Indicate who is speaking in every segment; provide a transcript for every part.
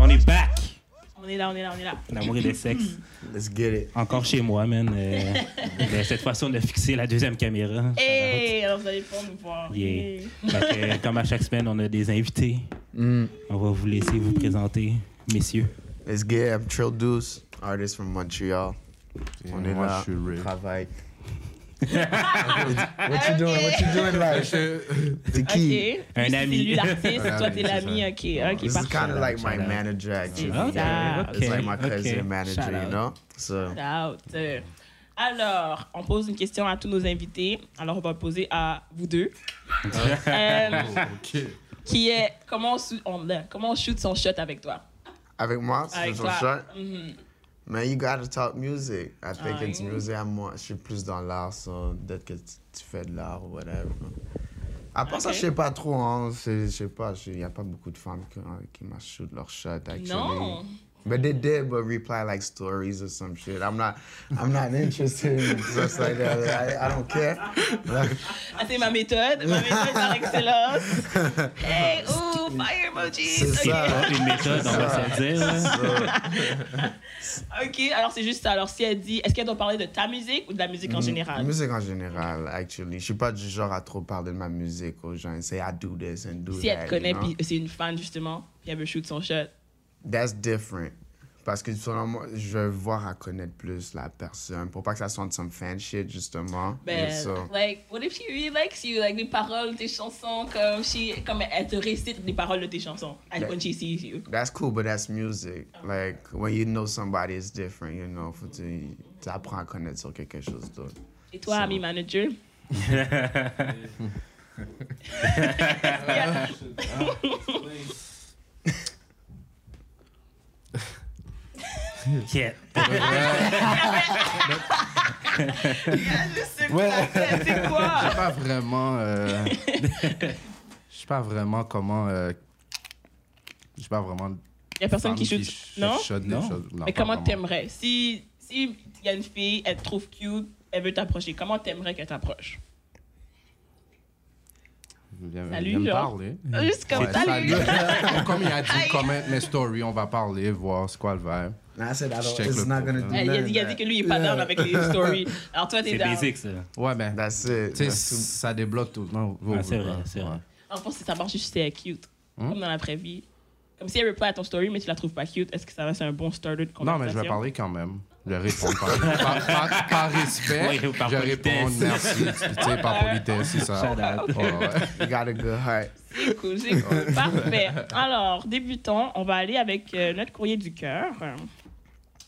Speaker 1: On est back!
Speaker 2: On est là, on est là, on est là.
Speaker 1: L'amour et le sexe.
Speaker 3: Let's get it.
Speaker 1: Encore chez moi, man. Euh, mais cette fois-ci, on a fixé la deuxième caméra.
Speaker 2: Hey, Eh, alors vous allez pouvoir nous voir.
Speaker 1: Yeah.
Speaker 2: Hey.
Speaker 1: Fait que, comme à chaque semaine, on a des invités. On va vous laisser vous présenter, messieurs.
Speaker 3: Let's get it. I'm Trill Deuce, artist from Montreal. On est
Speaker 4: moi,
Speaker 3: là.
Speaker 4: je suis Ray.
Speaker 3: Travail.
Speaker 5: What you doing? What you doing live?
Speaker 3: T'es
Speaker 2: Ok.
Speaker 3: qui?
Speaker 1: Un
Speaker 2: Lui,
Speaker 1: ami.
Speaker 2: C'est lui l'artiste, toi t'es
Speaker 4: c'est ça.
Speaker 2: l'ami, ok, ok,
Speaker 3: This is kind
Speaker 2: parfait.
Speaker 3: of like my
Speaker 4: shout out.
Speaker 3: manager, actually.
Speaker 2: Ah,
Speaker 3: Yeah,
Speaker 1: ok,
Speaker 3: It's like my
Speaker 1: ok.
Speaker 3: cousin manager,
Speaker 1: Shout
Speaker 3: you
Speaker 1: out.
Speaker 3: know? So,
Speaker 2: Shout out. Euh, Alors, on pose une question à tous nos invités. Alors, on va poser à vous deux. Euh, qui est comment on, sou- on- euh, comment on shoot son shot avec toi?
Speaker 3: avec moi, c'est
Speaker 2: Avec
Speaker 3: son
Speaker 2: toi.
Speaker 3: shot.
Speaker 2: Mhm.
Speaker 3: Man, you gotta talk music. I think
Speaker 2: Ah,
Speaker 3: it's
Speaker 2: oui.
Speaker 3: music. I'm more, je suis plus dans l'art, so peut-être que tu, tu fais de l'art ou whatever. À part ça,
Speaker 2: Ok.
Speaker 3: je sais pas trop, hein. c'est- Je sais pas, il y a pas beaucoup de femmes qui, qui m'a shoot leur shot, actually.
Speaker 2: Non.
Speaker 3: But they did, but reply like stories or some shit. I'm not, I'm not interested in stuff like that. I, I don't care.
Speaker 2: Ah, c'est ma méthode. Ma méthode par excellence. Hey, ouh, fire emojis.
Speaker 3: C'est
Speaker 2: Ok.
Speaker 3: ça.
Speaker 1: Pas une méthode, on va se le dire. là.
Speaker 2: Ok, alors c'est juste ça. Alors si elle dit, est-ce qu'elle doit parler de ta musique ou de la musique en général?
Speaker 3: Mm. Musique en général, actually. Je suis pas du genre à trop parler de ma musique aux gens. Say I do this and do
Speaker 2: Si
Speaker 3: that.
Speaker 2: elle te connaît,
Speaker 3: you know?
Speaker 2: puis c'est une fan justement, puis elle veut shoot son shot.
Speaker 3: That's different. Parce que selon moi, je veux voir à connaître plus la personne pour pas que ça sonne some fan shit, justement.
Speaker 2: Ben,
Speaker 3: Et ça.
Speaker 2: like, what if she really likes you? Like, les paroles de tes chansons, comme, she, comme elle te récite les paroles de tes chansons. And
Speaker 3: Yeah.
Speaker 2: when she sees you.
Speaker 3: That's cool, but that's music. Like, when you know somebody, it's different, you know. Faut tu tu apprends à connaître sur quelque chose d'autre.
Speaker 2: Et toi,
Speaker 3: Ça
Speaker 2: ami manager? Yeah.
Speaker 1: Yeah.
Speaker 2: C'est
Speaker 4: Ouais.
Speaker 2: quoi? C'est
Speaker 4: Je
Speaker 2: quoi?
Speaker 4: sais pas vraiment. euh, Je sais pas vraiment comment. euh, Je sais pas vraiment.
Speaker 2: Y a personne qui
Speaker 4: femme
Speaker 2: shoot,
Speaker 4: sh-
Speaker 2: non?
Speaker 4: shoot des
Speaker 1: Non.
Speaker 4: choses. Non,
Speaker 2: Mais
Speaker 4: pas
Speaker 2: comment
Speaker 4: vraiment.
Speaker 2: t'aimerais? Si, si y a une fille, elle te trouve cute, elle veut t'approcher, comment t'aimerais qu'elle t'approche?
Speaker 4: Viens,
Speaker 2: Salut,
Speaker 4: viens me
Speaker 2: genre.
Speaker 4: parler.
Speaker 2: Juste comme
Speaker 4: Ouais,
Speaker 2: ça.
Speaker 4: salut. comme il a dit,
Speaker 2: Aïe.
Speaker 4: comment mes stories, on va parler, voir ce quoi le verre.
Speaker 3: Nah, I said I don't,
Speaker 4: Check
Speaker 3: it's
Speaker 4: le
Speaker 3: not gonna
Speaker 4: programme.
Speaker 3: do
Speaker 2: Elle, il, a dit, il a dit
Speaker 3: nothing.
Speaker 2: que lui, il est pas down avec les stories. Alors toi, t'es
Speaker 1: C'est
Speaker 2: down.
Speaker 1: basic, ça.
Speaker 4: Ouais, ben,
Speaker 3: That's it.
Speaker 4: tu sais,
Speaker 3: That's too-
Speaker 4: ça débloque tout. Non, vous-
Speaker 1: Ah, c'est
Speaker 4: vous-
Speaker 1: vrai,
Speaker 4: ouais.
Speaker 1: c'est vrai.
Speaker 2: En fait, si ça marche juste si elle est cute,
Speaker 4: Hmm?
Speaker 2: comme dans la vraie vie. Comme si elle répond à ton story, mais tu la trouves pas cute, est-ce que ça reste un bon starter de
Speaker 4: Non,
Speaker 2: conversation?
Speaker 4: mais je vais parler quand même. Je vais répondre par, par- par- par respect.
Speaker 1: Ouais, par
Speaker 4: je
Speaker 1: politesse.
Speaker 4: réponds merci. Tu sais, par politesse, c'est ça.
Speaker 1: Shout out.
Speaker 4: Ouais, ouais.
Speaker 3: You got a good heart.
Speaker 2: C'est cool, c'est cool. Parfait. Alors, débutons. On va aller avec euh, notre courrier du cœur. euh,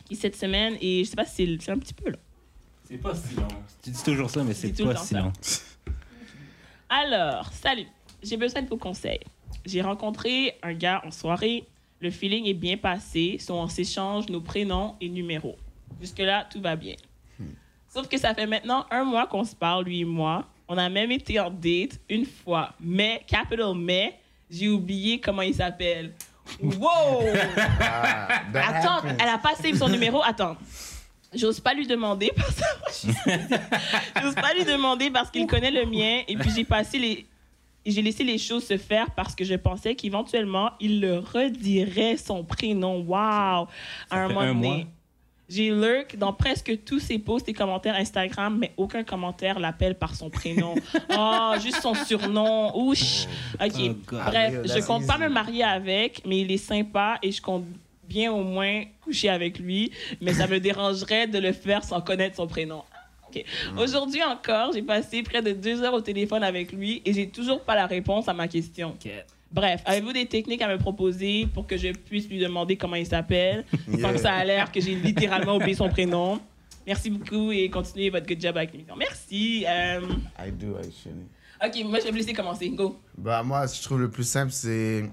Speaker 2: Qui cette semaine, et je sais pas si c'est- c'est un petit peu là.
Speaker 1: C'est pas si long. Tu dis toujours ça, mais
Speaker 2: Je
Speaker 1: c'est
Speaker 2: dis tout le
Speaker 1: pas
Speaker 2: temps
Speaker 1: si
Speaker 2: ça.
Speaker 1: long.
Speaker 2: Alors, salut. J'ai besoin de vos conseils. J'ai rencontré un gars en soirée. Le feeling est bien passé. So on s'échange nos prénoms et numéros. Jusque-là, tout va bien. Sauf que ça fait maintenant un mois qu'on se parle, lui et moi. On a même été en date une fois. Mais, capital mais, j'ai oublié comment il s'appelle. Wow!
Speaker 3: Ah, that
Speaker 2: Attends,
Speaker 3: happens.
Speaker 2: elle a pas save son numéro. Attends. J'ose pas lui demander parce que j'ose pas lui demander parce qu'il connaît le mien et puis j'ai passé les et j'ai laissé les choses se faire parce que je pensais qu'éventuellement il le redirait son prénom. Wow, à un
Speaker 1: fait
Speaker 2: moment
Speaker 1: un mois.
Speaker 2: donné. J'ai lurk dans presque tous ses posts et commentaires Instagram, mais aucun commentaire l'appelle par son prénom. oh, juste son surnom. Ouch.
Speaker 1: Oh,
Speaker 2: Ok.
Speaker 1: God.
Speaker 2: Bref,
Speaker 3: Ah, oui,
Speaker 2: je
Speaker 3: that's
Speaker 2: compte pas
Speaker 3: easy.
Speaker 2: me marier avec, mais il est sympa et je compte bien au moins coucher avec lui, mais ça me dérangerait de le faire sans connaître son prénom. Ah, Ok. Aujourd'hui encore, j'ai passé près de deux heures au téléphone avec lui et j'ai toujours pas la réponse à ma question. Bref, avez-vous des techniques à me proposer pour que je puisse lui demander comment il s'appelle, sans
Speaker 3: Yeah.
Speaker 2: que ça a l'air que j'ai littéralement oublié son prénom? Merci beaucoup et continuez votre good job avec l'émission. Merci. euh,
Speaker 3: I do, actually.
Speaker 2: Ok, moi, je vais vous laisser commencer. Go.
Speaker 3: Bah, moi, ce que je trouve le plus simple, c'est.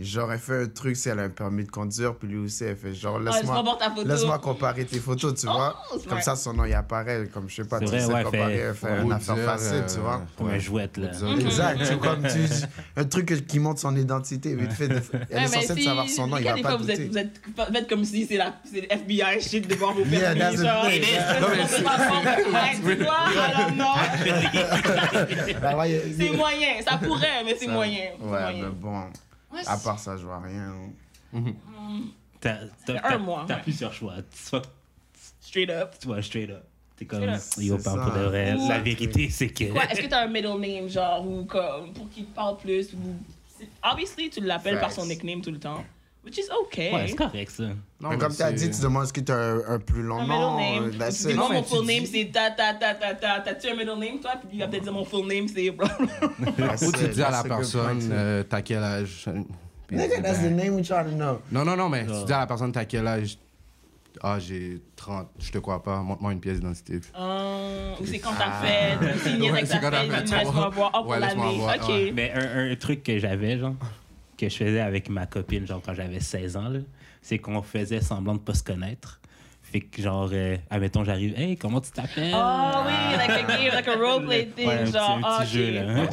Speaker 3: J'aurais fait un truc si elle a un permis de conduire, puis lui aussi, elle fait genre,
Speaker 2: Ah, je
Speaker 3: laisse-moi.
Speaker 2: remporte ta photo.
Speaker 3: Laisse-moi comparer tes photos, tu
Speaker 2: Oh,
Speaker 3: vois.
Speaker 2: c'est
Speaker 3: Comme
Speaker 2: vrai.
Speaker 3: ça, son nom, il apparaît. Comme je sais pas,
Speaker 1: C'est
Speaker 3: tu
Speaker 1: vrai,
Speaker 3: sais
Speaker 1: ouais,
Speaker 3: comparer,
Speaker 1: fait-
Speaker 3: elle fait une
Speaker 4: Ou
Speaker 3: affaire
Speaker 4: dire,
Speaker 3: facile,
Speaker 4: euh,
Speaker 3: tu vois.
Speaker 1: Comme
Speaker 4: ouais.
Speaker 1: un jouette, là.
Speaker 4: Dire-
Speaker 3: Exact, tu- comme tu un truc que- qui montre son identité, vite fait. Elle
Speaker 2: Ouais,
Speaker 3: est
Speaker 2: mais
Speaker 3: censée
Speaker 2: si-
Speaker 3: savoir son nom, il
Speaker 2: les gars,
Speaker 3: va
Speaker 2: des
Speaker 3: pas
Speaker 2: fois, vous êtes,
Speaker 3: douter.
Speaker 2: vous êtes, vous êtes comme si c'est la, c'est le FBI shit de voir vos permis.
Speaker 3: Yeah, that's the
Speaker 2: genre,
Speaker 3: thing.
Speaker 2: c'est-
Speaker 3: Non, mais
Speaker 2: c'est pas bon. Ouais, tu vois, alors non,
Speaker 3: Bah ouais,
Speaker 2: c'est moyen. Ça pourrait, mais c'est
Speaker 3: ça-
Speaker 2: moyen. c'est
Speaker 3: Ouais, bah.
Speaker 2: moyen.
Speaker 3: mais bon,
Speaker 2: Ouais,
Speaker 3: à part ça, je vois rien.
Speaker 1: T'as t'as-
Speaker 2: Un
Speaker 1: t'as-
Speaker 2: mois,
Speaker 1: t'as
Speaker 2: ouais.
Speaker 1: plusieurs choix. Soit
Speaker 2: Straight up.
Speaker 1: tu vas straight up. T'es comme,
Speaker 2: Straight
Speaker 1: yo,
Speaker 3: up. C'est
Speaker 1: parle
Speaker 3: ça.
Speaker 1: pour de vrai.
Speaker 2: Ou-
Speaker 1: La vérité, c'est que.
Speaker 2: Ouais, est-ce que t'as un middle name, genre, ou comme, pour qu'il te parle plus, ou... c'est- Obviously, tu l'appelles par son
Speaker 3: Facts.
Speaker 2: nickname tout le temps, which is okay.
Speaker 1: Ouais, c'est correct, ça.
Speaker 4: Non,
Speaker 3: mais
Speaker 4: mais
Speaker 3: comme tu as
Speaker 4: c'est-
Speaker 3: dit, tu demandes est-ce que tu as un, un plus long
Speaker 2: un
Speaker 3: nom.
Speaker 2: middle
Speaker 3: euh,
Speaker 2: name.
Speaker 3: that's
Speaker 2: Tu dis,
Speaker 3: it.
Speaker 2: moi,
Speaker 4: Non, mais
Speaker 2: mon
Speaker 4: tu
Speaker 2: full
Speaker 4: dis-
Speaker 2: name, c'est ta, ta, ta, ta, ta. T'as-tu un middle name, toi? Puis il va peut-être dire, mon full name, c'est...
Speaker 3: That's
Speaker 4: Ou tu
Speaker 3: it,
Speaker 4: dis à la
Speaker 3: that's a good
Speaker 4: personne,
Speaker 3: point, too.
Speaker 4: euh, t'as quel âge Puis elle dit,
Speaker 3: Nigga, that's the
Speaker 4: ben,
Speaker 3: name we trying to know.
Speaker 4: Non, non, non, mais tu dis à la personne, t'as quel âge Ah, j'ai 30, je te crois pas, montre-moi une pièce d'identité.
Speaker 2: Euh, ou c'est quand t'as fait, t'as signé
Speaker 4: Ah. Ouais,
Speaker 2: avec
Speaker 4: c'est
Speaker 2: ta
Speaker 4: quand t'as
Speaker 2: fête,
Speaker 4: fait, tu
Speaker 2: laisse-moi
Speaker 4: vois.
Speaker 2: voir, hop, pour
Speaker 4: Ouais, laisse-moi
Speaker 2: l'année.
Speaker 4: voir,
Speaker 2: Ok.
Speaker 4: ouais.
Speaker 1: Mais un, un truc que j'avais, genre, que je faisais avec ma copine, genre, quand j'avais 16 ans, là, c'est qu'on faisait semblant de pas se connaître. Fait que, genre, euh, admettons, j'arrive, hey, comment tu t'appelles?
Speaker 2: Oh oui, like a game, like a roleplay thing,
Speaker 1: Ouais, un petit-
Speaker 2: genre,
Speaker 1: un
Speaker 2: ok.
Speaker 1: petit jeu, là. hein.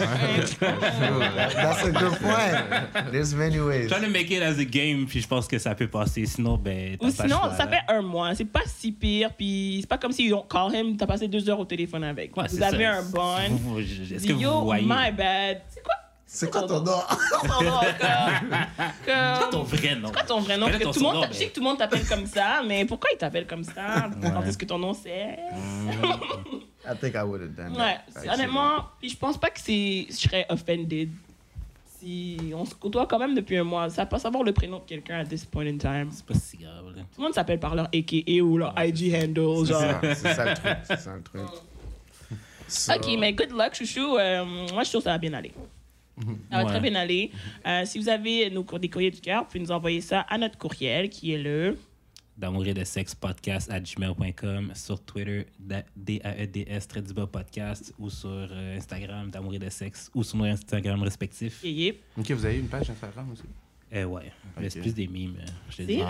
Speaker 3: That's a good point. There's many ways.
Speaker 1: Trying to make it as a game, puis je pense que ça peut passer. Sinon, ben. t'as
Speaker 2: Ou
Speaker 1: pas le
Speaker 2: sinon,
Speaker 1: choix,
Speaker 2: ça
Speaker 1: là.
Speaker 2: fait un mois, c'est pas si pire, puis c'est pas comme si on call him, t'as passé deux heures au téléphone avec.
Speaker 1: Ouais,
Speaker 2: vous
Speaker 1: c'est
Speaker 2: avez
Speaker 1: ça.
Speaker 2: un bond.
Speaker 1: Vous- je- Est-ce
Speaker 2: dis,
Speaker 1: que vous
Speaker 2: Yo,
Speaker 1: voyez
Speaker 2: my bad. C'est quoi
Speaker 3: C'est quoi ton nom?
Speaker 2: ton nom, comme- comme-
Speaker 1: ton vrai nom?
Speaker 2: Quoi ton vrai nom?
Speaker 1: Quel est
Speaker 2: Parce
Speaker 1: ton
Speaker 2: que tout le monde
Speaker 1: surnom, ben.
Speaker 2: t'a- Je sais que tout le monde t'appelle comme ça, mais pourquoi il t'appelle comme ça? Quand est-ce que ton nom c'est?
Speaker 3: I think I would have done
Speaker 2: Ouais,
Speaker 3: that.
Speaker 2: c'est-
Speaker 3: actually.
Speaker 2: honnêtement, puis je pense pas que c'est, je serais offended si on se côtoie quand même depuis un mois. Ça passe avoir le prénom de quelqu'un à this point in time.
Speaker 1: C'est pas si grave, là.
Speaker 2: Tout le monde s'appelle par leur AKA ou leur IG handle,
Speaker 3: C'est
Speaker 2: genre.
Speaker 3: ça, c'est ça le truc. C'est ça le truc. So-
Speaker 2: Ok, mais good luck, chouchou. Euh, moi, je suis sûre que ça va bien aller. Ça va
Speaker 1: Ouais.
Speaker 2: très bien aller. Euh, si vous avez nos, cour- des courriers du cœur, vous pouvez nous envoyer ça à notre courriel qui est le.
Speaker 1: d'amour et de sexe podcast à gmail.com, sur Twitter, da- E D-A-E-D-S, trait du bas podcast, ou sur euh, Instagram, d'amour et de sexe, ou sur nos Instagram respectifs.
Speaker 2: Yeah, yeah.
Speaker 4: Ok, vous avez une page Instagram aussi
Speaker 1: Euh, ouais, mais c'est
Speaker 4: Ok.
Speaker 1: plus des mimes, euh, je te
Speaker 2: C'est-
Speaker 1: dis.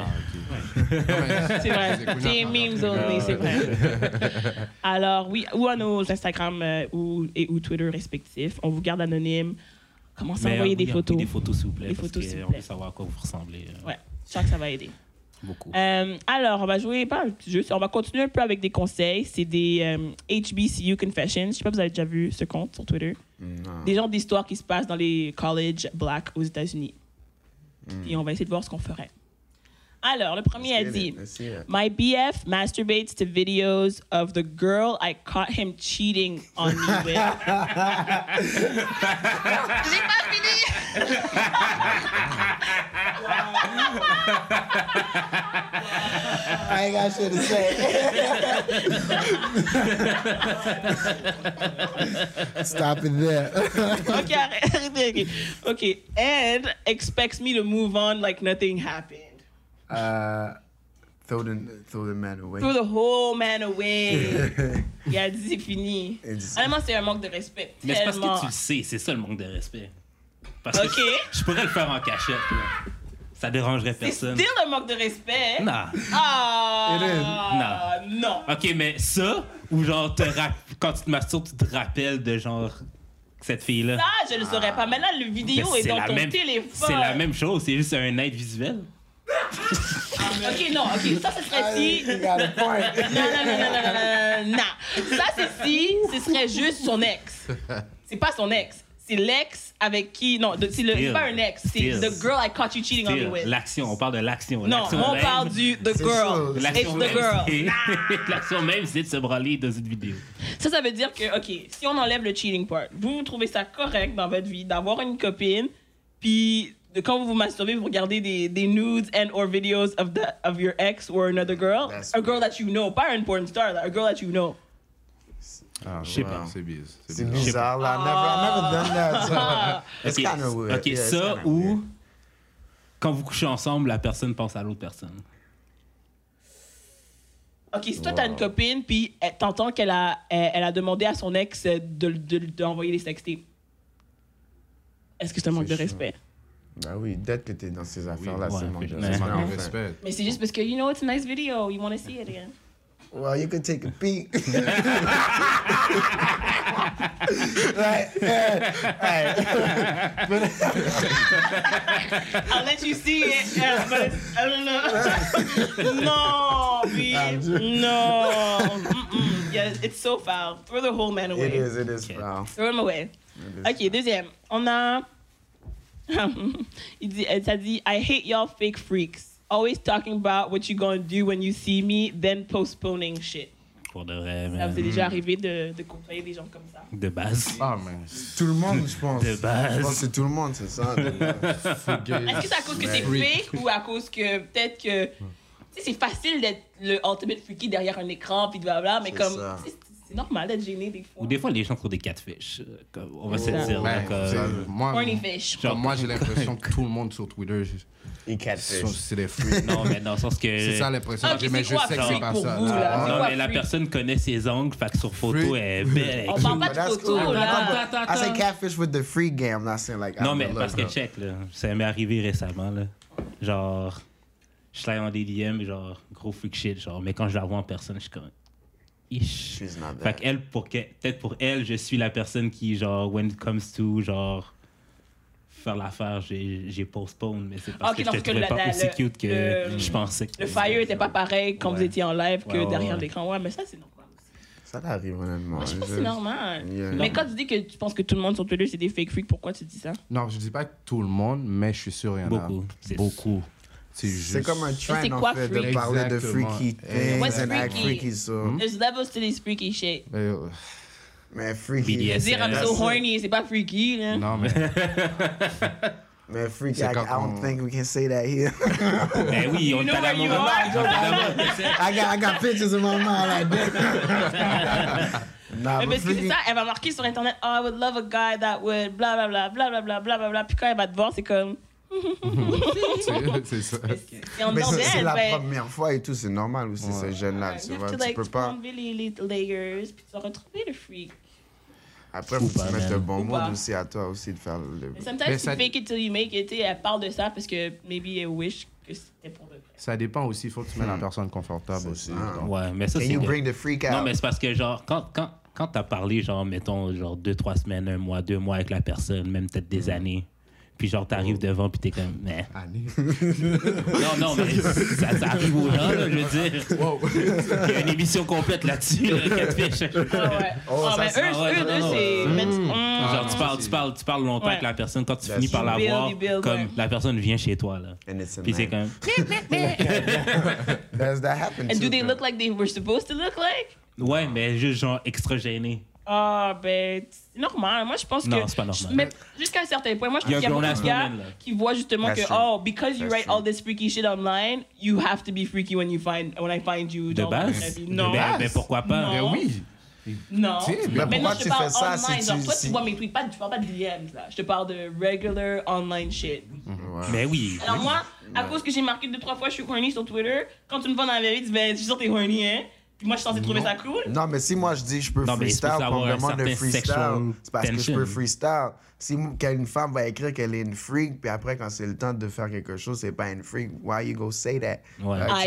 Speaker 2: C'est vrai. C'est memes only, c'est vrai. Alors, oui, ou à nos Instagram euh, ou, et ou Twitter respectifs. On vous garde anonyme. Commencez à
Speaker 1: Mais,
Speaker 2: envoyer
Speaker 1: euh,
Speaker 2: des
Speaker 1: oui,
Speaker 2: photos.
Speaker 1: Des photos, s'il vous plaît,
Speaker 2: Des
Speaker 1: parce
Speaker 2: photos,
Speaker 1: que
Speaker 2: s'il vous
Speaker 1: on
Speaker 2: plaît.
Speaker 1: peut savoir à quoi vous ressemblez. euh,
Speaker 2: Ouais, je crois que ça va aider.
Speaker 1: Beaucoup.
Speaker 2: Euh, alors, on va jouer pas un petit jeu. On va continuer un peu avec des conseils. C'est des euh, HBCU Confessions. Je sais pas si vous avez déjà vu ce compte sur Twitter.
Speaker 3: Non.
Speaker 2: Des genres d'histoires qui se passent dans les colleges black aux États-Unis. Et on va essayer de voir ce qu'on ferait. Alors, le premier a
Speaker 3: Let's get
Speaker 2: dit.
Speaker 3: it, let's see it.
Speaker 2: My BF masturbates to videos of the girl I caught him cheating on me with. J'ai pas fini.
Speaker 3: I ain't got shit to say. Stop it there.
Speaker 2: Ok, arrête, arrêtez, ok. Ok, and expects me to move on like nothing happened.
Speaker 3: Uh, throw the throw the man away.
Speaker 2: Threw the whole man away. Il a dit c'est fini.
Speaker 3: Et dis-
Speaker 2: Honnêtement, c'est un manque de respect.
Speaker 1: Mais c'est parce
Speaker 2: tellement.
Speaker 1: que tu le sais, c'est ça le manque de respect. Parce que
Speaker 2: Ok.
Speaker 1: je pourrais le faire en cachette, là. Ça dérangerait
Speaker 2: C'est
Speaker 1: personne.
Speaker 2: still un manque de respect.
Speaker 1: Non.
Speaker 2: Ah, non.
Speaker 1: Ok, mais ça, ou genre, te rap- quand tu te masturbes, tu te rappelles de genre cette fille-là.
Speaker 2: Ah, je le saurais pas. Maintenant, le
Speaker 1: Mais
Speaker 2: vidéo
Speaker 1: Ben,
Speaker 2: est,
Speaker 1: c'est
Speaker 2: dans
Speaker 1: la
Speaker 2: ton
Speaker 1: même-
Speaker 2: téléphone.
Speaker 1: C'est la même chose, c'est juste un aide visuel.
Speaker 2: Ok, non, ok, ça, ce
Speaker 3: Ah,
Speaker 2: serait si.
Speaker 3: You got a point.
Speaker 2: Non, non, non, non, non, non, non, non. Ça, c'est si, ce serait juste son ex. C'est pas son ex. C'est l'ex avec qui. Non, de- c'est le- c'est
Speaker 1: Still.
Speaker 2: pas un ex. C'est
Speaker 1: Still.
Speaker 2: The Girl I Caught You Cheating on Me With.
Speaker 1: L'action, on parle de l'action.
Speaker 2: Non,
Speaker 1: L'action
Speaker 2: on
Speaker 1: même-
Speaker 2: parle du The
Speaker 3: C'est
Speaker 2: Girl.
Speaker 3: sûr.
Speaker 2: It's
Speaker 1: L'action
Speaker 2: the
Speaker 1: même,
Speaker 2: girl.
Speaker 1: c'est- l'action même, c'est de se branler dans une vidéo.
Speaker 2: Ça, ça veut dire que, OK, si on enlève le cheating part, vous, vous trouvez ça correct dans votre vie d'avoir une copine, puis de- quand vous vous masturbez, vous regardez des, des nudes and or videos of, the, of your ex or another girl.
Speaker 3: That's
Speaker 2: a girl
Speaker 3: weird.
Speaker 2: that you know. Pas une porn star, là, a girl that you know.
Speaker 4: Je
Speaker 1: sais pas.
Speaker 4: Ah, C'est bizarre.
Speaker 3: C'est bizarre
Speaker 4: bizarre.
Speaker 3: là. I've never, I've never done that.
Speaker 2: Ah.
Speaker 3: So. It's
Speaker 1: Ok,
Speaker 3: kind of weird.
Speaker 1: Ok,
Speaker 3: Yeah, it's
Speaker 1: ça
Speaker 3: kinda
Speaker 1: ou
Speaker 3: weird.
Speaker 1: quand vous couchez ensemble, la personne pense à l'autre personne.
Speaker 2: OK, si toi, t'as une eh, copine, puis elle- t'entends qu'elle a, elle, elle a demandé à son ex d'envoyer de, de- d'envoyer les sextapes. Est-ce que c'est un manque de
Speaker 3: C'est chaud.
Speaker 2: respect?
Speaker 3: Ben oui, dès que t'es dans ces affaires-là,
Speaker 1: ouais,
Speaker 3: c'est mon
Speaker 1: fait-
Speaker 3: gars.
Speaker 1: mais-
Speaker 3: C'est mon
Speaker 4: On
Speaker 3: enfant.
Speaker 4: respecte.
Speaker 2: Mais c'est juste parce que, you know, it's a nice video. You want to see it again.
Speaker 5: Well, you could take a peek. like, eh, hey. But-
Speaker 2: I'll let you see it. Yeah, but it's- I don't know. no, B.
Speaker 3: I'm just-
Speaker 2: No. Mm-mm. Yeah, it's so foul. Throw the whole man away.
Speaker 3: It is, it is, wow.
Speaker 2: Throw him away.
Speaker 3: It is.
Speaker 2: Ok, deuxième. On a. Il dit, elle t'a dit, I hate y'all fake freaks. Always talking about what you gonna do when you see me, then postponing shit.
Speaker 1: Pour de vrai,
Speaker 2: Ça
Speaker 3: Mm-hmm.
Speaker 2: vous est
Speaker 1: man.
Speaker 2: déjà arrivé de, de comparer des gens comme ça?
Speaker 1: De base.
Speaker 4: Ah, mais
Speaker 3: Tout le monde, je pense.
Speaker 1: De base.
Speaker 3: Je pense que c'est tout le monde, c'est ça. de-
Speaker 4: Ah,
Speaker 2: Est-ce que c'est à cause que c'est fake ou à cause que peut-être que.
Speaker 3: Mm.
Speaker 2: Tu sais, c'est facile d'être le ultimate freaky derrière un écran, puis blabla, mais
Speaker 3: C'est
Speaker 2: comme.
Speaker 3: ça.
Speaker 2: tu sais, C'est normal d'être gêné des fois.
Speaker 1: Ou des fois, les gens trouvent des catfish. euh, comme- On va se
Speaker 2: Ouais.
Speaker 1: le dire. là,
Speaker 4: Ben,
Speaker 1: comme-
Speaker 4: c'est- moi,
Speaker 2: Horny fish.
Speaker 4: genre, moi j'ai l'impression que tout le monde sur Twitter,
Speaker 3: Il catfish.
Speaker 4: sont- c'est des fruits.
Speaker 1: Non, mais dans le sens que.
Speaker 4: C'est ça l'impression
Speaker 2: Ah,
Speaker 4: que j'ai,
Speaker 2: ok,
Speaker 4: mais
Speaker 2: c'est
Speaker 4: je
Speaker 2: quoi,
Speaker 4: sais que
Speaker 1: freak
Speaker 4: c'est pas
Speaker 2: pour
Speaker 4: ça. Ah,
Speaker 2: vous,
Speaker 4: tu
Speaker 2: là?
Speaker 4: vois.
Speaker 2: C'est
Speaker 1: Non,
Speaker 2: quoi,
Speaker 1: mais la
Speaker 2: freak?
Speaker 1: personne connaît ses angles, fait que sur photo,
Speaker 4: Freak.
Speaker 1: elle est belle.
Speaker 2: On parle pas de
Speaker 3: That's
Speaker 2: photos,
Speaker 3: cool.
Speaker 2: là.
Speaker 3: Attends, I say catfish with the free game, not saying like.
Speaker 1: Non,
Speaker 3: I'm
Speaker 1: mais
Speaker 3: the
Speaker 1: parce que
Speaker 3: lover.
Speaker 1: check, là, ça m'est arrivé récemment, là. Genre, je suis en DDM, genre, gros freak shit, genre, mais quand je la vois en personne, je suis comme. Ish.
Speaker 3: She's not
Speaker 1: Fait
Speaker 3: that.
Speaker 1: qu'elle, pour que- peut-être pour elle, je suis la personne qui, genre, when it comes to, genre, faire l'affaire, j'ai j'ai postpone, mais c'est parce
Speaker 2: Ok,
Speaker 1: que
Speaker 2: dans
Speaker 1: je
Speaker 2: ce
Speaker 1: te
Speaker 2: cas,
Speaker 1: trouvais
Speaker 2: la-
Speaker 1: pas
Speaker 2: la-
Speaker 1: aussi
Speaker 2: le-
Speaker 1: cute que
Speaker 2: le-
Speaker 1: je pensais. que-
Speaker 2: Le fire était pas pareil quand vous
Speaker 1: Ouais.
Speaker 2: étiez en live que
Speaker 1: Ouais, ouais,
Speaker 2: derrière
Speaker 1: ouais.
Speaker 2: l'écran. Ouais, mais ça, c'est normal aussi.
Speaker 3: Ça t'arrive, honnêtement.
Speaker 2: Moi, je pense que
Speaker 3: Je-
Speaker 2: c'est normal.
Speaker 3: Yeah.
Speaker 2: Mais quand tu dis que tu penses que tout le monde sur Twitter, c'est des fake freaks, pourquoi tu dis ça?
Speaker 4: Non, je dis pas que tout le monde, mais je suis sûr qu'il y en a
Speaker 1: Beaucoup. C'est-
Speaker 4: Beaucoup. C'est
Speaker 3: C'est
Speaker 4: juste-
Speaker 3: comme un
Speaker 2: c'est
Speaker 3: trend,
Speaker 2: quoi,
Speaker 3: en fait, de
Speaker 2: freak?
Speaker 3: parler de
Speaker 4: Exactement.
Speaker 3: freaky
Speaker 4: Et-
Speaker 2: What's
Speaker 3: things and act
Speaker 2: freaky?
Speaker 3: freaky, so.
Speaker 2: There's levels to this freaky shit.
Speaker 4: Mais, euh,
Speaker 3: Mais freaky.
Speaker 1: BDS.
Speaker 2: Dire I'm
Speaker 1: Yes,
Speaker 2: so
Speaker 3: sir.
Speaker 2: horny, c'est pas freaky, là.
Speaker 4: Non, mais
Speaker 3: Mais freaky,
Speaker 4: C'est
Speaker 3: I, I
Speaker 4: quand
Speaker 3: don't
Speaker 4: on-
Speaker 3: think we can say that here.
Speaker 1: Ben oui, on
Speaker 2: You
Speaker 1: est
Speaker 2: know
Speaker 1: à la
Speaker 2: where you
Speaker 1: mode.
Speaker 2: are?
Speaker 3: I got, I got pictures in my mind like that. nah,
Speaker 2: Eh, Mais parce que
Speaker 3: but
Speaker 2: c'est
Speaker 3: freaky.
Speaker 2: ça, elle va marquer sur internet, oh, I would love a guy that would bla bla bla bla bla bla bla bla bla. Puis quand elle va te voir, c'est comme,
Speaker 4: c'est- c'est ça.
Speaker 2: c'est en
Speaker 3: Mais
Speaker 2: dedans
Speaker 3: c'est- c'est
Speaker 2: d'elle,
Speaker 3: la
Speaker 2: ben.
Speaker 3: première fois et tout, c'est normal aussi, ce jeune-là, tu
Speaker 2: You have
Speaker 3: vois.
Speaker 2: to
Speaker 3: Tu
Speaker 2: like
Speaker 3: peux pas.
Speaker 2: enlever les les layers, puis tu vas retrouver le freak.
Speaker 3: Après, faut que
Speaker 1: pas,
Speaker 3: tu mettes
Speaker 1: man.
Speaker 3: le bon
Speaker 2: Ou pas.
Speaker 3: mot aussi à toi aussi de faire le.
Speaker 2: Mais sometimes
Speaker 4: Mais
Speaker 2: you
Speaker 4: ça-
Speaker 2: fake it till you make it, tu sais, elle parle de ça parce que maybe elle wish que c'était pour de vrai.
Speaker 4: Ça dépend aussi, il faut que tu mettes la personne confortable
Speaker 3: C'est
Speaker 4: aussi.
Speaker 3: ça.
Speaker 4: donc.
Speaker 1: Ouais, mais Hmm. ça,
Speaker 3: Can
Speaker 1: c'est.
Speaker 3: you
Speaker 1: que-
Speaker 3: bring the freak out?
Speaker 1: Non, mais c'est parce que, genre, quand, quand, quand t'as parlé, genre, mettons, genre, deux, trois semaines, un mois, deux mois avec la personne, même peut-être des années, puis genre, t'arrives devant, puis t'es comme, Eh.
Speaker 4: Année.
Speaker 1: Non, non, mais ça, ça arrive aux gens, là, je veux dire.
Speaker 4: Wow.
Speaker 1: Il y a une émission complète là-dessus, là, catfish.
Speaker 2: Ah ouais.
Speaker 3: Oh,
Speaker 2: Ah,
Speaker 3: ça,
Speaker 2: mais
Speaker 3: c'est-
Speaker 2: eux,
Speaker 1: ah ouais,
Speaker 2: eux,
Speaker 1: non, non,
Speaker 2: là,
Speaker 1: non.
Speaker 2: c'est.
Speaker 1: Mm.
Speaker 2: mais tu- mm.
Speaker 1: Genre, tu parles, tu parles, tu parles longtemps
Speaker 2: Ouais.
Speaker 1: avec la personne. Quand tu
Speaker 3: That's
Speaker 1: finis par la
Speaker 2: true.
Speaker 1: voir,
Speaker 2: You build, you build,
Speaker 1: comme
Speaker 2: ouais.
Speaker 1: la personne vient chez toi, là.
Speaker 3: And it's a
Speaker 1: Puis c'est
Speaker 3: man.
Speaker 1: comme,
Speaker 3: Does that happen?
Speaker 2: And
Speaker 3: too,
Speaker 2: do they
Speaker 3: man?
Speaker 2: look like they were supposed to look like?
Speaker 1: ouais, mais juste genre extra gêné.
Speaker 2: Ah, ben, c'est normal. Moi, je pense que.
Speaker 1: Non, c'est pas normal.
Speaker 2: Mais jusqu'à un certain point, moi, je pense
Speaker 1: Il y a
Speaker 2: qu'il y a
Speaker 1: un
Speaker 2: beaucoup de
Speaker 1: grown-ass
Speaker 2: gars
Speaker 1: woman, là.
Speaker 2: qui voient justement
Speaker 3: That's
Speaker 2: que,
Speaker 3: true.
Speaker 2: oh, because you
Speaker 3: That's
Speaker 2: write
Speaker 3: true.
Speaker 2: all this freaky shit online, you have to be freaky when you find when I find you.
Speaker 1: De
Speaker 2: dans la
Speaker 1: base.
Speaker 2: vie. Non.
Speaker 1: Mais,
Speaker 4: base.
Speaker 1: mais pourquoi pas?
Speaker 4: Ben oui.
Speaker 2: Non.
Speaker 4: Tu sais,
Speaker 2: Mais
Speaker 4: mais
Speaker 2: maintenant,
Speaker 3: pourquoi
Speaker 2: je te
Speaker 3: tu
Speaker 2: parle
Speaker 3: fais ça
Speaker 2: online.
Speaker 3: si
Speaker 2: genre,
Speaker 3: tu-
Speaker 2: toi, tu
Speaker 3: si-
Speaker 2: vois mes tweets, pas, tu parles pas de DMs, là. Je te parle de regular online shit.
Speaker 1: Mais oui.
Speaker 2: Alors, moi, à cause que j'ai marqué deux, trois fois, je suis horny sur Twitter. Quand tu me vois dans la vérité, tu dis, ben, je suis sûr que t'es horny, hein. Puis moi, je suis censé trouver ça cool.
Speaker 3: Non, mais si moi je dis je peux
Speaker 1: Non, mais il faut
Speaker 3: freestyle,
Speaker 1: savoir
Speaker 3: qu'on me
Speaker 1: un
Speaker 3: demande le
Speaker 1: certain sexual
Speaker 3: freestyle, c'est parce que je
Speaker 1: tension.
Speaker 3: peux freestyle. Si m- qu'une femme va écrire qu'elle est une freak, puis après, quand c'est le temps de faire quelque chose, c'est pas une freak, why you go say that?
Speaker 1: Ouais.
Speaker 3: Euh,
Speaker 2: I
Speaker 3: tu comprends?
Speaker 2: am.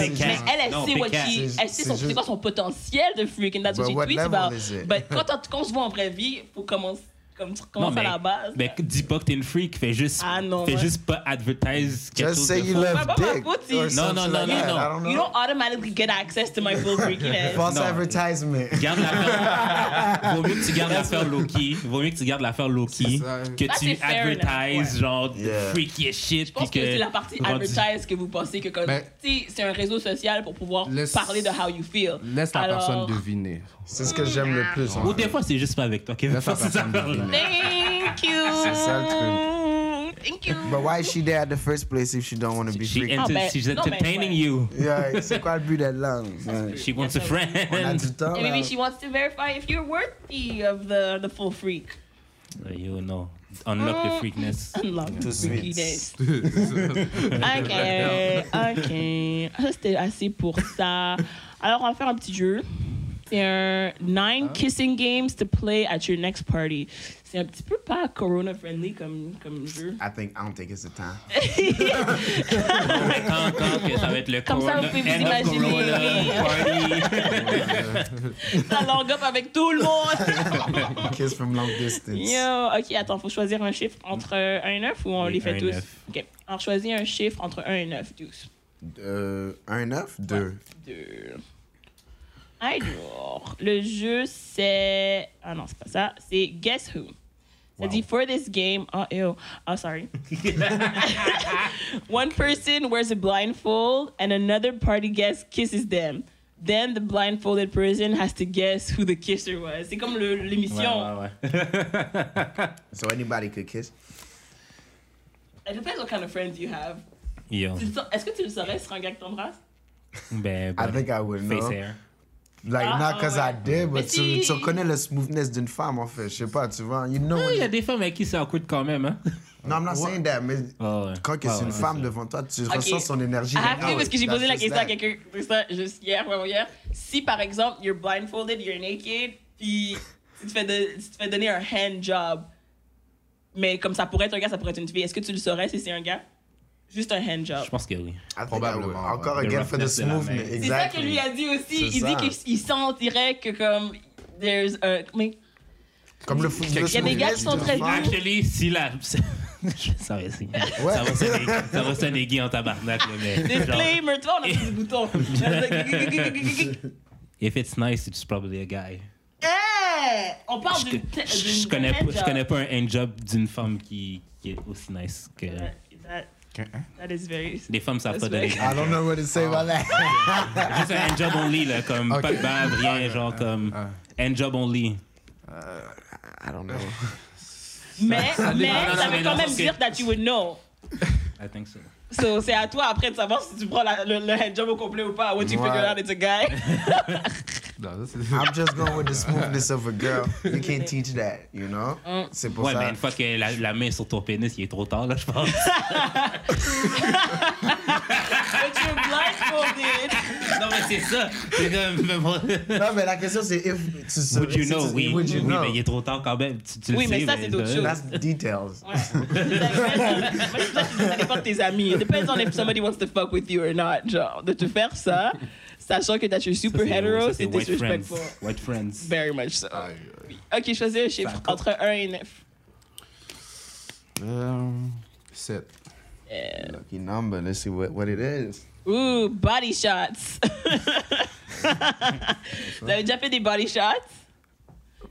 Speaker 3: C'est
Speaker 2: Mais
Speaker 1: juste-
Speaker 2: elle, elle
Speaker 1: Non,
Speaker 2: sait
Speaker 1: big
Speaker 2: what
Speaker 1: cat.
Speaker 2: she,
Speaker 3: C'est-
Speaker 2: elle sait
Speaker 3: c'est
Speaker 2: son, c'est
Speaker 3: juste-
Speaker 2: quoi son potentiel de freak and that's what
Speaker 3: But
Speaker 2: she
Speaker 3: what
Speaker 2: tweets
Speaker 3: level
Speaker 2: about.
Speaker 3: is it?
Speaker 2: But quand, on- quand on se voit en vraie vie, faut commencer, comme, tu
Speaker 1: Non,
Speaker 2: commences à la base.
Speaker 1: mais dis pas que t'es une freak, fais juste,
Speaker 2: Ah non,
Speaker 1: fais
Speaker 2: ouais.
Speaker 1: juste pas advertise quelque
Speaker 3: Just
Speaker 1: chose
Speaker 3: say
Speaker 1: de
Speaker 3: you
Speaker 1: faux.
Speaker 3: love
Speaker 2: Papa, papa,
Speaker 3: dick.
Speaker 2: pussy.
Speaker 3: or
Speaker 2: No,
Speaker 3: something
Speaker 1: no, no,
Speaker 3: like
Speaker 1: no,
Speaker 3: that.
Speaker 1: no.
Speaker 3: I don't know.
Speaker 2: you don't automatically get access to my full freakiness.
Speaker 3: False
Speaker 1: Non.
Speaker 3: advertisement.
Speaker 1: Garde l'affaire. Vaut mieux que tu gardes l'affaire Loki. Vaut mieux que tu gardes l'affaire Loki.
Speaker 4: C'est ça.
Speaker 1: Que
Speaker 2: Ça, c'est
Speaker 1: tu
Speaker 2: fair enough,
Speaker 1: advertises
Speaker 2: ouais.
Speaker 1: genre de
Speaker 3: Yeah.
Speaker 1: freaky as shit.
Speaker 2: Je pense que,
Speaker 1: puis
Speaker 2: c'est la partie
Speaker 1: rendu-
Speaker 2: advertise que vous pensez que comme,
Speaker 4: Ben,
Speaker 2: tu sais, c'est un réseau social pour pouvoir
Speaker 4: laisse-
Speaker 2: parler de how you feel.
Speaker 4: Laisse la
Speaker 2: Alors,
Speaker 4: personne deviner.
Speaker 3: C'est ce que j'aime le plus. en
Speaker 1: Ou
Speaker 3: fait.
Speaker 1: des fois, c'est juste pas avec toi. Kevin.
Speaker 4: Laisse la
Speaker 1: C'est ça,
Speaker 4: personne
Speaker 1: là.
Speaker 4: deviner.
Speaker 2: Thank you.
Speaker 3: C'est ça, le
Speaker 2: Thank you.
Speaker 3: But why is she there at the first place if she don't want to be
Speaker 1: She
Speaker 3: freaky?
Speaker 1: enter-
Speaker 2: Ah, ben,
Speaker 1: she's
Speaker 2: non, ben,
Speaker 1: entertaining
Speaker 2: ouais.
Speaker 1: you.
Speaker 3: Yeah, c'est quoi le but d'être langue?
Speaker 1: She wants a
Speaker 3: On a
Speaker 1: friend.
Speaker 3: du temps.
Speaker 2: And maybe
Speaker 3: là.
Speaker 2: she wants to verify if you're worthy of the, the full freak.
Speaker 1: You know, unlock
Speaker 2: Ah.
Speaker 1: the freakness.
Speaker 2: Unlock
Speaker 3: Tout
Speaker 2: the
Speaker 3: de suite.
Speaker 2: freakiness. Ok, Ah, ok. Ça, c'était assez pour ça. Alors, on va faire un petit jeu. C'est un
Speaker 1: Ah.
Speaker 2: nine kissing games to play at your next party. C'est un petit peu pas corona friendly comme, comme jeu.
Speaker 3: I think I don't think it's the time.
Speaker 1: Encore que ça va être le
Speaker 2: Comme ça, vous pouvez vous
Speaker 1: end of
Speaker 2: imaginer.
Speaker 1: corona party.
Speaker 2: Ça long up avec tout le monde.
Speaker 3: Kiss from long distance.
Speaker 2: Yo, ok, attends, faut choisir un chiffre entre 1 et 9 ou on
Speaker 1: Oui,
Speaker 2: les fait
Speaker 1: un et
Speaker 2: tous?
Speaker 1: neuf.
Speaker 2: Ok, on choisit un chiffre entre 1 et 9, 12.
Speaker 3: Euh, un œuf, deux.
Speaker 2: Deux. Alors, le jeu c'est. Ah non, c'est pas ça, c'est Guess Who. Ça dit for this game. Oh, ew. Oh, sorry. One person wears a blindfold and another party guest kisses them. Then the blindfolded person has to guess who the kisser was. C'est comme le- l'émission.
Speaker 1: Ouais, ouais, ouais.
Speaker 3: So anybody could kiss.
Speaker 2: It depends what kind of friends you have.
Speaker 1: Yo.
Speaker 2: Tu le sa- Est-ce que tu le saurais si un gars qui t'embrasse?
Speaker 1: Ben,
Speaker 3: I
Speaker 1: ben,
Speaker 3: think I would
Speaker 1: face
Speaker 3: know.
Speaker 1: hair.
Speaker 3: Like
Speaker 2: Ah,
Speaker 3: not cause
Speaker 2: ouais.
Speaker 3: I did,
Speaker 2: Mais
Speaker 3: but
Speaker 2: si.
Speaker 3: tu, tu connais le smoothness d'une femme en fait. Je sais pas, tu vois. You know.
Speaker 1: Ah,
Speaker 3: when
Speaker 1: Il y a
Speaker 3: you-
Speaker 1: des femmes avec qui c'est awkward quand même, hein?
Speaker 3: Non, I'm not saying that, mais
Speaker 1: Oh, ouais.
Speaker 3: quand que
Speaker 1: Ouais,
Speaker 3: c'est une
Speaker 1: ouais,
Speaker 3: femme
Speaker 1: ça.
Speaker 3: devant toi, tu
Speaker 2: Ok.
Speaker 3: ressens son énergie.
Speaker 2: I have
Speaker 3: Ah
Speaker 2: to
Speaker 3: ouais,
Speaker 2: parce que j'ai
Speaker 3: that's
Speaker 2: posé la
Speaker 3: just
Speaker 2: question à
Speaker 3: that.
Speaker 2: quelqu'un de ça juste hier, vraiment hier. Si par exemple, you're blindfolded, you're naked, puis tu te fais, de- tu te fais donner un hand job, mais comme ça pourrait être un gars, ça pourrait être une fille, est-ce que tu le saurais si c'est un gars? Juste un hand job.
Speaker 1: Je pense que oui.
Speaker 3: I think I
Speaker 4: Probablement,
Speaker 3: would.
Speaker 4: ouais.
Speaker 3: Encore
Speaker 1: The
Speaker 3: again for the
Speaker 1: roughness de la main.
Speaker 3: smoothness.
Speaker 1: C'est
Speaker 2: C'est ça que lui
Speaker 3: Exactly.
Speaker 2: a dit aussi.
Speaker 3: C'est
Speaker 2: Il
Speaker 3: ça.
Speaker 2: dit qu'il sentirait que comme. There's a. Mais
Speaker 3: Comme le foot.
Speaker 2: il y a des gars qui sont très doux.
Speaker 1: Actually, si la. ça va sonner. Ça va sonner. Ça va sonner gay en tabarnak, là, mais. genre,
Speaker 2: Disclaimer, toi, on a des boutons.
Speaker 1: if it's nice, it's probably a guy.
Speaker 2: Hey! Eh! On parle
Speaker 1: Je,
Speaker 2: d'une. te-
Speaker 1: je- je
Speaker 2: d'une
Speaker 1: connais,
Speaker 2: hand
Speaker 1: pas- je
Speaker 2: job.
Speaker 1: connais pas un handjob d'une femme qui, qui est aussi nice que.
Speaker 2: That, that, that is very.
Speaker 1: Les femmes savent pas
Speaker 2: That's
Speaker 1: donner.
Speaker 2: right.
Speaker 3: I don't know what to say about that.
Speaker 1: Juste un handjob only, là, comme pas de bave, rien, genre comme. Handjob only.
Speaker 3: I don't know.
Speaker 2: Mais,
Speaker 1: dépend. Non, non,
Speaker 2: mais ça veut
Speaker 1: mais
Speaker 2: quand
Speaker 1: non,
Speaker 2: même
Speaker 1: parce que-
Speaker 2: dire that you would know.
Speaker 1: I think so.
Speaker 2: So, c'est à toi après de savoir si tu prends la- le, le handjob au complet ou pas. What you
Speaker 3: Ouais.
Speaker 2: figure out it's a guy.
Speaker 4: Non, ça, c'est-
Speaker 3: I'm just going with the smoothness of a girl. You can't teach that, you know?
Speaker 2: Mm.
Speaker 3: C'est pour
Speaker 1: Ouais, mais
Speaker 3: ça.
Speaker 1: une fois que la, la main est sur ton pénis, il est trop tard, là, je pense.
Speaker 2: But you're blindfolded.
Speaker 1: non, mais c'est ça. C'est comme.
Speaker 3: Non, mais la question c'est if tu sais-
Speaker 1: Would you
Speaker 3: si
Speaker 1: know,
Speaker 3: tu-
Speaker 1: oui.
Speaker 3: Would you
Speaker 1: oui,
Speaker 3: know?
Speaker 1: mais il est trop tard quand même. Tu, tu le
Speaker 2: Oui, mais
Speaker 1: sais,
Speaker 2: ça, c'est d'autres
Speaker 1: euh,
Speaker 2: choses.
Speaker 3: That's details.
Speaker 2: Ouais. Moi, je suis pas sûre, ça dépend de tes amis. It depends on if somebody wants to fuck with you or not. Genre, de te faire ça, sachant que that you're
Speaker 1: ça,
Speaker 2: super
Speaker 1: c'est-
Speaker 2: hetero,
Speaker 1: ça,
Speaker 2: c'est
Speaker 1: white
Speaker 2: disrespectful.
Speaker 1: friends. White friends.
Speaker 2: Very much so. Oui. Ok, choisis un chiffre entre 1 et 9.
Speaker 4: Euh,
Speaker 1: Um,
Speaker 4: sept.
Speaker 2: Euh.
Speaker 3: Lucky number. Let's see what, what it is.
Speaker 2: Ouh, body shots. Vous avez déjà fait des body shots?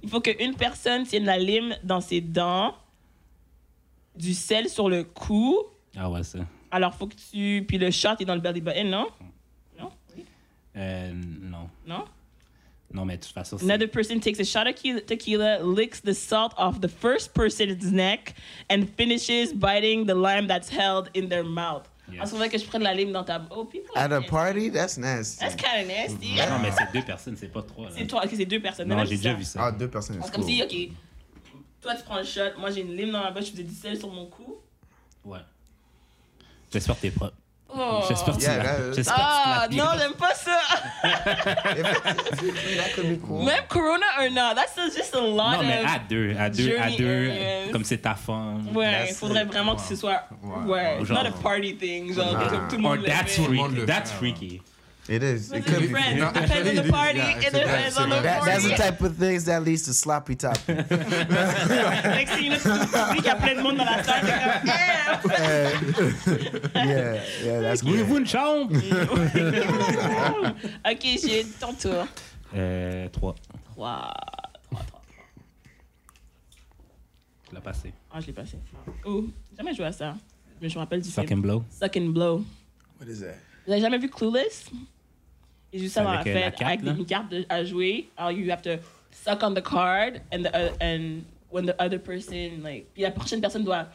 Speaker 2: Il faut qu'une personne tienne la lime dans ses dents, du sel sur le cou.
Speaker 1: Ah ouais, ça.
Speaker 2: Alors, faut que tu. Puis le shot est dans le belly button, non? Non? Oui?
Speaker 1: Euh, non.
Speaker 2: Non?
Speaker 1: Non, mais de toute façon, c'est...
Speaker 2: Another person takes a shot of tequila- tequila, licks the salt off the first person's neck, and finishes biting the lime that's held in their mouth.
Speaker 1: Yes.
Speaker 2: On se voudrait que je prenne la lime dans ta. Oh, people. are
Speaker 3: At a
Speaker 2: nasty.
Speaker 3: party, that's nasty.
Speaker 2: That's kind of nasty.
Speaker 1: Non, mais c'est deux personnes, c'est pas trois. Là.
Speaker 2: C'est toi, que c'est deux personnes.
Speaker 1: Non,
Speaker 2: Maintenant,
Speaker 1: j'ai
Speaker 2: c'est
Speaker 1: déjà
Speaker 2: ça.
Speaker 1: vu ça.
Speaker 3: Ah, deux personnes.
Speaker 2: C'est
Speaker 3: it's
Speaker 2: comme
Speaker 3: cool.
Speaker 2: si, ok, toi tu prends le shot, moi j'ai une lime dans la bouche, je faisais du sel sur mon cou.
Speaker 1: Ouais. J'espère que t'es propre.
Speaker 2: Oh.
Speaker 1: J'espère que tu
Speaker 3: Yeah,
Speaker 1: l'as.
Speaker 3: that-
Speaker 1: J'espère
Speaker 2: Ah
Speaker 1: que tu l'as.
Speaker 2: non, j'aime pas ça.
Speaker 3: That could be cool.
Speaker 2: Même Corona or not, that's just a lot
Speaker 1: Non, mais ah,
Speaker 2: of.
Speaker 1: à deux, à deux, à
Speaker 2: Journey
Speaker 1: deux,
Speaker 2: areas.
Speaker 1: comme c'est ta femme.
Speaker 2: euh, Ouais,
Speaker 3: That's
Speaker 2: il faudrait vraiment que ce soit. Ouais,
Speaker 1: Genre-
Speaker 2: not a party thing, genre
Speaker 3: Nah.
Speaker 2: comme tout le
Speaker 1: Or
Speaker 2: monde.
Speaker 1: Oh,
Speaker 2: le
Speaker 1: that's
Speaker 2: fait.
Speaker 4: monde
Speaker 1: freaky.
Speaker 4: le
Speaker 1: That's
Speaker 4: fait,
Speaker 1: freaky.
Speaker 3: It is.
Speaker 2: It
Speaker 3: It could be.
Speaker 2: depends. It
Speaker 4: Non,
Speaker 2: depends on the
Speaker 4: actually,
Speaker 2: party.
Speaker 4: yeah,
Speaker 2: It
Speaker 4: c'est vrai,
Speaker 2: depends
Speaker 4: c'est
Speaker 2: on the
Speaker 4: vrai.
Speaker 3: That, that's the
Speaker 2: party.
Speaker 3: type of things that leads to sloppy top.
Speaker 2: Next thing you know, tu dis qu'il y a plein de monde dans la salle. t'es comme,
Speaker 3: yeah, yeah, that's good.
Speaker 1: Voulez-vous une chambre?
Speaker 2: eh. Ok, j'ai ton tour.
Speaker 1: Euh, trois.
Speaker 2: 3.
Speaker 1: Je l'ai passé.
Speaker 2: Ah, je l'ai passé. Oh, j'ai jamais joué à ça. Mais je me rappelle du
Speaker 1: Suck
Speaker 2: film.
Speaker 1: and blow.
Speaker 2: Suck and Blow.
Speaker 3: What is that?
Speaker 2: Vous avez jamais vu Clueless? Ils jouent ça dans la
Speaker 1: Avec, euh, la
Speaker 2: fête
Speaker 1: carte,
Speaker 2: avec
Speaker 1: là.
Speaker 2: une carte de- à jouer. Alors, you have to suck on the card and, the, uh, and when the other person, like, puis la prochaine personne doit.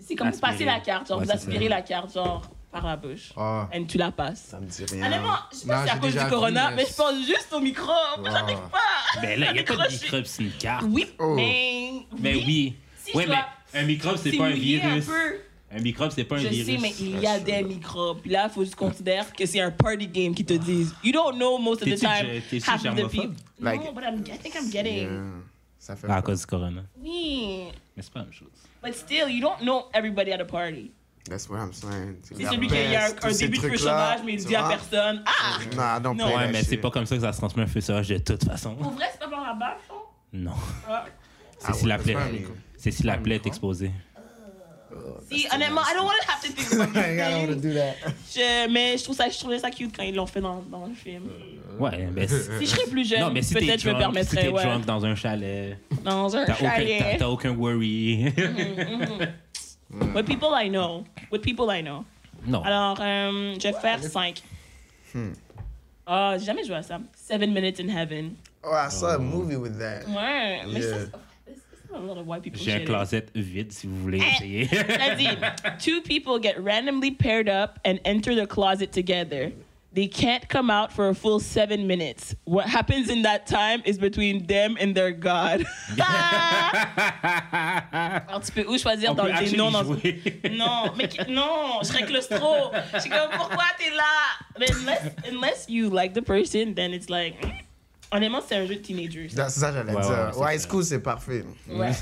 Speaker 2: C'est comme vous
Speaker 1: Aspirer.
Speaker 2: passez la carte, genre,
Speaker 1: Ouais,
Speaker 2: vous
Speaker 1: c'est ça.
Speaker 2: aspirez la carte, genre, par la bouche.
Speaker 4: Ah.
Speaker 2: And tu la passes.
Speaker 3: Ça me dit rien.
Speaker 2: Honnêtement, je sais
Speaker 4: Non,
Speaker 2: pas si c'est à
Speaker 4: j'ai
Speaker 2: cause
Speaker 4: déjà
Speaker 2: du corona,
Speaker 4: vu,
Speaker 2: mais
Speaker 4: mais
Speaker 2: je pense juste au micro. J'arrive pas.
Speaker 1: Mais Ben là, il n'y a pas de
Speaker 2: Accroché.
Speaker 1: microbe, c'est une carte.
Speaker 4: Oh.
Speaker 2: Oui, mais.
Speaker 1: Mais oui.
Speaker 2: Si
Speaker 1: ouais,
Speaker 2: je dois-
Speaker 1: mais un microbe, c'est
Speaker 2: c'est
Speaker 1: pas un
Speaker 2: mouillé un
Speaker 1: virus.
Speaker 2: peu.
Speaker 1: Un microbe, c'est pas un
Speaker 2: Je
Speaker 1: virus.
Speaker 2: sais, mais il y a des microbes. Puis là, il faut que tu considères que c'est un party game qui te disent You don't know most of the
Speaker 1: Ah. T'es-tu
Speaker 2: time.
Speaker 1: ge- t'es-tu
Speaker 2: half of the people.
Speaker 1: germophobe?
Speaker 3: Like-
Speaker 2: no, but I'm, I think I'm getting.
Speaker 3: Yeah. Ça fait
Speaker 1: Ah, à
Speaker 3: peur.
Speaker 1: cause du corona.
Speaker 2: Oui.
Speaker 1: Mais c'est pas la même chose.
Speaker 2: But still, you don't know everybody at a party.
Speaker 3: That's what I'm saying.
Speaker 2: C'est
Speaker 3: la
Speaker 2: celui qui a
Speaker 3: peste,
Speaker 2: un, un
Speaker 3: tous ces
Speaker 2: début de feu
Speaker 3: trucs-là,
Speaker 2: sauvage, mais il
Speaker 3: tu
Speaker 2: dit à
Speaker 3: vois?
Speaker 2: personne Ah
Speaker 3: Nah, I don't
Speaker 2: Non.
Speaker 3: play
Speaker 1: Ouais,
Speaker 3: that
Speaker 1: mais c'est
Speaker 3: shit.
Speaker 1: pas comme ça que ça se transmet un feu sauvage de toute façon.
Speaker 2: Pour vrai, c'est pas par la balle, je pense.
Speaker 1: Non.
Speaker 2: Ah.
Speaker 1: C'est si
Speaker 3: ouais,
Speaker 1: la
Speaker 3: c'est
Speaker 1: plaie.
Speaker 3: pas un microbe.
Speaker 1: C'est si la plaie est exposée.
Speaker 2: Si, honnêtement, I don't want to have to think about
Speaker 5: I don't want to
Speaker 2: these things.
Speaker 5: do that.
Speaker 2: Je- Mais je, trouve ça, je trouvais ça cute quand ils l'ont fait dans, dans le film.
Speaker 1: Ouais, ben, mais. c'est-
Speaker 2: ben, Si je serais plus jeune,
Speaker 1: Non, mais si t'es
Speaker 2: peut-être je me
Speaker 1: drunk, si
Speaker 2: permettrais.
Speaker 1: t'es
Speaker 2: ouais.
Speaker 1: drunk dans un chalet,
Speaker 2: Dans un
Speaker 1: t'as aucun, t'as-
Speaker 2: chalet.
Speaker 1: t'as aucun worry.
Speaker 2: With people I know. With people I know.
Speaker 1: non.
Speaker 2: Alors, euh, je vais faire 5. Ah, j'ai jamais joué à ça. Seven Minutes in Heaven.
Speaker 5: Oh, I saw a movie with that.
Speaker 2: Ouais, mais ça,
Speaker 5: Yeah.
Speaker 2: c'est- c'est pas a lot of white people
Speaker 1: J'ai un
Speaker 2: shit.
Speaker 1: closet vide si vous voulez
Speaker 2: Eh.
Speaker 1: essayer.
Speaker 2: That's it. Two people get randomly paired up and enter the closet together. They can't come out for a full seven minutes. What happens in that time is between them and their God. Alors, tu peux où choisir
Speaker 1: On
Speaker 2: dans
Speaker 1: peut
Speaker 2: tes
Speaker 1: actually
Speaker 2: noms dans-
Speaker 1: jouer.
Speaker 2: Non, mais qui- non, je serais claustro. Je suis comme, pourquoi t'es là? Mais unless, unless you like the person, then it's like. Honnêtement, c'est un jeu de teenager. ça.
Speaker 3: Ça, c'est ça, j'allais
Speaker 1: Ouais, ouais,
Speaker 3: dire.
Speaker 1: c'est
Speaker 3: Ouais, high
Speaker 1: ça.
Speaker 3: school, c'est parfait.
Speaker 2: Ouais.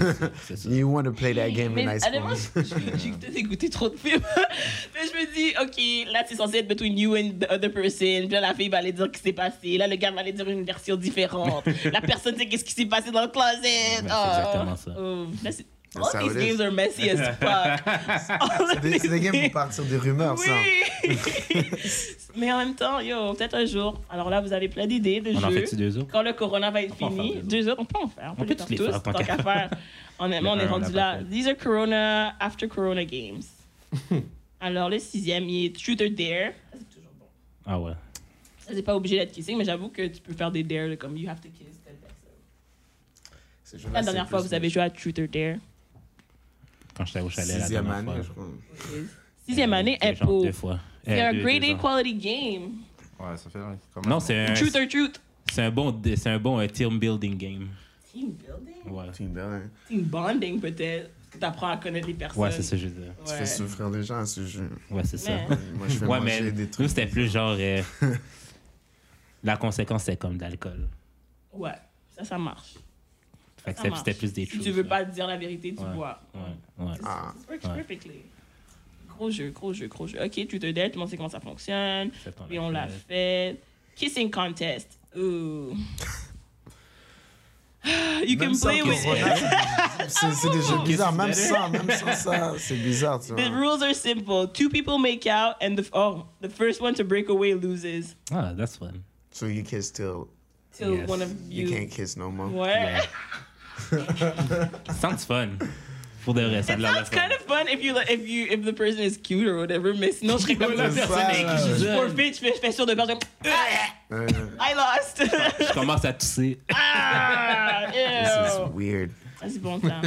Speaker 1: C'est ça.
Speaker 3: You want to play that game
Speaker 2: Mais
Speaker 3: in high
Speaker 2: honnêtement,
Speaker 3: school.
Speaker 2: je- je- j'ai peut-être écouté trop de films. mais je me dis, OK, là, c'est censé être between you and the other person. Puis là, la fille va aller dire ce qui s'est passé. Là, le gars va aller dire une version différente. la personne sait qu'est-ce qui s'est passé dans le closet.
Speaker 1: c'est
Speaker 2: Oh.
Speaker 1: exactement ça.
Speaker 2: Oh, là, c'est-
Speaker 3: That's
Speaker 2: All
Speaker 3: how
Speaker 2: these
Speaker 3: it is.
Speaker 2: games are messy as fuck. All of
Speaker 3: C'est des- C'est des
Speaker 2: these
Speaker 3: games
Speaker 2: games.
Speaker 3: pour partir des rumeurs, ça.
Speaker 2: Oui. mais en même temps, yo, peut-être un jour. Alors là, vous avez plein d'idées de
Speaker 1: On en
Speaker 2: jeux.
Speaker 1: fait-tu deux autres?
Speaker 2: Quand le corona va être
Speaker 1: On peut en faire
Speaker 2: fini,
Speaker 1: deux
Speaker 2: deux autres, on peut en faire. On,
Speaker 1: On
Speaker 2: peut les
Speaker 1: peut
Speaker 2: faire
Speaker 1: tous les
Speaker 2: tous,
Speaker 1: faire,
Speaker 2: tant
Speaker 1: tant
Speaker 2: qu'à
Speaker 1: qu'à
Speaker 2: faire. Honnêtement, on
Speaker 1: Le
Speaker 2: est
Speaker 1: un, on l'a
Speaker 2: rendu
Speaker 1: pas fait.
Speaker 2: là. These are Corona after Corona games. Alors, le sixième, il est Truth or Dare. Ça, c'est toujours bon.
Speaker 1: Ah ouais.
Speaker 2: Ça, c'est pas obligé d'être kissing, mais j'avoue que tu peux faire des dares comme you have to kiss telle personne. La dernière fois, vous avez joué à Truth or Dare.
Speaker 1: Quand j'étais au chalet la
Speaker 3: Sixième
Speaker 1: dernière fois.
Speaker 3: année, je crois.
Speaker 2: Sixième année,
Speaker 1: J'ai
Speaker 2: est
Speaker 1: genre
Speaker 2: pour.
Speaker 1: Deux fois.
Speaker 2: C'est
Speaker 1: Eh,
Speaker 2: un
Speaker 1: deux-
Speaker 2: great
Speaker 1: deux ans.
Speaker 2: equality game.
Speaker 4: Ouais, ça fait quand même-
Speaker 1: Non, c'est un,
Speaker 2: Truth or Truth.
Speaker 1: c'est un bon, c'est un bon euh, team building game.
Speaker 2: Team building?
Speaker 1: Ouais.
Speaker 3: Team Berlin.
Speaker 2: Team bonding, peut-être. Parce que t'apprends à connaître les personnes.
Speaker 1: Ouais, c'est ça, je veux dire.
Speaker 3: Tu fais souffrir les gens à ce jeu.
Speaker 1: Ouais, c'est ça.
Speaker 2: Mais-
Speaker 3: Moi, je fais
Speaker 1: Ouais, mais
Speaker 3: manger des
Speaker 1: nous,
Speaker 3: trucs.
Speaker 1: c'était plus genre. euh, la conséquence, c'est comme d'alcool.
Speaker 2: Ouais, ça, ça marche.
Speaker 1: Fait que
Speaker 2: Ça
Speaker 1: c'était-
Speaker 2: marche.
Speaker 1: c'était plus des
Speaker 2: Si
Speaker 1: trucs.
Speaker 2: tu veux pas dire la vérité, tu
Speaker 1: Ouais.
Speaker 2: bois.
Speaker 1: Ouais, ouais.
Speaker 3: Ah.
Speaker 2: It works
Speaker 1: Ouais.
Speaker 2: perfectly. Gros jeu, gros jeu, gros jeu. Ok, tu te dettes, tout le monde sait comment ça fonctionne.
Speaker 1: Fait qu'on
Speaker 2: Puis on
Speaker 1: l'a
Speaker 2: l'a fait. Kissing contest. Ooh. you
Speaker 3: Même
Speaker 2: can
Speaker 3: sans
Speaker 2: play
Speaker 3: qu'on
Speaker 2: with
Speaker 3: voit
Speaker 2: it.
Speaker 3: rien, C'est c'est des jeux bizarres. Même sans, même sans ça, c'est bizarre, tu
Speaker 2: The
Speaker 3: vois.
Speaker 2: rules are simple. Two people make out, and the oh, the first one to break away loses.
Speaker 1: Ah, that's fun.
Speaker 3: So you kiss till
Speaker 2: Till
Speaker 1: Yes.
Speaker 2: one of you.
Speaker 3: you can't kiss no more.
Speaker 2: Ouais.
Speaker 1: Yeah. Sounds fun. Pour de vrai, ça a
Speaker 2: It
Speaker 1: de la
Speaker 2: sounds kind of fun if you if you if the person is cute or whatever. Mais sinon, je serais comme
Speaker 1: La personne est
Speaker 3: là.
Speaker 1: jeune.
Speaker 2: Pour vite, je fais- je fais sur de personnes.
Speaker 3: Euh,
Speaker 2: I lost.
Speaker 1: Je commence à tousser.
Speaker 2: ah,
Speaker 3: this
Speaker 2: ew.
Speaker 3: is weird.
Speaker 2: Ah, c'est bon ça.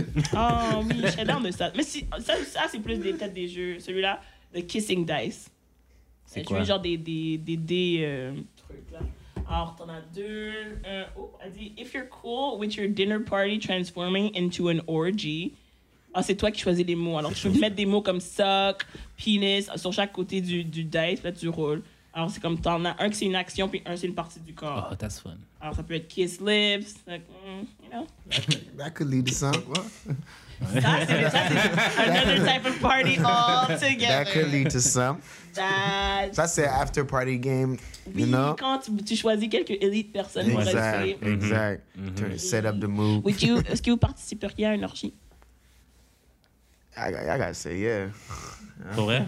Speaker 2: Oh oui, Shadow de ça. Mais si, ça, ça c'est plus des peut-être des jeux. Celui-là, The Kissing Dice.
Speaker 1: C'est
Speaker 2: Euh,
Speaker 1: quoi?
Speaker 2: Tu mets genre des des des, des euh, trucs là. Alors t'en as deux. Un, oh, elle dit If you're cool with your dinner party transforming into an orgy. Ah, c'est toi qui choisis les mots. Alors, tu peux mettre des mots comme suck, penis, sur chaque côté du, du dice, là, tu roules. Alors, c'est comme t'en as un qui c'est une action, puis un c'est une partie du corps.
Speaker 1: Oh, that's fun.
Speaker 2: Alors, ça peut être kiss lips, like, mm, you know.
Speaker 3: That could lead to some.
Speaker 2: That's it. That's it. Another type of party all
Speaker 3: That could
Speaker 2: together.
Speaker 3: lead to some.
Speaker 2: That-
Speaker 3: Ça, c'est after party game,
Speaker 2: Oui,
Speaker 3: you know?
Speaker 2: quand tu, tu choisis quelques élites personnes pour rester.
Speaker 3: Exact, exact.
Speaker 1: Mhm.
Speaker 3: To set up the mood.
Speaker 2: Would you- Est-ce que vous participeriez à une orgie?
Speaker 3: I, I gotta say, yeah.
Speaker 1: Pour vrai?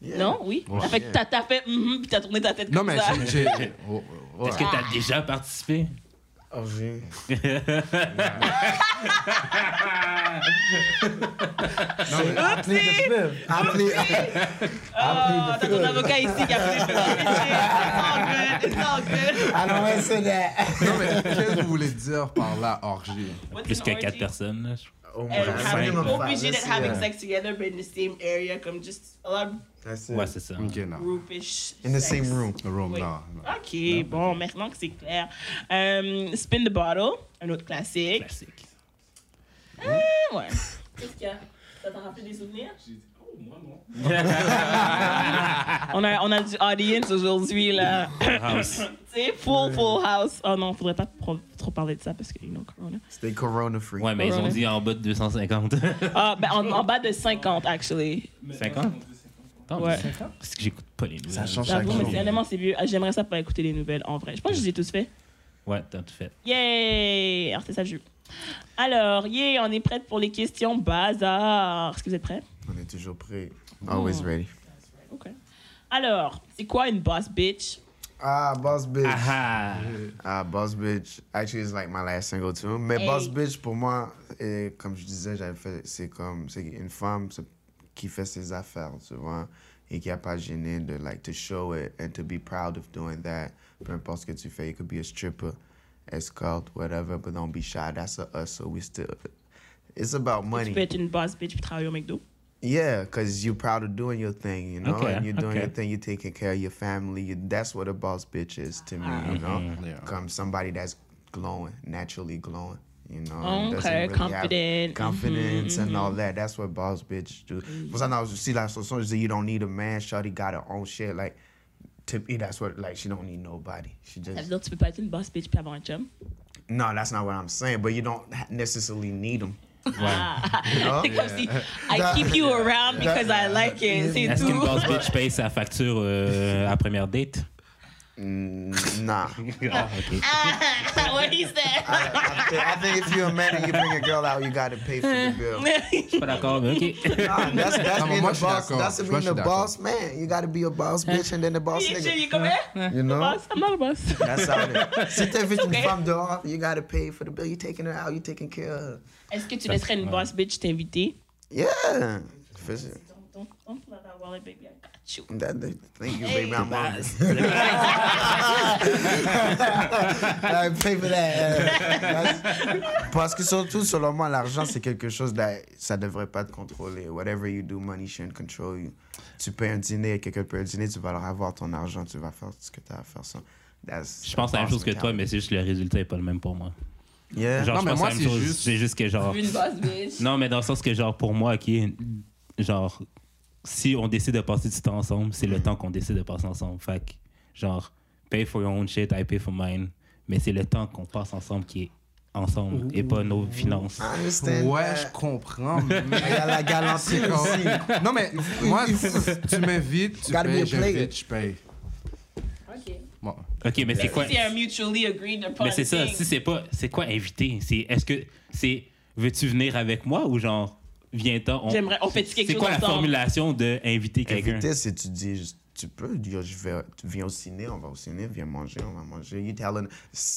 Speaker 3: yeah.
Speaker 2: Non? Oui? Ça fait que t'as t'as fait, mhm, puis t'as tourné ta tête
Speaker 4: Non,
Speaker 2: comme
Speaker 4: mais
Speaker 2: ça.
Speaker 4: j'ai- j'ai. j'ai- oh, oh, ouais.
Speaker 1: Est-ce que t'as déjà participé?
Speaker 3: Oh, j'ai-
Speaker 5: Appelez-
Speaker 2: Oh, t'as ton avocat ici qui a fait le It's all good, it's all good.
Speaker 5: I don't want to say that.
Speaker 4: Non, mais qu'est-ce que vous voulez dire par là, orgie?
Speaker 2: What's
Speaker 1: Plus
Speaker 2: an
Speaker 1: que
Speaker 2: orgy?
Speaker 1: 4 personnes. là, je-
Speaker 3: Oh my
Speaker 2: And
Speaker 3: God.
Speaker 2: having,
Speaker 1: Cinq.
Speaker 2: obligé d'être having
Speaker 3: Yeah.
Speaker 2: sex together, but in the same area, comme just a lot of
Speaker 3: That's
Speaker 1: Ouais,
Speaker 3: it.
Speaker 1: c'est ça.
Speaker 4: Ok, non.
Speaker 2: groupish
Speaker 3: In the
Speaker 2: sex.
Speaker 3: same room.
Speaker 4: Le room,
Speaker 2: Oui.
Speaker 4: non. non.
Speaker 2: Ok, bon, maintenant que c'est clair. Euh, Spin the Bottle, un autre classique. Ah,
Speaker 1: Classique.
Speaker 2: Ouais. Qu'est-ce qu'il y a Ça t'a rappelé des souvenirs
Speaker 1: Moi, non.
Speaker 2: On a, on a du audience aujourd'hui, là.
Speaker 1: House.
Speaker 2: C'est full, full house. Oh non, faudrait pas pro- trop parler de ça parce que, you know, Corona.
Speaker 3: C'était corona free.
Speaker 1: Ouais, mais ils ont dit en bas de 250.
Speaker 2: Ah, ben, en, en bas de 50, actually.
Speaker 1: 50? Attends,
Speaker 2: Ouais.
Speaker 1: 50? Parce que j'écoute pas les nouvelles.
Speaker 5: Ça change chaque
Speaker 2: J'avoue, mais
Speaker 5: jour.
Speaker 2: c'est- honnêtement, c'est vieux. Ah, J'aimerais ça pas écouter les nouvelles, en vrai. Je pense que je les ai tous fait.
Speaker 1: Ouais, t'as tout fait.
Speaker 2: Yay! Alors, c'est ça le jeu. Alors, yay, on est prête pour les questions bazar. Est-ce que vous êtes prêts?
Speaker 3: On est toujours prêts. Always ready.
Speaker 2: OK. Alors, c'est quoi une boss bitch?
Speaker 3: Ah, boss bitch.
Speaker 1: Ah
Speaker 3: Ah, Boss Bitch, actually, it's like my last single too. Mais
Speaker 2: Hey.
Speaker 3: Boss Bitch, pour moi, et comme je disais, j'avais fait, c'est comme, c'est une femme c'est- qui fait ses affaires, tu vois, et qui a pas gêné de, like, to show it and to be proud of doing that. Peu importe ce que tu fais, you could be a stripper, escort, whatever, but don't be shy. That's a us, so we still, it's
Speaker 2: Tu
Speaker 3: about
Speaker 2: peux
Speaker 3: money.
Speaker 2: être une boss bitch puis travailler au McDo.
Speaker 3: Yeah, because you're proud of doing your thing, you know,
Speaker 1: Okay,
Speaker 3: and you're doing
Speaker 1: okay.
Speaker 3: your thing, you're taking care of your family. You, that's what a boss bitch is to me, you know?
Speaker 4: Yeah.
Speaker 3: Come somebody that's glowing, naturally glowing. You know, and doesn't
Speaker 2: Okay,
Speaker 3: really have
Speaker 2: confident.
Speaker 3: confidence and all that. That's what boss bitch do. Because I know you see like so soon as you don't need a man, Shorty got her own shit. Like to me, that's what like she don't need nobody. She
Speaker 2: Ça veut
Speaker 3: just
Speaker 2: dire que tu peux pas être une boss bitch puis avoir un chum.
Speaker 3: no, that's not what I'm saying. But you don't ha- necessarily need them.
Speaker 2: Ah. C'est comme si I keep you around because I like it. C'est
Speaker 1: Est-ce
Speaker 2: tout.
Speaker 1: qu'une boss bitch paye sa facture euh, à première date?
Speaker 3: Nah.
Speaker 1: Ah, ok.
Speaker 2: Ah, what he said.
Speaker 3: I, thi- I think if you're a man and you bring a girl out, you got to pay for the bill.
Speaker 1: Je suis pas d'accord, mais ok.
Speaker 3: Nah, that's that's
Speaker 4: Come on,
Speaker 3: being
Speaker 4: moi,
Speaker 3: a
Speaker 4: je suis
Speaker 3: boss.
Speaker 4: d'accord.
Speaker 3: That's
Speaker 4: Moi,
Speaker 3: being a
Speaker 4: je suis d'accord.
Speaker 3: boss man. You got to be a boss bitch and then the boss
Speaker 2: Il
Speaker 3: nigga.
Speaker 2: est comme eh,
Speaker 3: You know.
Speaker 2: boss, I'm not a boss.
Speaker 3: That's how it is. Si t'invites une femme dehors, you gotta pay for the bill. You taking her out, you taking care of her.
Speaker 2: Est-ce que tu laisserais une boss bitch t'inviter?
Speaker 3: Yeah. For sure.
Speaker 2: Don't, don't pull out that wallet, baby. I got you.
Speaker 3: That, that, thank you, baby. I'm on this.
Speaker 5: I pay for that.
Speaker 3: Parce que surtout, selon moi, l'argent, c'est quelque chose, that, ça devrait pas te contrôler. Whatever you do, money shouldn't control you. Tu payes un dîner, quelqu'un paye un dîner, tu vas leur avoir ton argent, tu vas faire ce que t'as à faire. Ça. That's
Speaker 1: Je pense à la même chose que toi, mais c'est juste le résultat est pas le même pour moi.
Speaker 3: Yeah.
Speaker 1: Genre,
Speaker 4: Non,
Speaker 1: je
Speaker 4: mais
Speaker 1: pense
Speaker 4: moi,
Speaker 1: à la
Speaker 4: c'est
Speaker 1: même chose.
Speaker 4: juste-
Speaker 1: C'est juste que genre.
Speaker 2: Une boss bitch.
Speaker 1: Oh. Non, mais dans le sens que, genre, pour moi, qui genre, si on décide de passer du temps ensemble, c'est le
Speaker 4: Mhm.
Speaker 1: temps qu'on décide de passer ensemble. Fait que, genre, pay for your own shit, I pay for mine. Mais c'est le temps qu'on passe ensemble qui est ensemble et pas nos finances.
Speaker 3: I understand.
Speaker 4: Ouais,
Speaker 3: that.
Speaker 4: je comprends, mais
Speaker 5: Il y a la galanterie
Speaker 4: c'est comme-
Speaker 5: aussi.
Speaker 4: Non, mais moi, tu m'invites, tu
Speaker 5: Gotta be
Speaker 4: payes,
Speaker 5: a player.
Speaker 4: j'invite, je paye.
Speaker 2: Ok.
Speaker 4: Bon.
Speaker 1: Ok, mais c'est quoi
Speaker 2: C'est un mutually agreed upon
Speaker 1: Mais c'est ça.
Speaker 2: thing.
Speaker 1: Si c'est pas, c'est quoi inviter C'est est-ce que c'est veux-tu venir avec moi ou genre viens-t'en on-
Speaker 2: J'aimerais- on fait quelque
Speaker 1: C'est
Speaker 2: chose
Speaker 1: quoi la
Speaker 2: ensemble?
Speaker 1: formulation de inviter quelqu'un
Speaker 3: Inviter, c'est tu dis, juste, tu peux dire, je vais, tu viens au ciné, on va au ciné, viens manger, on va manger. You tell her-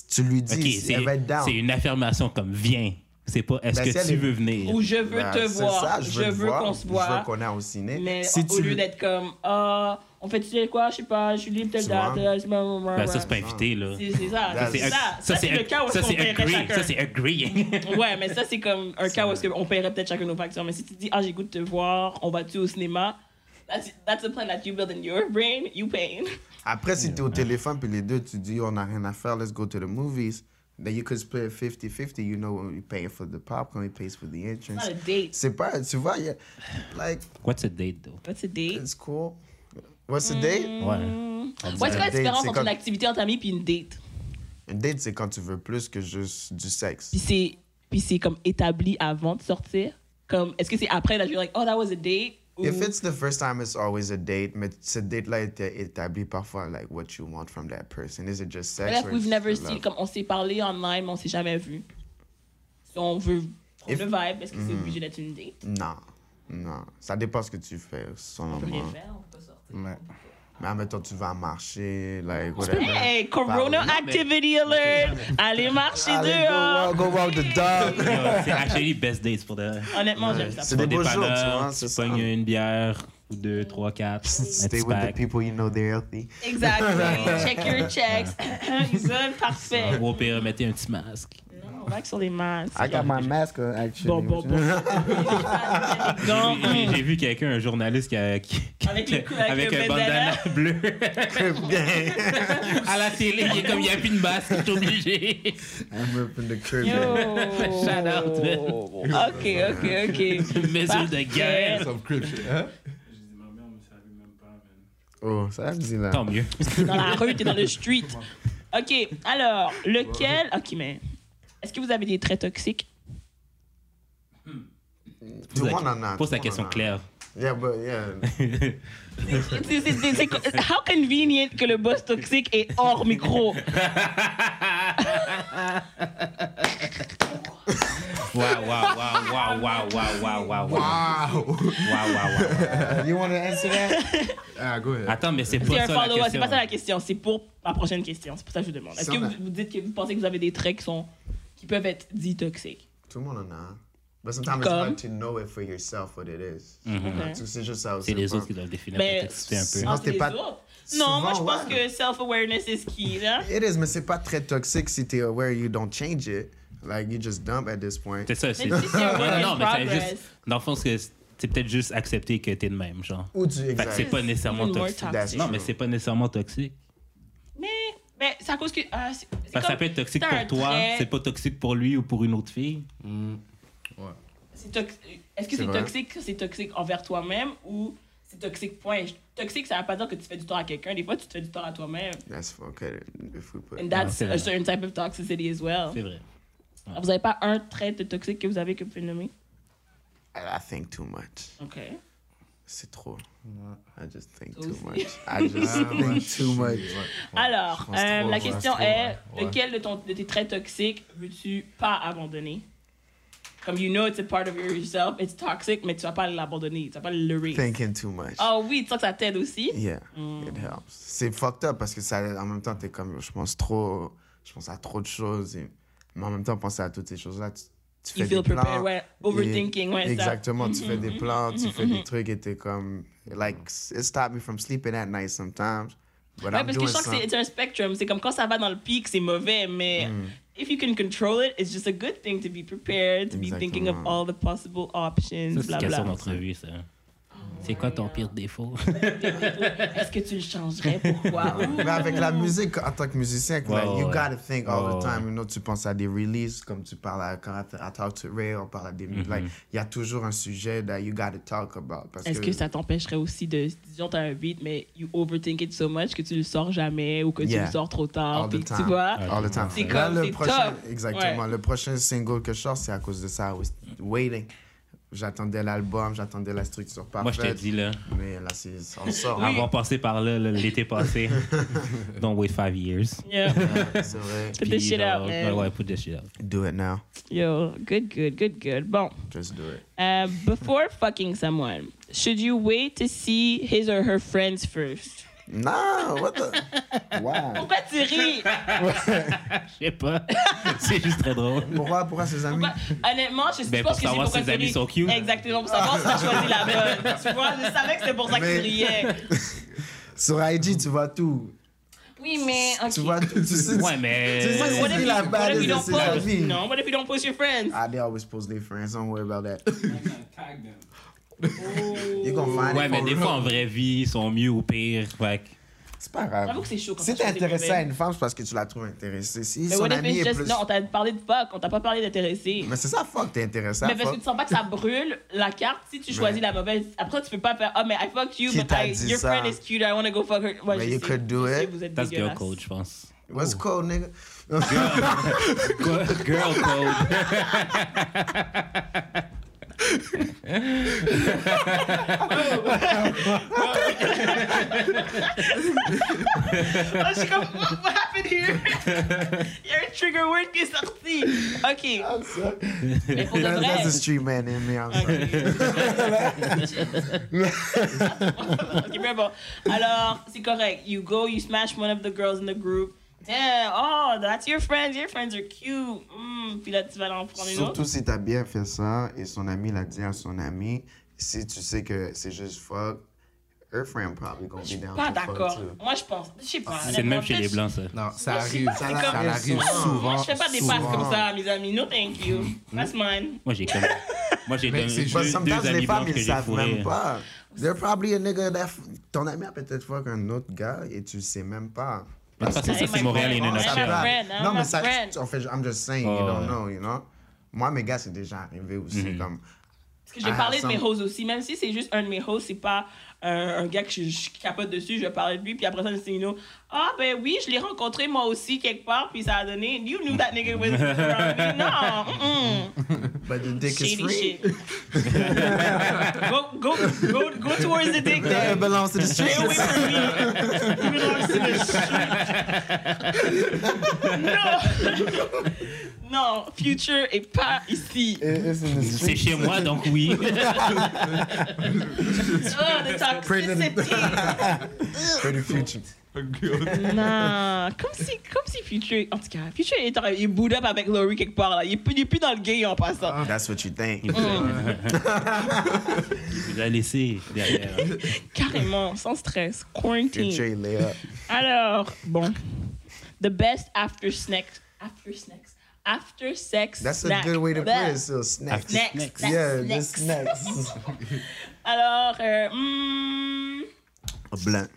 Speaker 3: tu lui dis,
Speaker 1: Ok, c'est
Speaker 3: elle va être down.
Speaker 1: c'est une affirmation comme viens. C'est pas est-ce
Speaker 3: Ben, si
Speaker 1: que
Speaker 3: elle
Speaker 1: tu
Speaker 3: est-
Speaker 1: veux venir
Speaker 2: Ou je veux
Speaker 3: Ben,
Speaker 2: te
Speaker 3: c'est
Speaker 2: voir.
Speaker 3: ça,
Speaker 2: je, veux
Speaker 3: te voir,
Speaker 2: qu'on se
Speaker 3: Je
Speaker 2: voit.
Speaker 3: veux qu'on aille au ciné.
Speaker 2: Mais
Speaker 3: Eh, si
Speaker 2: au
Speaker 3: tu
Speaker 2: lieu d'être comme, ah, on fait tu quoi, je sais pas, Julie, telle
Speaker 3: Tu
Speaker 2: date,
Speaker 3: vois?
Speaker 2: euh, je- blablabla.
Speaker 1: Ben, ça c'est pas inviter là.
Speaker 2: C'est c'est ça.
Speaker 3: Ça,
Speaker 2: c'est ça. Ça, c'est le
Speaker 1: ag-
Speaker 2: cas où
Speaker 1: ça,
Speaker 2: on
Speaker 1: c'est
Speaker 2: paierait
Speaker 1: agree-
Speaker 2: chacun.
Speaker 1: ça, c'est agreeing.
Speaker 2: Ouais, mais ça, c'est comme un cas où est-ce qu'on paierait peut-être chacun nos factures. Mais si tu dis, ah, j'ai goût de te voir, on va-tu au cinéma? That's, that's a plan that you build in your brain, you paying.
Speaker 3: Après, si t'es au téléphone, puis les deux, tu dis, on n'a rien à faire, let's go to the movies. Then you could split 50-50, you know, you pay for the popcorn, he pays for the
Speaker 2: Not
Speaker 3: entrance.
Speaker 2: a date.
Speaker 3: C'est pas, tu vois, yeah, like,
Speaker 1: What's a date though
Speaker 2: What's a date?
Speaker 3: it's cool. What's a date?
Speaker 2: Mm.
Speaker 1: Ouais.
Speaker 2: Ouais, c'est quoi la
Speaker 3: date,
Speaker 2: différence
Speaker 3: c'est
Speaker 2: entre une
Speaker 3: comme-
Speaker 2: activité entre amis puis une date?
Speaker 3: Une date, c'est quand tu veux plus que juste du sexe.
Speaker 2: Puis c'est, puis c'est comme établi avant de sortir? Comme, est-ce que c'est après, là, je suis like, oh, that was a date? Ou-
Speaker 3: If it's the first time, it's always a date. Mais cette date-là était établie parfois, like, what you want from that person. Is it just sex?
Speaker 2: Bref,
Speaker 3: or
Speaker 2: we've
Speaker 3: is it
Speaker 2: never
Speaker 3: love?
Speaker 2: seen, comme on s'est parlé online, mais on s'est jamais vu. Si on veut
Speaker 3: If-
Speaker 2: le vibe, est-ce que c'est obligé d'être une date?
Speaker 3: Non, non. Ça dépend ce que tu fais,
Speaker 2: On
Speaker 3: selon
Speaker 2: peut rien
Speaker 3: moi.
Speaker 2: faire, on peut sortir.
Speaker 4: Ouais.
Speaker 3: Mais admettons, tu vas marcher, like, whatever.
Speaker 2: Hey, Corona
Speaker 3: Pardon,
Speaker 2: Activity Alert! Allez marcher
Speaker 3: Allez,
Speaker 2: dehors!
Speaker 3: go walk, go walk the dog.
Speaker 1: Yo, c'est actually best dates pour de.
Speaker 2: Honnêtement, j'aime ça.
Speaker 3: C'est des beaux jours, tu
Speaker 1: dépanneur,
Speaker 3: vois,
Speaker 1: Tu
Speaker 3: c'est ça.
Speaker 1: pognes une bière ou deux, trois, quatre. un
Speaker 3: Stay
Speaker 1: petit
Speaker 3: with the
Speaker 1: pack.
Speaker 3: people you know they're healthy.
Speaker 2: Exactly. Check your checks. Ils ont parfait.
Speaker 1: Ou au pire, mettez un petit masque.
Speaker 2: Non, on va que sur les masques.
Speaker 5: I got my mask on, actually.
Speaker 2: Bon, bon, bon. Non,
Speaker 1: J'ai- J'ai vu quelqu'un, un journaliste qui a. qui- qui-
Speaker 2: Avec le cou- avec le
Speaker 1: un
Speaker 2: bandana.
Speaker 1: bandana bleu. à la télé, il est comme il n'y a plus de masque, il est obligé.
Speaker 3: I'm ripping the curb.
Speaker 2: Yo!
Speaker 1: Shout out.
Speaker 2: Ok, ok, ok.
Speaker 1: Mesure de
Speaker 2: Parfait.
Speaker 1: guerre.
Speaker 4: Some creep shit, hein?
Speaker 3: Oh, ça me dit là.
Speaker 1: Tant mieux.
Speaker 2: dans la rue, t'es dans le street. OK, alors, lequel... OK, mais est-ce que vous avez des traits toxiques?
Speaker 3: Tout le monde en a.
Speaker 1: Pose
Speaker 3: tout
Speaker 1: la
Speaker 3: le monde
Speaker 1: question
Speaker 3: en a.
Speaker 1: claire.
Speaker 3: Yeah, but yeah.
Speaker 2: C'est- c'est- c'est- c'est- how convenient que le boss toxique est hors micro.
Speaker 1: Waouh, waouh, waouh, waouh, waouh, waouh, waouh, waouh, waouh,
Speaker 4: Wow!
Speaker 1: waouh, waouh, waouh.
Speaker 5: Uh, you want to answer that?
Speaker 4: Ah, go ahead.
Speaker 1: Attends, mais c'est
Speaker 2: C'est
Speaker 1: pas
Speaker 2: un
Speaker 1: ça la
Speaker 2: follow-up, c'est
Speaker 1: question.
Speaker 2: pas ça la question. C'est pour ma prochaine question. C'est pour ça que je vous demande. Est-ce
Speaker 3: Ça
Speaker 2: que vous,
Speaker 3: va.
Speaker 2: vous dites que vous pensez que vous avez des traits qui sont... qui peuvent être dits toxiques?
Speaker 3: Tout le monde en a. But sometimes it's
Speaker 2: Comme?
Speaker 3: hard to know it for yourself what it is.
Speaker 2: Mhm.
Speaker 3: C'est juste ça aussi.
Speaker 1: Mm-hmm. C'est les autres qui doivent définir la
Speaker 2: Mais-
Speaker 1: toxicité un peu.
Speaker 3: Non,
Speaker 2: Entre
Speaker 3: c'était
Speaker 2: Ah, les
Speaker 3: pas-
Speaker 2: autres? Non, moi, je
Speaker 3: Souvent,
Speaker 2: pense
Speaker 3: ouais.
Speaker 2: que self-awareness is key, là.
Speaker 3: It is, mais c'est pas très toxique si t'es aware you don't change it. Like, you just dump at this point.
Speaker 1: C'est ça, c'est.
Speaker 2: Mais
Speaker 1: Non,
Speaker 2: si c'est un work in
Speaker 1: non, mais c'est
Speaker 2: progress.
Speaker 1: juste. Dans le fond, c'est c'est peut-être juste accepter que t'es de même, genre.
Speaker 3: Ou tu
Speaker 1: Fait que c'est
Speaker 3: exact.
Speaker 1: pas nécessairement
Speaker 2: Even more
Speaker 1: toxique.
Speaker 2: toxic.
Speaker 1: Non, mais c'est pas nécessairement toxique.
Speaker 2: Mais, mais c'est à cause que... ah, c'est- c'est
Speaker 1: Parce que ça
Speaker 2: comme-
Speaker 1: peut être toxique
Speaker 2: c'est un
Speaker 1: pour toi,
Speaker 2: trait-
Speaker 1: c'est pas toxique pour lui ou pour une autre fille.
Speaker 2: C'est tox- Est-ce que
Speaker 3: C'est
Speaker 2: c'est
Speaker 3: vrai.
Speaker 2: toxique, c'est toxique envers toi-même ou c'est toxique point? Toxique, ça veut pas dire que tu fais du tort à quelqu'un. Des fois, tu te fais du tort à toi-même.
Speaker 3: That's okay. If we put.
Speaker 2: And
Speaker 1: Ouais,
Speaker 2: that's
Speaker 1: c'est vrai.
Speaker 2: a certain type of toxicity as well.
Speaker 1: C'est vrai.
Speaker 2: Alors, Vous avez pas un trait de toxique que vous avez que vous pouvez nommer?
Speaker 3: I, I think too much.
Speaker 2: OK.
Speaker 3: C'est trop. I just think
Speaker 2: Toi
Speaker 3: too
Speaker 2: aussi. Ah.
Speaker 3: much. I just
Speaker 4: Ah,
Speaker 3: think too much.
Speaker 2: Alors,
Speaker 4: pense
Speaker 2: euh,
Speaker 4: trop,
Speaker 2: la
Speaker 4: ouais,
Speaker 2: question
Speaker 4: trop,
Speaker 2: est,
Speaker 4: ouais, ouais.
Speaker 2: lequel de, ton, de tes traits toxiques veux-tu pas abandonner? Comme you know it's a part of yourself, it's toxic, mais tu vas pas l'abandonner, tu vas pas le leurrer.
Speaker 3: Thinking too much.
Speaker 2: Ah Mm. oui, tu sens que ça t'aide aussi.
Speaker 3: Yeah, it helps. C'est fucked up parce que ça, en même temps, t'es comme, je pense trop, je pense à trop de choses. et- mais en même temps, penser à toutes ces choses-là, tu, tu
Speaker 2: You
Speaker 3: fais des
Speaker 2: feel prepared,
Speaker 3: plans.
Speaker 2: ouais,
Speaker 3: et-
Speaker 2: overthinking, ouais, ça. Mhm.
Speaker 3: Exactement, tu fais des plans, tu fais des trucs et t'es comme, like, it stopped me from sleeping at night sometimes.
Speaker 2: Ouais,
Speaker 3: But I'm
Speaker 2: parce que
Speaker 3: doing
Speaker 2: je sens que c'est
Speaker 3: some-
Speaker 2: it's un spectrum. C'est comme quand ça va dans le pic, c'est mauvais, mais
Speaker 3: Mm.
Speaker 2: if you can control it, it's just a good thing to be prepared, to be thinking of
Speaker 3: Exactement.
Speaker 2: all the possible
Speaker 1: Ça,
Speaker 2: options,
Speaker 1: c'est une
Speaker 2: blablabla.
Speaker 1: question d'entrevue, ça. C'est quoi ton pire défaut?
Speaker 2: Est-ce que tu le changerais? Pourquoi? Ouh.
Speaker 3: Mais avec la musique, en tant que musicien,
Speaker 1: Ouais,
Speaker 3: like, you
Speaker 1: ouais.
Speaker 3: gotta think all the
Speaker 1: Ouais,
Speaker 3: time. You know, tu penses à des releases, comme tu parles à, quand à Talk to Ray, on parle à des.
Speaker 1: Mhm.
Speaker 3: Like, il y a toujours un sujet that you gotta talk about. Parce
Speaker 2: Est-ce que ça t'empêcherait aussi de, disons, t'as un beat, mais you overthink it so much que tu le sors jamais ou que tu
Speaker 3: Yeah.
Speaker 2: le sors trop tard,
Speaker 3: All
Speaker 2: puis
Speaker 3: the
Speaker 2: tu
Speaker 3: time.
Speaker 2: vois?
Speaker 3: All the time.
Speaker 2: C'est
Speaker 3: Là,
Speaker 2: comme,
Speaker 3: le
Speaker 2: c'est
Speaker 3: prochain,
Speaker 2: tough.
Speaker 3: exactement.
Speaker 2: Ouais.
Speaker 3: Le prochain single que je sors, c'est à cause de ça. I was waiting. J'attendais l'album, j'attendais la structure
Speaker 1: Moi,
Speaker 3: parfaite.
Speaker 1: je te dis, là,
Speaker 3: Mais là, c'est, on sort.
Speaker 1: avoir passé par là, là, l'été passé, don't wait five years.
Speaker 2: Yeah.
Speaker 3: Ah, C'est vrai.
Speaker 2: Put
Speaker 1: Puis,
Speaker 2: this shit
Speaker 1: genre,
Speaker 2: out,
Speaker 1: ouais,
Speaker 2: man.
Speaker 1: ouais, put this shit out.
Speaker 3: Do it now.
Speaker 2: Yo, good, good, good, good. Bon.
Speaker 3: Just do it.
Speaker 2: Uh, before fucking someone, should you wait to see his or her friends first?
Speaker 3: Non, what the...
Speaker 5: Wow.
Speaker 2: Pourquoi tu ris?
Speaker 1: Je sais pas. c'est juste très drôle.
Speaker 3: Pourquoi, pourquoi ses amis?
Speaker 2: Bah, honnêtement, je
Speaker 1: Ben, pour
Speaker 2: pense que c'est
Speaker 1: savoir
Speaker 2: pourquoi
Speaker 1: si
Speaker 2: tu
Speaker 1: les amis
Speaker 2: ris.
Speaker 1: sont cute.
Speaker 2: Exactement, pour savoir si t'as choisi la bonne. Tu vois, je savais que c'était pour ça que
Speaker 3: Mais-
Speaker 2: tu riais.
Speaker 3: Sur IG, tu vois tout.
Speaker 2: Oui, mais... ok.
Speaker 3: Tu vois tout. Tu sais,
Speaker 1: Ouais, mais.
Speaker 3: tu sais,
Speaker 2: What if,
Speaker 3: c'est
Speaker 2: you,
Speaker 3: la
Speaker 2: what if
Speaker 3: base
Speaker 2: you
Speaker 3: de
Speaker 2: don't
Speaker 3: ses amis.
Speaker 2: post? Non, what if you don't post your friends?
Speaker 3: Ah, they always post their friends. Don't worry about that. You gonna find
Speaker 1: Ouais,
Speaker 3: it
Speaker 1: mais
Speaker 3: for
Speaker 1: des
Speaker 3: real.
Speaker 1: fois, en vraie vie, ils sont mieux ou pires. Fait que-
Speaker 3: C'est pas grave.
Speaker 2: J'avoue que c'est chaud quand
Speaker 3: Si
Speaker 2: tu
Speaker 3: t'es
Speaker 2: fais des
Speaker 3: intéressé à
Speaker 2: nouvelles.
Speaker 3: une femme, c'est parce que tu la trouves intéressée. Si
Speaker 2: Mais
Speaker 3: son
Speaker 2: what if
Speaker 3: ami
Speaker 2: it's
Speaker 3: est
Speaker 2: just...
Speaker 3: plus...
Speaker 2: Non, on t'a parlé de fuck, on t'a pas parlé d'intéressé.
Speaker 3: Mais c'est ça, fuck, t'es intéressé à
Speaker 2: Mais parce que
Speaker 3: fuck.
Speaker 2: tu sens pas que ça brûle la carte si tu choisis la mauvaise. Après, tu peux pas faire, oh, mais I fucked you,
Speaker 3: Qui
Speaker 2: but
Speaker 3: t'a
Speaker 2: I,
Speaker 3: dit
Speaker 2: your
Speaker 3: ça?
Speaker 2: friend is cute, I wanna go fuck her. Ouais,
Speaker 3: Mais
Speaker 2: je
Speaker 3: you
Speaker 2: sais,
Speaker 3: could do
Speaker 2: je sais,
Speaker 3: it.
Speaker 2: Vous êtes
Speaker 1: That's girl
Speaker 2: dégueulasse.
Speaker 1: code, je pense.
Speaker 3: What's cold, nigga?
Speaker 1: Girl code.
Speaker 2: Ah, je suis comme, what, what happened here? Il y a un trigger word qui est sorti. Ok. Mais pour de
Speaker 3: That-
Speaker 2: vrai.
Speaker 3: That's the street man in me. I'm sorry.
Speaker 2: ok, mais bon. Alors, c'est correct. You go, you smash one of the girls in the group. Damn, oh, that's your friends. Your friends are cute. Hmm, Puis là, tu vas en prendre une autre.
Speaker 3: Surtout si t'as bien fait ça et son ami l'a dit à son ami, si tu sais que c'est juste fuck, her friend probably gonna be down
Speaker 2: Pas
Speaker 3: to fuck
Speaker 2: d'accord.
Speaker 3: too.
Speaker 2: Moi, je pense. Je sais pas.
Speaker 1: C'est le même chez les Blancs, ça.
Speaker 4: Non, ça
Speaker 2: je sais
Speaker 4: arrive.
Speaker 2: pas,
Speaker 4: Ça,
Speaker 2: c'est
Speaker 4: ça
Speaker 2: comme-
Speaker 4: arrive
Speaker 3: Moi,
Speaker 4: souvent.
Speaker 2: Moi, je fais pas des
Speaker 4: souvent.
Speaker 2: passes comme ça, mes amis. No, thank you. That's mine.
Speaker 1: Moi, j'ai comme. Moi, j'ai
Speaker 4: Mais
Speaker 1: deux,
Speaker 4: c'est
Speaker 1: deux,
Speaker 4: juste-
Speaker 3: But
Speaker 1: deux
Speaker 3: sometimes les
Speaker 1: amis
Speaker 3: femmes,
Speaker 1: blancs que
Speaker 3: ils
Speaker 1: j'ai
Speaker 3: savent
Speaker 1: fourrés.
Speaker 3: même pas. They're probably a nigga that... f- Ton ami a peut-être fuck un autre gars et tu sais même pas.
Speaker 1: De toute façon, ça,
Speaker 2: Hey,
Speaker 1: c'est
Speaker 2: my
Speaker 1: Montréal et
Speaker 2: friend.
Speaker 1: non
Speaker 2: Hey, my
Speaker 1: Nashville.
Speaker 2: oh, friend, hein,
Speaker 3: non,
Speaker 2: my
Speaker 3: mais ça,
Speaker 2: friend.
Speaker 3: en fait, I'm just saying,
Speaker 1: Oh, Mhm.
Speaker 3: you don't
Speaker 1: ouais.
Speaker 3: know, you know. Moi, mes gars, c'est déjà arrivé aussi, comme,
Speaker 2: Parce que je
Speaker 3: I
Speaker 2: vais parler
Speaker 3: have
Speaker 2: de mes
Speaker 3: some-
Speaker 2: hosts aussi. Même si c'est juste un de mes hosts, c'est pas euh, un gars que je, je capote dessus, je vais parler de lui. Puis après ça, je dis, you know, ah ben oui, je l'ai rencontré moi aussi quelque part. Puis ça a donné, you knew that nigga was around me. Non, mm-mm.
Speaker 3: But the dick is
Speaker 2: shady
Speaker 3: free.
Speaker 2: shit. go, go, go, go towards the dick
Speaker 3: It
Speaker 2: then.
Speaker 3: belongs to the street.
Speaker 2: Stay away from me. You belong to the street. non. non, Future est pas ici.
Speaker 5: It's in the
Speaker 1: C'est
Speaker 5: street.
Speaker 1: chez moi, donc oui.
Speaker 2: Oh, the toxicity.
Speaker 3: Pretty future.
Speaker 2: non, comme si, comme si Future, en tout cas, Future est, en- il boot up avec Laurie quelque part là. Il est plus, il est plus dans le gay en passant.
Speaker 3: That's what you think.
Speaker 1: Il vous a- il vous a laissé derrière.
Speaker 2: Carrément, sans stress, quarantine.
Speaker 3: Future lay up.
Speaker 2: Alors, bon, the best after snacks, after snacks, after sex.
Speaker 3: That's a
Speaker 2: snack.
Speaker 3: good way to put
Speaker 2: Bleh.
Speaker 3: it. So
Speaker 1: After-
Speaker 3: snacks.
Speaker 2: Next,
Speaker 1: Snacks.
Speaker 2: next,
Speaker 3: Yeah,
Speaker 2: next.
Speaker 3: just snacks.
Speaker 2: Alors, euh, hmm,
Speaker 3: a blunt.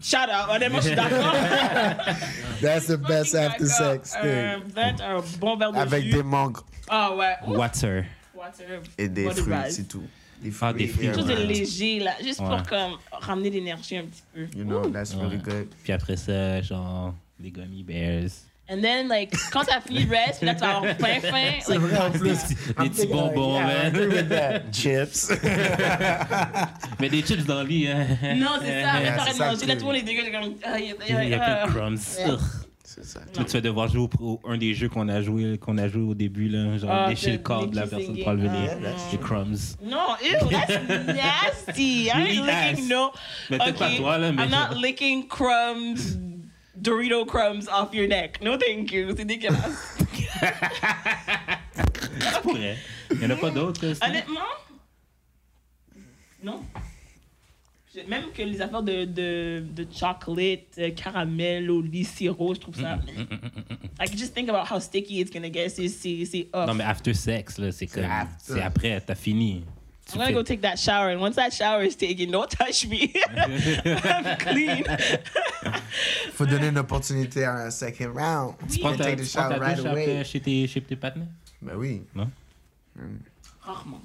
Speaker 2: Shout out, honnêtement, je suis d'accord.
Speaker 5: That's the best
Speaker 2: Fucking Um,
Speaker 5: after
Speaker 2: d'accord.
Speaker 5: sex
Speaker 2: Un
Speaker 5: thing.
Speaker 2: vingt, un bon verre de
Speaker 3: Avec
Speaker 2: jus.
Speaker 3: des mangues
Speaker 2: Ah ouais. Ouh,
Speaker 1: Water.
Speaker 2: water.
Speaker 3: et des
Speaker 2: Bois de
Speaker 3: fruits,
Speaker 2: base.
Speaker 3: c'est tout. Des
Speaker 1: Ah, des fruits,
Speaker 3: yeah,
Speaker 2: Quelque chose de
Speaker 3: man.
Speaker 2: léger, là, juste
Speaker 1: Ouais.
Speaker 2: pour comme, ramener l'énergie un petit peu.
Speaker 3: You know, that's really
Speaker 1: Ouais.
Speaker 3: good.
Speaker 1: Puis après ça, genre, les gummy bears.
Speaker 2: And then, like, quand t'as fini le reste, puis là, tu vas avoir faim, faim. like,
Speaker 1: Des petits, des petits bonbons,
Speaker 2: Ah,
Speaker 1: man.
Speaker 3: Chips.
Speaker 1: Mais des chips dans le lit, hein.
Speaker 2: non, c'est
Speaker 1: Eh,
Speaker 2: ça,
Speaker 3: Yeah,
Speaker 2: mais t'arrêtes
Speaker 3: c'est
Speaker 2: de
Speaker 3: ça
Speaker 2: manger,
Speaker 3: que-
Speaker 2: là, tout le monde est dégueu, t'es comme. aïe,
Speaker 1: Il
Speaker 2: aïe,
Speaker 1: n'y a
Speaker 2: aïe,
Speaker 1: plus de crumbs. Ugh.
Speaker 3: C'est ça.
Speaker 1: Toi, tu vas devoir jouer au, au- un des jeux qu'on a joué qu'on a joué au début là, genre
Speaker 2: Ah,
Speaker 1: lécher le
Speaker 2: the-
Speaker 1: corps
Speaker 2: the
Speaker 1: de la
Speaker 2: kissing
Speaker 1: personne
Speaker 2: game.
Speaker 1: pour enlever
Speaker 2: Ah,
Speaker 1: les,
Speaker 2: non.
Speaker 1: les crumbs.
Speaker 2: No, ew, that's nasty. I
Speaker 1: Really
Speaker 2: ain't licking
Speaker 1: nasty.
Speaker 2: no.
Speaker 1: Mais peut-être pas toi, là, mais-
Speaker 2: I'm not licking crumbs, Dorito crumbs off your neck. No, thank you. C'est dégueulasse.
Speaker 1: C'est pour vrai. Il n'y en a pas d'autres. là, sinon?
Speaker 2: Honnêtement, non. Je- Même que les affaires de, de, de chocolate, euh, caramel, au lit, sirop, je trouve ça. I can just think about how sticky it's gonna get. C'est- C'est c'est off.
Speaker 1: Non mais after sex là, c'est comme
Speaker 3: after.
Speaker 1: c'est après, t'as fini. Tu
Speaker 2: I'm gonna
Speaker 1: fais-
Speaker 2: go take that shower, and once that shower is taken, don't touch me. I'm clean.
Speaker 3: Faut donner une opportunité à un uh, second round.
Speaker 2: Oui.
Speaker 1: prends
Speaker 3: You
Speaker 1: ta,
Speaker 3: take the
Speaker 1: tu prends
Speaker 3: shower
Speaker 1: ta
Speaker 3: right
Speaker 1: douche après
Speaker 3: away.
Speaker 1: chez tes chez tes partenaires.
Speaker 3: Ben oui.
Speaker 2: Rarement.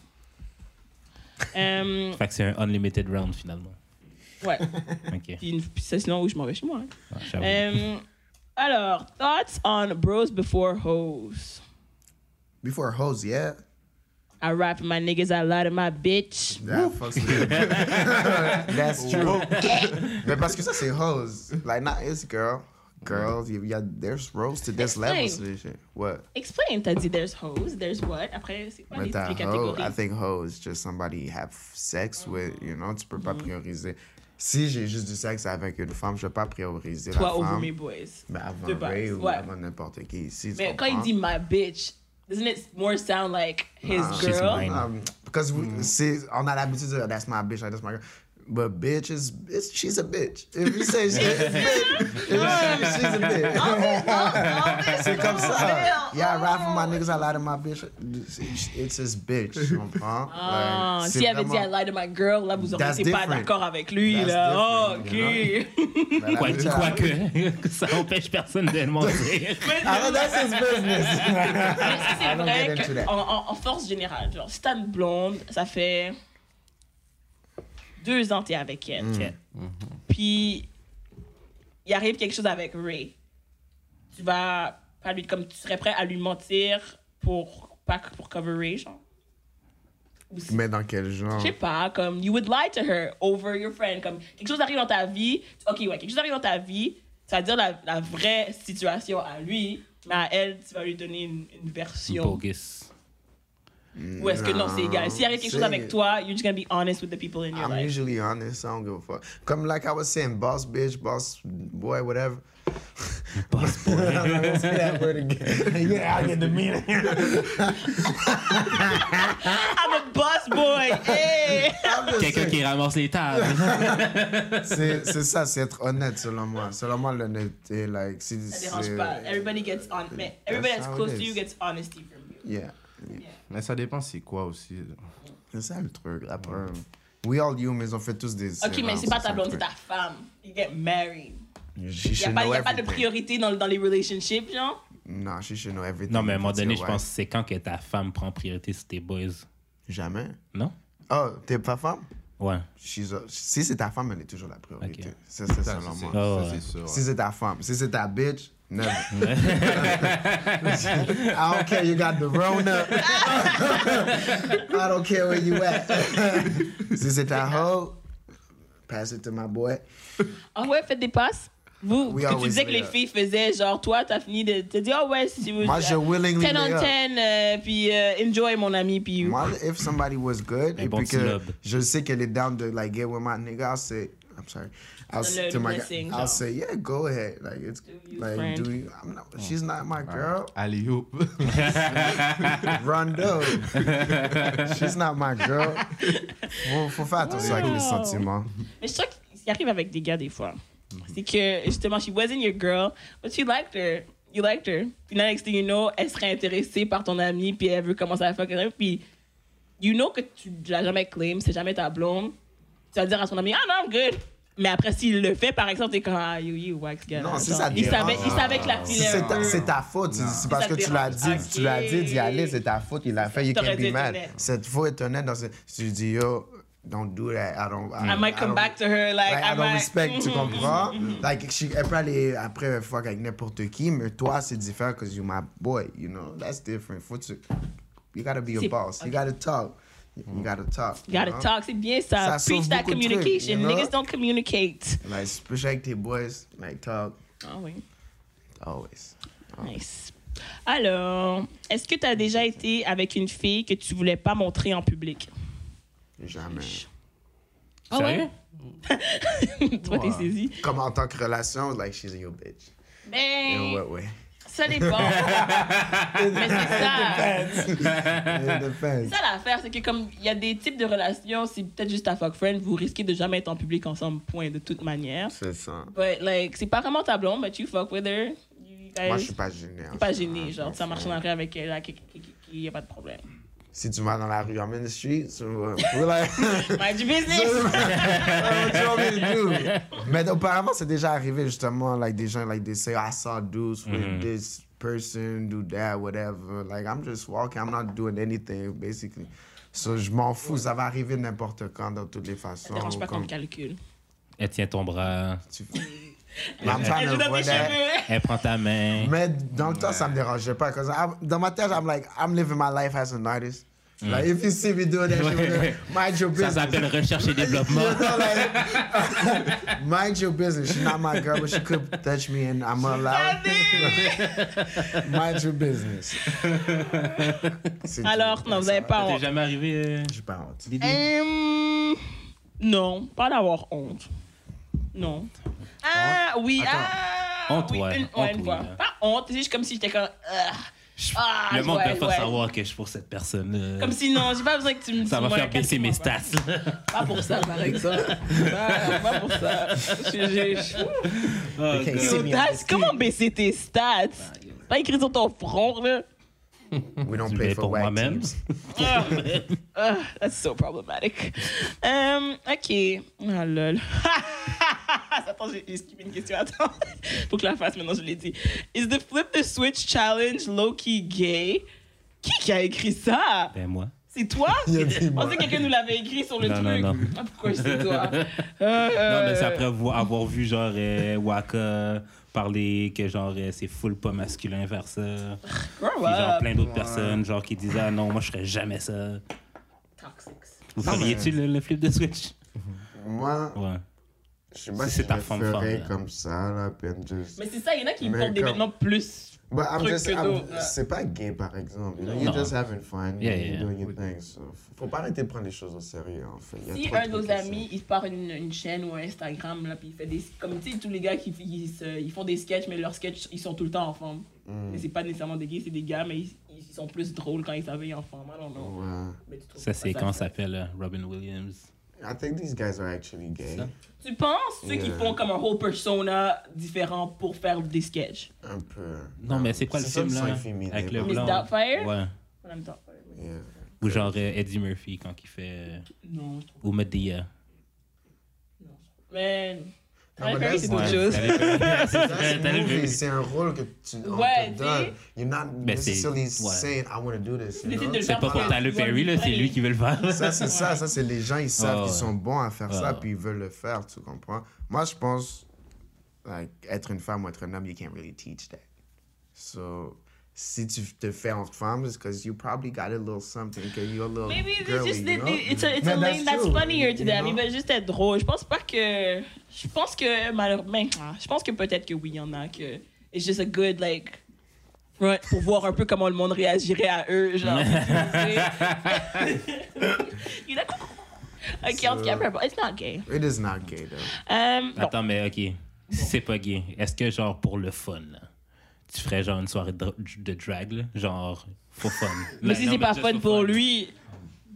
Speaker 2: Euh,
Speaker 1: Fait que c'est un unlimited round finalement.
Speaker 2: ouais.
Speaker 1: Ok.
Speaker 2: Puis, une- puis c'est sinon où je m'en vais chez moi. hein.
Speaker 1: Ah, j'avoue.
Speaker 2: Euh, alors, thoughts on bros before hoes.
Speaker 3: Before hoes, yeah.
Speaker 2: I rap my niggas, I lie to my bitch.
Speaker 3: That fucks with it. That's true. Mais parce que ça, c'est hoes. Like, not it's girl. Girls, y- y a- there's rose to this level.
Speaker 2: Explain.
Speaker 3: sur les shit. What?
Speaker 2: Explain, t'as dit there's hoes, there's what? Après, c'est quoi les,
Speaker 3: But
Speaker 2: les
Speaker 3: that hoe,
Speaker 2: catégories?
Speaker 3: I think hoe is just somebody you have sex with, you know, tu peux pas
Speaker 2: Mm-hmm.
Speaker 3: prioriser. Si j'ai juste du sexe avec une femme, je vais pas prioriser la
Speaker 2: Toi, over
Speaker 3: femme.
Speaker 2: mes boys.
Speaker 3: Mais avant
Speaker 2: de base,
Speaker 3: Ray ou
Speaker 2: ouais.
Speaker 3: avant n'importe qui ici, tu
Speaker 2: Mais quand il
Speaker 3: comprends?
Speaker 2: dit my bitch, doesn't it more sound like his
Speaker 1: She's
Speaker 2: girl?
Speaker 1: mine.
Speaker 3: Um, because we, c'est- on a l'habitude de dire, that's my bitch, like, that's my girl. But bitch is, it's, she's a bitch. If you say she's a bitch, if you say she's a bitch. C'est comme
Speaker 2: Oh,
Speaker 3: ça. Yeah, I ride for my niggas, I lie to my bitch. It's, it's his bitch, Uh-huh. tu comprends?
Speaker 2: Ah,
Speaker 3: Like, c'est
Speaker 2: si elle avait dit I
Speaker 3: vraiment-
Speaker 2: lied to my girl, là vous
Speaker 3: That's
Speaker 2: auriez été pas
Speaker 3: different.
Speaker 2: d'accord avec lui
Speaker 3: That's
Speaker 2: là. Oh, ok.
Speaker 3: different, you Ben,
Speaker 1: Quoi,
Speaker 3: la-
Speaker 1: quoique, ça empêche personne de demander.
Speaker 3: Ah, non, that's his business.
Speaker 2: Mais si c'est
Speaker 3: don't
Speaker 2: vrai
Speaker 3: get into
Speaker 2: que
Speaker 3: that.
Speaker 2: en, en- en force générale, genre si t'as une blonde, ça fait deux ans que t'es avec elle.
Speaker 1: Ok.
Speaker 2: Puis il arrive quelque chose avec Ray. Tu vas pas lui comme tu serais prêt à lui mentir pour pas que- pour cover Ray genre. Ou si-
Speaker 3: Mais dans quel genre?
Speaker 2: Je sais pas, comme, you would lie to her over your friend. Comme, quelque chose arrive dans ta vie, ok, ouais, quelque chose arrive dans ta vie, ça veut dire la, la vraie situation à lui, mais à elle, tu vas lui donner une, une version.
Speaker 1: Bogus.
Speaker 2: Ou est-ce que non, c'est Ah, égal. S'il arrive quelque chose
Speaker 3: c'est-
Speaker 2: avec toi, you're just gonna be honest with the people in your
Speaker 3: I'm
Speaker 2: life.
Speaker 3: usually honest. I don't give a fuck. Come like I was saying, boss bitch, boss boy, whatever.
Speaker 1: Boss boy.
Speaker 5: Let's get that word again. Yeah, I get the meaning.
Speaker 2: I'm a boss boy! Hey!
Speaker 1: Quelqu'un qui ramasse les tables.
Speaker 3: C'est c'est ça, c'est être honnête selon moi. Selon moi, l'honnêteté, like, c'est.
Speaker 2: ça dérange pas. Everybody gets on. Mais everybody that's
Speaker 3: how it
Speaker 2: close to
Speaker 3: is.
Speaker 2: you gets honesty from you.
Speaker 3: Yeah. yeah.
Speaker 4: Mais ça dépend c'est quoi aussi.
Speaker 3: C'est ça le truc. La preuve. We all humans, on fait tous des.
Speaker 2: Ok, mais
Speaker 3: erreurs,
Speaker 2: c'est pas ta
Speaker 3: ça, le
Speaker 2: blonde, c'est
Speaker 3: truc.
Speaker 2: ta femme. You get married.
Speaker 3: She
Speaker 2: Y a
Speaker 3: should
Speaker 2: pas,
Speaker 3: know
Speaker 2: y a pas de
Speaker 3: everything.
Speaker 2: priorité dans, dans les relationships, genre.
Speaker 3: Non, she should know everything.
Speaker 1: Non, mais à un moment
Speaker 3: about your
Speaker 1: donné, je
Speaker 3: wife.
Speaker 1: pense que c'est quand que ta femme prend priorité sur tes boys.
Speaker 3: Jamais.
Speaker 1: Non?
Speaker 3: Oh, t'es pas femme?
Speaker 1: Ouais.
Speaker 3: She's a- Si c'est ta femme, elle est toujours la priorité.
Speaker 1: Ok.
Speaker 3: Ça, c'est
Speaker 6: Ça,
Speaker 3: selon
Speaker 6: c'est-
Speaker 3: moi.
Speaker 1: Ah
Speaker 6: ça,
Speaker 1: ouais.
Speaker 6: c'est sûr.
Speaker 3: Si c'est ta femme, si c'est ta bitch, never. I don't care you got the Rona. I don't care where you at. si c'est ta hoe, pass it to my boy.
Speaker 2: Ah ouais, faites des passes. Vous,
Speaker 3: We
Speaker 2: parce que tu
Speaker 3: always
Speaker 2: disais que
Speaker 3: lay
Speaker 2: les
Speaker 3: up.
Speaker 2: filles faisaient genre, toi, t'as fini de te dire, oh ouais, si tu veux.
Speaker 3: Moi, je
Speaker 2: euh,
Speaker 3: willingly
Speaker 2: 10
Speaker 3: lay
Speaker 2: on
Speaker 3: up.
Speaker 2: 10, euh, puis euh, enjoy mon ami, puis.
Speaker 3: Moi, if somebody was good,
Speaker 1: Un
Speaker 3: et
Speaker 1: bon
Speaker 3: puis
Speaker 1: petit
Speaker 3: que
Speaker 1: lobe.
Speaker 3: je sais qu'elle est down to like get with my nigga, I'll say, I'm sorry. I'll say
Speaker 2: Donne-le
Speaker 3: to
Speaker 2: le
Speaker 3: my
Speaker 2: blessing,
Speaker 3: guy, I'll
Speaker 2: genre.
Speaker 3: say, yeah, go ahead. Like it's
Speaker 2: you,
Speaker 3: like
Speaker 2: friend.
Speaker 3: do you? I'm not, she's not my girl.
Speaker 4: Allez, hoop.
Speaker 3: Rondo. She's not my girl. Faut, faut faire attention avec
Speaker 2: Oh.
Speaker 3: les sentiments.
Speaker 2: Mais je trouve qu'il arrive avec des gars des fois. C'est que justement, she wasn't your girl, but you liked her. You liked her. Puis là, next thing you know, elle serait intéressée par ton ami, puis elle veut commencer à faire quelque chose. Puis, you know que tu ne l'as jamais claim, c'est jamais ta blonde. Tu vas dire à son ami, ah non, I'm good. Mais après, s'il le fait, par exemple, t'es comme, ah, you, you, wax girl.
Speaker 3: Non, si
Speaker 2: Genre,
Speaker 3: ça
Speaker 2: il,
Speaker 3: dérange.
Speaker 2: savait, il savait que la fille euh,
Speaker 3: Si
Speaker 2: est
Speaker 3: C'est ta,
Speaker 2: un
Speaker 3: c'est ta faute. C'est- C'est parce
Speaker 2: Ça
Speaker 3: que
Speaker 2: te
Speaker 3: tu l'as dit,
Speaker 2: dérange.
Speaker 3: tu l'as dit d'y
Speaker 2: Ok.
Speaker 3: aller, c'est ta faute. Il l'a fait, you
Speaker 2: T'aurais
Speaker 3: can't
Speaker 2: dû
Speaker 3: be
Speaker 2: être
Speaker 3: mad.
Speaker 2: honnête.
Speaker 3: Cette faute est honnête. Dans ce, tu dis, yo, don't do that. I don't.
Speaker 2: I might
Speaker 3: I
Speaker 2: come
Speaker 3: don't-
Speaker 2: back to her, like,
Speaker 3: Like,
Speaker 2: I,
Speaker 3: I don't
Speaker 2: might-
Speaker 3: respect, tu
Speaker 2: Mhm.
Speaker 3: comprends? Like, she- elle peut aller après fuck avec n'importe qui, mais toi, c'est différent because you're my boy, you know? That's different. Faut que tu... You gotta be
Speaker 2: C'est-
Speaker 3: your boss. You gotta talk. You gotta talk. you
Speaker 2: Gotta
Speaker 3: know?
Speaker 2: talk, c'est bien ça.
Speaker 3: Ça sauve
Speaker 2: Preach that
Speaker 3: beaucoup de trucs,
Speaker 2: communication.
Speaker 3: you know?
Speaker 2: Niggas don't communicate.
Speaker 3: Like, especially avec tes boys, like, talk
Speaker 2: Ah oui.
Speaker 3: always.
Speaker 2: Nice. Alors, est-ce que tu as déjà été avec une fille que tu voulais pas montrer en public?
Speaker 3: Jamais.
Speaker 2: Ah
Speaker 1: Sérieux?
Speaker 2: Toi, t'es saisi.
Speaker 3: Comme en tant que relation, like, she's your bitch. In
Speaker 2: Ben,
Speaker 3: what way?
Speaker 2: ça dépend. Mais c'est ça.
Speaker 3: It depends.
Speaker 2: C'est ça l'affaire, c'est que comme il y a des types de relations, c'est peut-être juste ta fuck friend, vous risquez de jamais être en public ensemble, point, de toute manière.
Speaker 3: C'est ça.
Speaker 2: But, like, c'est pas vraiment ta blonde, but you fuck with her. You
Speaker 3: Moi, je suis
Speaker 2: guys...
Speaker 3: pas gêné. en
Speaker 2: T'es pas
Speaker 3: ce moment,
Speaker 2: gêné, genre,
Speaker 3: je
Speaker 2: ça
Speaker 3: m'en
Speaker 2: marche
Speaker 3: fous.
Speaker 2: en arrière avec elle, il n'y a pas de problème.
Speaker 3: Si tu vas dans la rue, I'm in the street, so euh, we're like...
Speaker 2: Mind your
Speaker 3: So-
Speaker 2: business!
Speaker 3: What you want me to do? Mais auparavant, c'est déjà arrivé justement, like des gens, like they say, I saw dudes with
Speaker 1: Mm-hmm.
Speaker 3: this person, do that, whatever. Like I'm just walking, I'm not doing anything, basically. So je m'en fous, ça va arriver n'importe quand, de toutes les façons.
Speaker 2: Ça dérange pas qu'on
Speaker 3: comme
Speaker 2: me calcule.
Speaker 1: Elle tient ton bras,
Speaker 3: tu- Mais I'm trying
Speaker 2: Elle
Speaker 3: to
Speaker 2: joue dans tes
Speaker 3: avoid that.
Speaker 2: cheveux!
Speaker 1: elle prend ta main.
Speaker 3: Mais dans le temps, ça me dérangeait pas. Cause I'm- dans ma tête, I'm like, I'm living my life as an artist. Like, if you see me doing that, shit, mind your
Speaker 1: Mm. Ça
Speaker 3: business.
Speaker 1: s'appelle recherche et développement.
Speaker 3: You know, like, mind your business. She's not my girl, but she could touch me, and I'm allowed. mind your business. C'est
Speaker 2: Alors,
Speaker 3: tout.
Speaker 2: non, vous n'avez pas
Speaker 1: T'es
Speaker 2: honte.
Speaker 1: jamais arrivé. euh,
Speaker 3: J'ai pas honte.
Speaker 2: Hum, non, pas d'avoir honte. Non. Ah oui, ah
Speaker 1: Honte,
Speaker 2: oui,
Speaker 1: ouais,
Speaker 2: une,
Speaker 1: honte,
Speaker 2: une
Speaker 1: oui,
Speaker 2: fois.
Speaker 1: là.
Speaker 2: Pas honte, c'est juste comme si j'étais comme. ah, ah,
Speaker 1: le monde
Speaker 2: ouais,
Speaker 1: ne peut pas
Speaker 2: ouais.
Speaker 1: savoir que je suis pour cette personne. euh,
Speaker 2: Comme si non, j'ai pas besoin que tu me
Speaker 1: ça va
Speaker 2: tu me
Speaker 1: faire
Speaker 2: regardes
Speaker 1: baisser
Speaker 2: comme
Speaker 1: mes
Speaker 2: ça.
Speaker 1: stats. là.
Speaker 2: Pas pour ça, par exemple. Pas, pas pour ça. Je- je- je-
Speaker 1: Oh,
Speaker 3: Okay,
Speaker 1: God.
Speaker 3: c'est bien.
Speaker 2: Stats, comment baisser tes stats?
Speaker 1: Bah,
Speaker 2: Pas écrit sur ton front, là.
Speaker 3: We don't
Speaker 1: Tu
Speaker 3: play
Speaker 1: l'es
Speaker 3: for
Speaker 1: pour
Speaker 3: white
Speaker 1: moi-même.
Speaker 3: teams.
Speaker 2: Ah, that's so problematic. Um, ok. Ah lol. Attends, j'ai j'ai skippé une question. Attends. Faut que je la fasse maintenant, je l'ai dit. Is the Flip the Switch Challenge low-key gay? Qui qui a écrit ça?
Speaker 1: Ben moi.
Speaker 2: C'est toi?
Speaker 3: a dit
Speaker 2: Je
Speaker 3: moi.
Speaker 2: pensais que quelqu'un nous l'avait écrit sur le
Speaker 1: Non, non,
Speaker 2: truc.
Speaker 1: non.
Speaker 2: Ah, pourquoi c'est toi? Euh,
Speaker 1: Non, mais c'est après vo- avoir vu genre euh, Waka parler que genre euh, c'est full pas masculin vers ça.
Speaker 2: Grow
Speaker 1: Puis genre
Speaker 2: up.
Speaker 1: plein d'autres personnes genre qui disaient ah non moi je ferais jamais ça.
Speaker 2: Toxics.
Speaker 1: Vous feriez-tu le, le flip de switch?
Speaker 3: Moi,
Speaker 1: Ouais.
Speaker 3: je sais pas
Speaker 1: Si
Speaker 3: si
Speaker 1: c'est
Speaker 3: je
Speaker 1: ta
Speaker 3: me
Speaker 1: femme
Speaker 3: ferais
Speaker 1: femme, là.
Speaker 3: comme ça, là, puis I'm just...
Speaker 2: Mais c'est ça, il y en a qui
Speaker 3: Mais
Speaker 2: portent des
Speaker 3: comme-
Speaker 2: vêtements plus.
Speaker 3: But I'm
Speaker 2: truc
Speaker 3: just...
Speaker 2: que euh,
Speaker 3: I'm-
Speaker 2: d'autres, là.
Speaker 3: C'est pas gay, par exemple. You know, you're
Speaker 1: Non.
Speaker 3: just having fun.
Speaker 1: Yeah,
Speaker 3: you're
Speaker 1: yeah,
Speaker 3: doing your thing. So, faut pas arrêter de prendre les choses au sérieux, en fait. Il y a
Speaker 2: Si
Speaker 3: trop
Speaker 2: un de
Speaker 3: trucs
Speaker 2: nos
Speaker 3: comme ça.
Speaker 2: amis, il part une, une chaîne ou un Instagram, là, puis il fait des. Comme tu sais, tous les gars qui ils, se- ils font des sketchs, mais leurs sketchs, ils sont tout le temps en forme.
Speaker 3: Mm.
Speaker 2: Mais c'est pas nécessairement des gays, c'est des gars, mais ils, ils sont plus drôles quand ils s'habillent en forme. I don't know.
Speaker 3: Ouais.
Speaker 2: Mais tu trouves
Speaker 1: Ça
Speaker 2: pas
Speaker 1: c'est quand ça
Speaker 2: fait-
Speaker 1: s'appelle euh, Robin Williams.
Speaker 3: I think these guys are actually gay.
Speaker 1: Ça.
Speaker 2: Tu penses, ceux qui
Speaker 3: Yeah.
Speaker 2: font comme un whole persona différent pour faire des sketchs
Speaker 3: Un peu.
Speaker 1: Non mais c'est quoi le
Speaker 3: ça,
Speaker 1: film
Speaker 3: ils sont
Speaker 1: là?
Speaker 3: efféminés,
Speaker 1: Avec le
Speaker 3: par
Speaker 2: Miss
Speaker 1: blanc.
Speaker 2: Doubtfire?
Speaker 1: Ouais.
Speaker 2: En même temps, ouais, ouais.
Speaker 3: exemple. Yeah.
Speaker 1: Ou genre euh, Eddie Murphy quand il fait euh,
Speaker 2: Non, je trouve.
Speaker 1: ou Medea.
Speaker 2: Mais.
Speaker 3: Non, mais
Speaker 2: Mariah Carey,
Speaker 3: that's-
Speaker 2: c'est autre
Speaker 1: Ouais,
Speaker 2: chose.
Speaker 1: t'allais pas-
Speaker 3: That's a
Speaker 1: t'allais
Speaker 3: movie.
Speaker 1: pas-
Speaker 3: C'est un rôle que tu on
Speaker 2: Ouais,
Speaker 3: te donne.
Speaker 2: tu sais.
Speaker 3: You're not
Speaker 1: Ben, c'est-
Speaker 3: necessarily
Speaker 1: ouais.
Speaker 3: saying I want to do this. you
Speaker 2: Le titre
Speaker 3: know?
Speaker 2: de le
Speaker 3: C'est
Speaker 2: faire
Speaker 1: pas
Speaker 3: pas-
Speaker 1: pour Tyler Perry, là, c'est lui qui veut le faire.
Speaker 3: Ça, c'est ça. Ça, c'est les gens, ils savent
Speaker 1: Ouais,
Speaker 3: qu'ils
Speaker 1: ouais.
Speaker 3: sont bons à faire ça,
Speaker 1: Ouais.
Speaker 3: puis ils veulent le faire, tu comprends? Moi, je pense, like, être une femme ou être un homme, you can't really teach that. So, si tu te fais en femme, it's because you probably got a little something, que you're a little
Speaker 2: Maybe it's
Speaker 3: girly,
Speaker 2: just
Speaker 3: you
Speaker 2: that
Speaker 3: know?
Speaker 2: it's a, it's a
Speaker 3: Mais
Speaker 2: lane that's
Speaker 3: true,
Speaker 2: funnier to
Speaker 3: you
Speaker 2: them.
Speaker 3: know?
Speaker 2: Ils veulent juste être drôles. Je pense pas que. Je pense que malheureusement. ah, Je pense que peut-être que oui, il y en a que. It's just a good, like. run pour voir un peu comment le monde réagirait à eux. Genre. il a coucou. Ok, en tout cas, peu importe. It's not gay.
Speaker 3: It is not gay, though.
Speaker 2: Um, bon.
Speaker 1: Attends, mais ok, si c'est pas gay, est-ce que genre pour le fun, là, tu ferais genre une soirée de, dr- de drag, là? genre for fun?
Speaker 2: Mais si c'est pas fun pour lui, it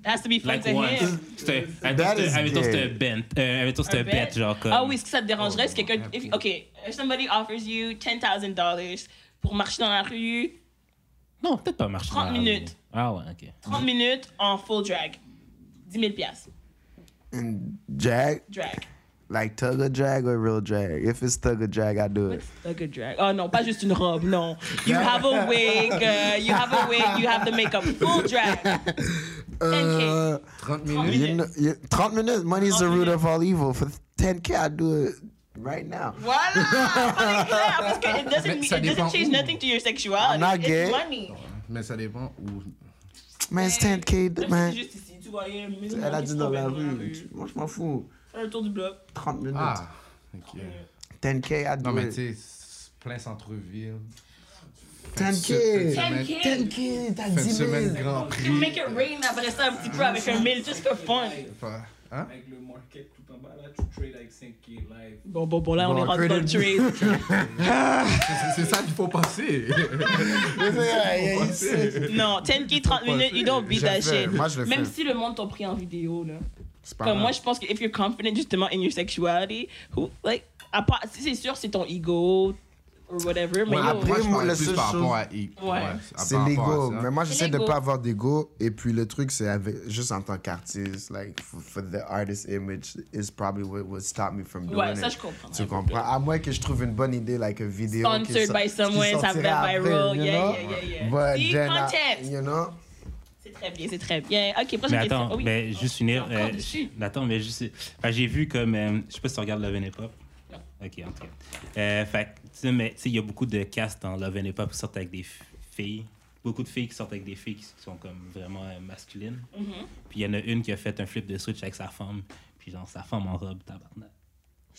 Speaker 2: has to be fun
Speaker 1: Like
Speaker 2: to
Speaker 1: what?
Speaker 2: him.
Speaker 1: C'était
Speaker 3: That is
Speaker 1: un
Speaker 3: gay.
Speaker 1: bent. euh, Admettons c'était un
Speaker 2: Un
Speaker 1: bent,
Speaker 2: bet?
Speaker 1: genre comme.
Speaker 2: Ah oui, est-ce que ça te dérangerait si quelqu'un. if- Ok, if somebody offers you $10,000 pour marcher dans la rue.
Speaker 1: Non, peut-être pas marcher.
Speaker 2: 30
Speaker 1: dans la
Speaker 2: minutes.
Speaker 1: rue. Ah ouais, ok.
Speaker 2: 30 minutes en full drag. 10 000 piastres.
Speaker 3: And drag,
Speaker 2: Drag.
Speaker 3: like tug of drag or real drag? If it's tug of drag, I do it.
Speaker 2: Like a drag. Oh non, pas juste une robe, non. You have a wig, uh, you have a wig, you have the makeup. Full drag. 10K.
Speaker 3: Uh,
Speaker 2: 30
Speaker 4: 30 minutes.
Speaker 3: you know,
Speaker 2: minutes.
Speaker 3: you, 30 minutes, money's
Speaker 2: 30
Speaker 3: the root
Speaker 2: minutes.
Speaker 3: of all evil. For 10K, I do it right now.
Speaker 2: Voilà! Fallait clair, Parce que it doesn't,
Speaker 4: Mais
Speaker 2: mean-
Speaker 4: ça
Speaker 2: it doesn't
Speaker 4: dépend
Speaker 2: change
Speaker 4: où.
Speaker 2: nothing to your sexuality.
Speaker 3: I'm not
Speaker 2: It's
Speaker 3: gay.
Speaker 2: money.
Speaker 4: Mais ça dépend où.
Speaker 3: Man, it's 10K,
Speaker 2: Là,
Speaker 3: man.
Speaker 2: C'est juste ici, tu vois, il y a une maison
Speaker 3: Elle a
Speaker 2: qui
Speaker 3: dit
Speaker 2: se
Speaker 3: dans la
Speaker 2: promène
Speaker 3: rue. Moi, je m'en fous.
Speaker 2: Fais Un tour du bloc.
Speaker 3: 30 minutes.
Speaker 4: Ah, ok.
Speaker 3: 10K, I do
Speaker 4: Non, mais
Speaker 3: it.
Speaker 4: tu sais, c'est plein centre-ville.
Speaker 5: 10K.
Speaker 4: Fin de
Speaker 2: 10K.
Speaker 4: semaine-
Speaker 5: 10K, t'as
Speaker 4: Fin de
Speaker 5: 10 000.
Speaker 4: semaine Grand
Speaker 2: Tu
Speaker 4: Prix.
Speaker 2: make it rain après ça un petit peu avec un mille, just for fun.
Speaker 4: Pas- Hein?
Speaker 6: Avec le market tout en bas, là, tu trades avec 5K live.
Speaker 2: Bon, bon, bon, là, on
Speaker 3: Bon,
Speaker 2: est rendu dans le trade.
Speaker 4: C'est- C'est ça qu'il faut passer.
Speaker 2: Non, 10K 30 minutes, you don't beat
Speaker 3: Je
Speaker 2: that
Speaker 3: le fais.
Speaker 2: shit.
Speaker 3: Moi, je le
Speaker 2: Même
Speaker 3: fais.
Speaker 2: si le monde t'a pris en vidéo, là.
Speaker 3: C'est pas
Speaker 2: Comme moi,
Speaker 3: grave.
Speaker 2: je pense que if you're confident justement in your sexuality, who, like, à part, si c'est sûr, c'est ton ego or whatever, mais yo,
Speaker 4: Ouais, après,
Speaker 3: Après,
Speaker 4: je
Speaker 3: moi,
Speaker 4: parle
Speaker 3: la
Speaker 4: plus
Speaker 3: seule
Speaker 4: par
Speaker 3: chose-
Speaker 4: rapport à. Ouais, par
Speaker 3: C'est
Speaker 4: rapport à
Speaker 3: l'ego.
Speaker 4: ça.
Speaker 3: Mais moi, j'essaie de
Speaker 2: l'ego.
Speaker 3: pas avoir d'ego. Et puis, le truc, c'est avec, juste en tant qu'artiste, like, for, for the artist image is probably what would stop me from doing
Speaker 2: ouais,
Speaker 3: it.
Speaker 2: ça je comprends.
Speaker 3: Tu comprends? À moins que je trouve une bonne idée, like a vidéo. qui
Speaker 2: Sponsored
Speaker 3: sort-
Speaker 2: by
Speaker 3: qui
Speaker 2: someone, ça
Speaker 3: sortira
Speaker 2: va
Speaker 3: après,
Speaker 2: viral,
Speaker 3: you
Speaker 2: yeah,
Speaker 3: know?
Speaker 2: yeah, yeah, yeah.
Speaker 3: But
Speaker 2: See,
Speaker 3: then I-
Speaker 2: context.
Speaker 3: you know?
Speaker 2: C'est très bien, c'est très bien. Ok, prochaine
Speaker 1: Mais attends,
Speaker 2: question. Oh oui.
Speaker 1: mais juste finir.
Speaker 2: Encore
Speaker 1: euh,
Speaker 2: dessus.
Speaker 1: attends, mais juste. fait que j'ai vu comme. euh, je sais pas si tu regardes Love and Hip Hop.
Speaker 2: Non.
Speaker 1: Ok, en tout cas. Euh, fait que, tu sais, mais tu sais, il y a beaucoup de castes dans Love and Hip Hop qui sortent avec des f- filles. Beaucoup de filles qui sortent avec des filles qui sont comme vraiment euh, masculines.
Speaker 2: Mm-hmm.
Speaker 1: Puis il y en a une qui a fait un flip de switch avec sa femme. Puis genre, sa femme en robe, tabarnak.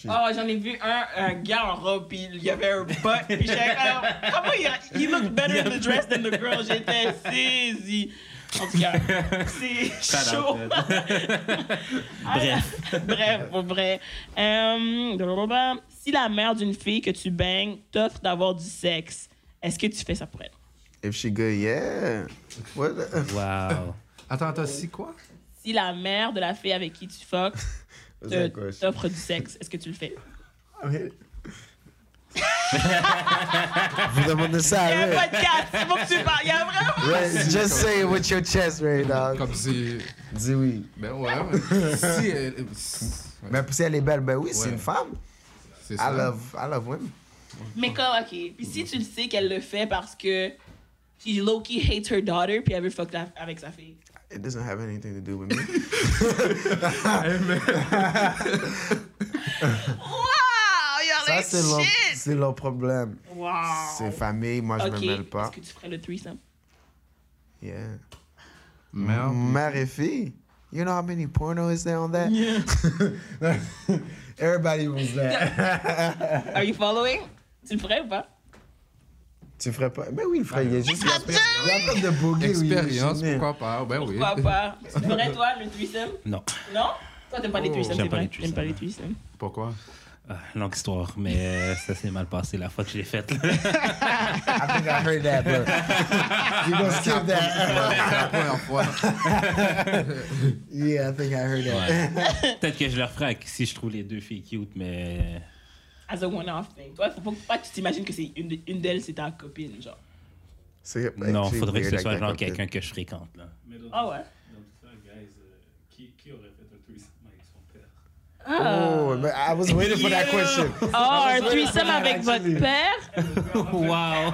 Speaker 2: Oh, j'en ai vu un, un gars en robe, puis il y avait un butt, puis j'étais comme, comment il he looked better in the dress than the girl, j'étais saisie. En tout cas, c'est
Speaker 1: Shout
Speaker 2: chaud.
Speaker 1: out,
Speaker 2: Ah,
Speaker 1: Bref.
Speaker 2: Bref, pour vrai. Euh, blablabla. si la mère d'une fille que tu baignes t'offre d'avoir du sexe, est-ce que tu fais ça pour elle?
Speaker 3: If she good, yeah. What the-
Speaker 1: Wow.
Speaker 4: Attends, attends, si quoi?
Speaker 2: Si la mère de la fille avec qui tu fuck
Speaker 3: What's
Speaker 2: te-
Speaker 3: that question?
Speaker 2: t'offre du sexe, est-ce que tu le fais?
Speaker 3: I mean- Vous demandez ça,
Speaker 2: Il y a
Speaker 3: Ah, ouais.
Speaker 2: un podcast, il faut que tu parles. Il y a vraiment.
Speaker 3: Ouais, Just say it with your chest right now.
Speaker 4: Comme si.
Speaker 3: Dis oui.
Speaker 4: Ben ouais, mais si. elle- si- ouais,
Speaker 3: Mais si elle est belle, ben oui, c'est
Speaker 4: Ouais.
Speaker 3: une femme.
Speaker 4: C'est
Speaker 3: I
Speaker 4: ça.
Speaker 3: love, I love women.
Speaker 2: Mais comme, ok. Puis si tu le sais qu'elle le fait parce que she low-key hates her daughter, puis elle veut fuck la- avec sa fille.
Speaker 3: It doesn't have anything to do with me.
Speaker 2: Wow! You're
Speaker 3: Ça,
Speaker 2: like
Speaker 3: c'est leur,
Speaker 2: shit!
Speaker 3: c'est leur problème.
Speaker 2: Wow!
Speaker 3: C'est famille, moi, je
Speaker 2: Ok,
Speaker 3: me mêle pas.
Speaker 2: Est-ce que tu ferais le threesome?
Speaker 3: Yeah.
Speaker 4: Merde.
Speaker 3: Mère et fille. You know how many porno is there on that? Everybody was there.
Speaker 2: Are you following? Tu le ferais ou pas?
Speaker 3: tu ferais pas. Mais oui, il ferait. Il y a juste la
Speaker 2: Dieu,
Speaker 3: Il y a pas de boogie. où il est
Speaker 4: Expérience,
Speaker 3: gêné.
Speaker 4: pourquoi pas? Ben oui.
Speaker 2: Pourquoi pas? Tu le ferais toi le threesome?
Speaker 1: Non,
Speaker 2: Non? Toi, t'aimes pas les threesomes,
Speaker 1: J'aime
Speaker 2: c'est
Speaker 1: pas
Speaker 2: vrai?
Speaker 1: les
Speaker 2: J'aime pas les threesomes.
Speaker 4: Pourquoi?
Speaker 1: Ah, longue histoire, mais euh, ça s'est mal passé la fois que je l'ai faite.
Speaker 3: I think I heard that, but you gonna skip that.
Speaker 4: C'est la première fois.
Speaker 3: yeah, I think I heard that.
Speaker 1: Peut-être que je le referai avec- si je trouve les deux filles cute, mais
Speaker 2: As a one-off thing. Toi, faut pas, pas que tu t'imagines que c'est une, de- une d'elles, c'est ta copine, genre.
Speaker 3: C'est-
Speaker 1: non,
Speaker 3: c'est
Speaker 1: faudrait que ce
Speaker 3: weird,
Speaker 1: soit
Speaker 3: like
Speaker 1: genre
Speaker 3: that,
Speaker 1: quelqu'un que je fréquente. Là.
Speaker 6: Mais dans
Speaker 2: Ah
Speaker 6: tout-
Speaker 2: ouais?
Speaker 6: Dans tout ça, guys, euh, qui, qui aurait fait un tourisme avec son père
Speaker 2: Ah.
Speaker 3: Oh, man, I was waiting for that question.
Speaker 2: Oh, un threesome avec votre père?
Speaker 1: Wow!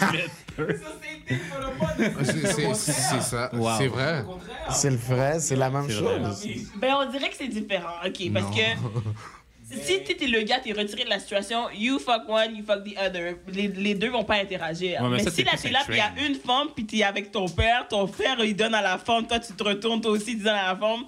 Speaker 7: Société for the money.
Speaker 4: C'est c'est- c'est ça.
Speaker 1: Wow.
Speaker 4: C'est vrai.
Speaker 7: Au contraire.
Speaker 3: C'est le vrai, c'est la même
Speaker 1: C'est vrai.
Speaker 3: chose.
Speaker 2: Ben, on dirait que c'est différent, ok? Parce que si t'étais le gars, t'es retiré de la situation, you fuck one, you fuck the other. Les, les deux vont pas interagir.
Speaker 1: Ouais, mais
Speaker 2: mais
Speaker 1: ça,
Speaker 2: si
Speaker 1: c'est
Speaker 2: là,
Speaker 1: plus
Speaker 2: t'es
Speaker 1: un
Speaker 2: là, puis il y a
Speaker 1: train.
Speaker 2: une femme, puis t'es avec ton père, ton père, il donne à la femme, toi, tu te retournes, toi aussi, tu donnes à la femme.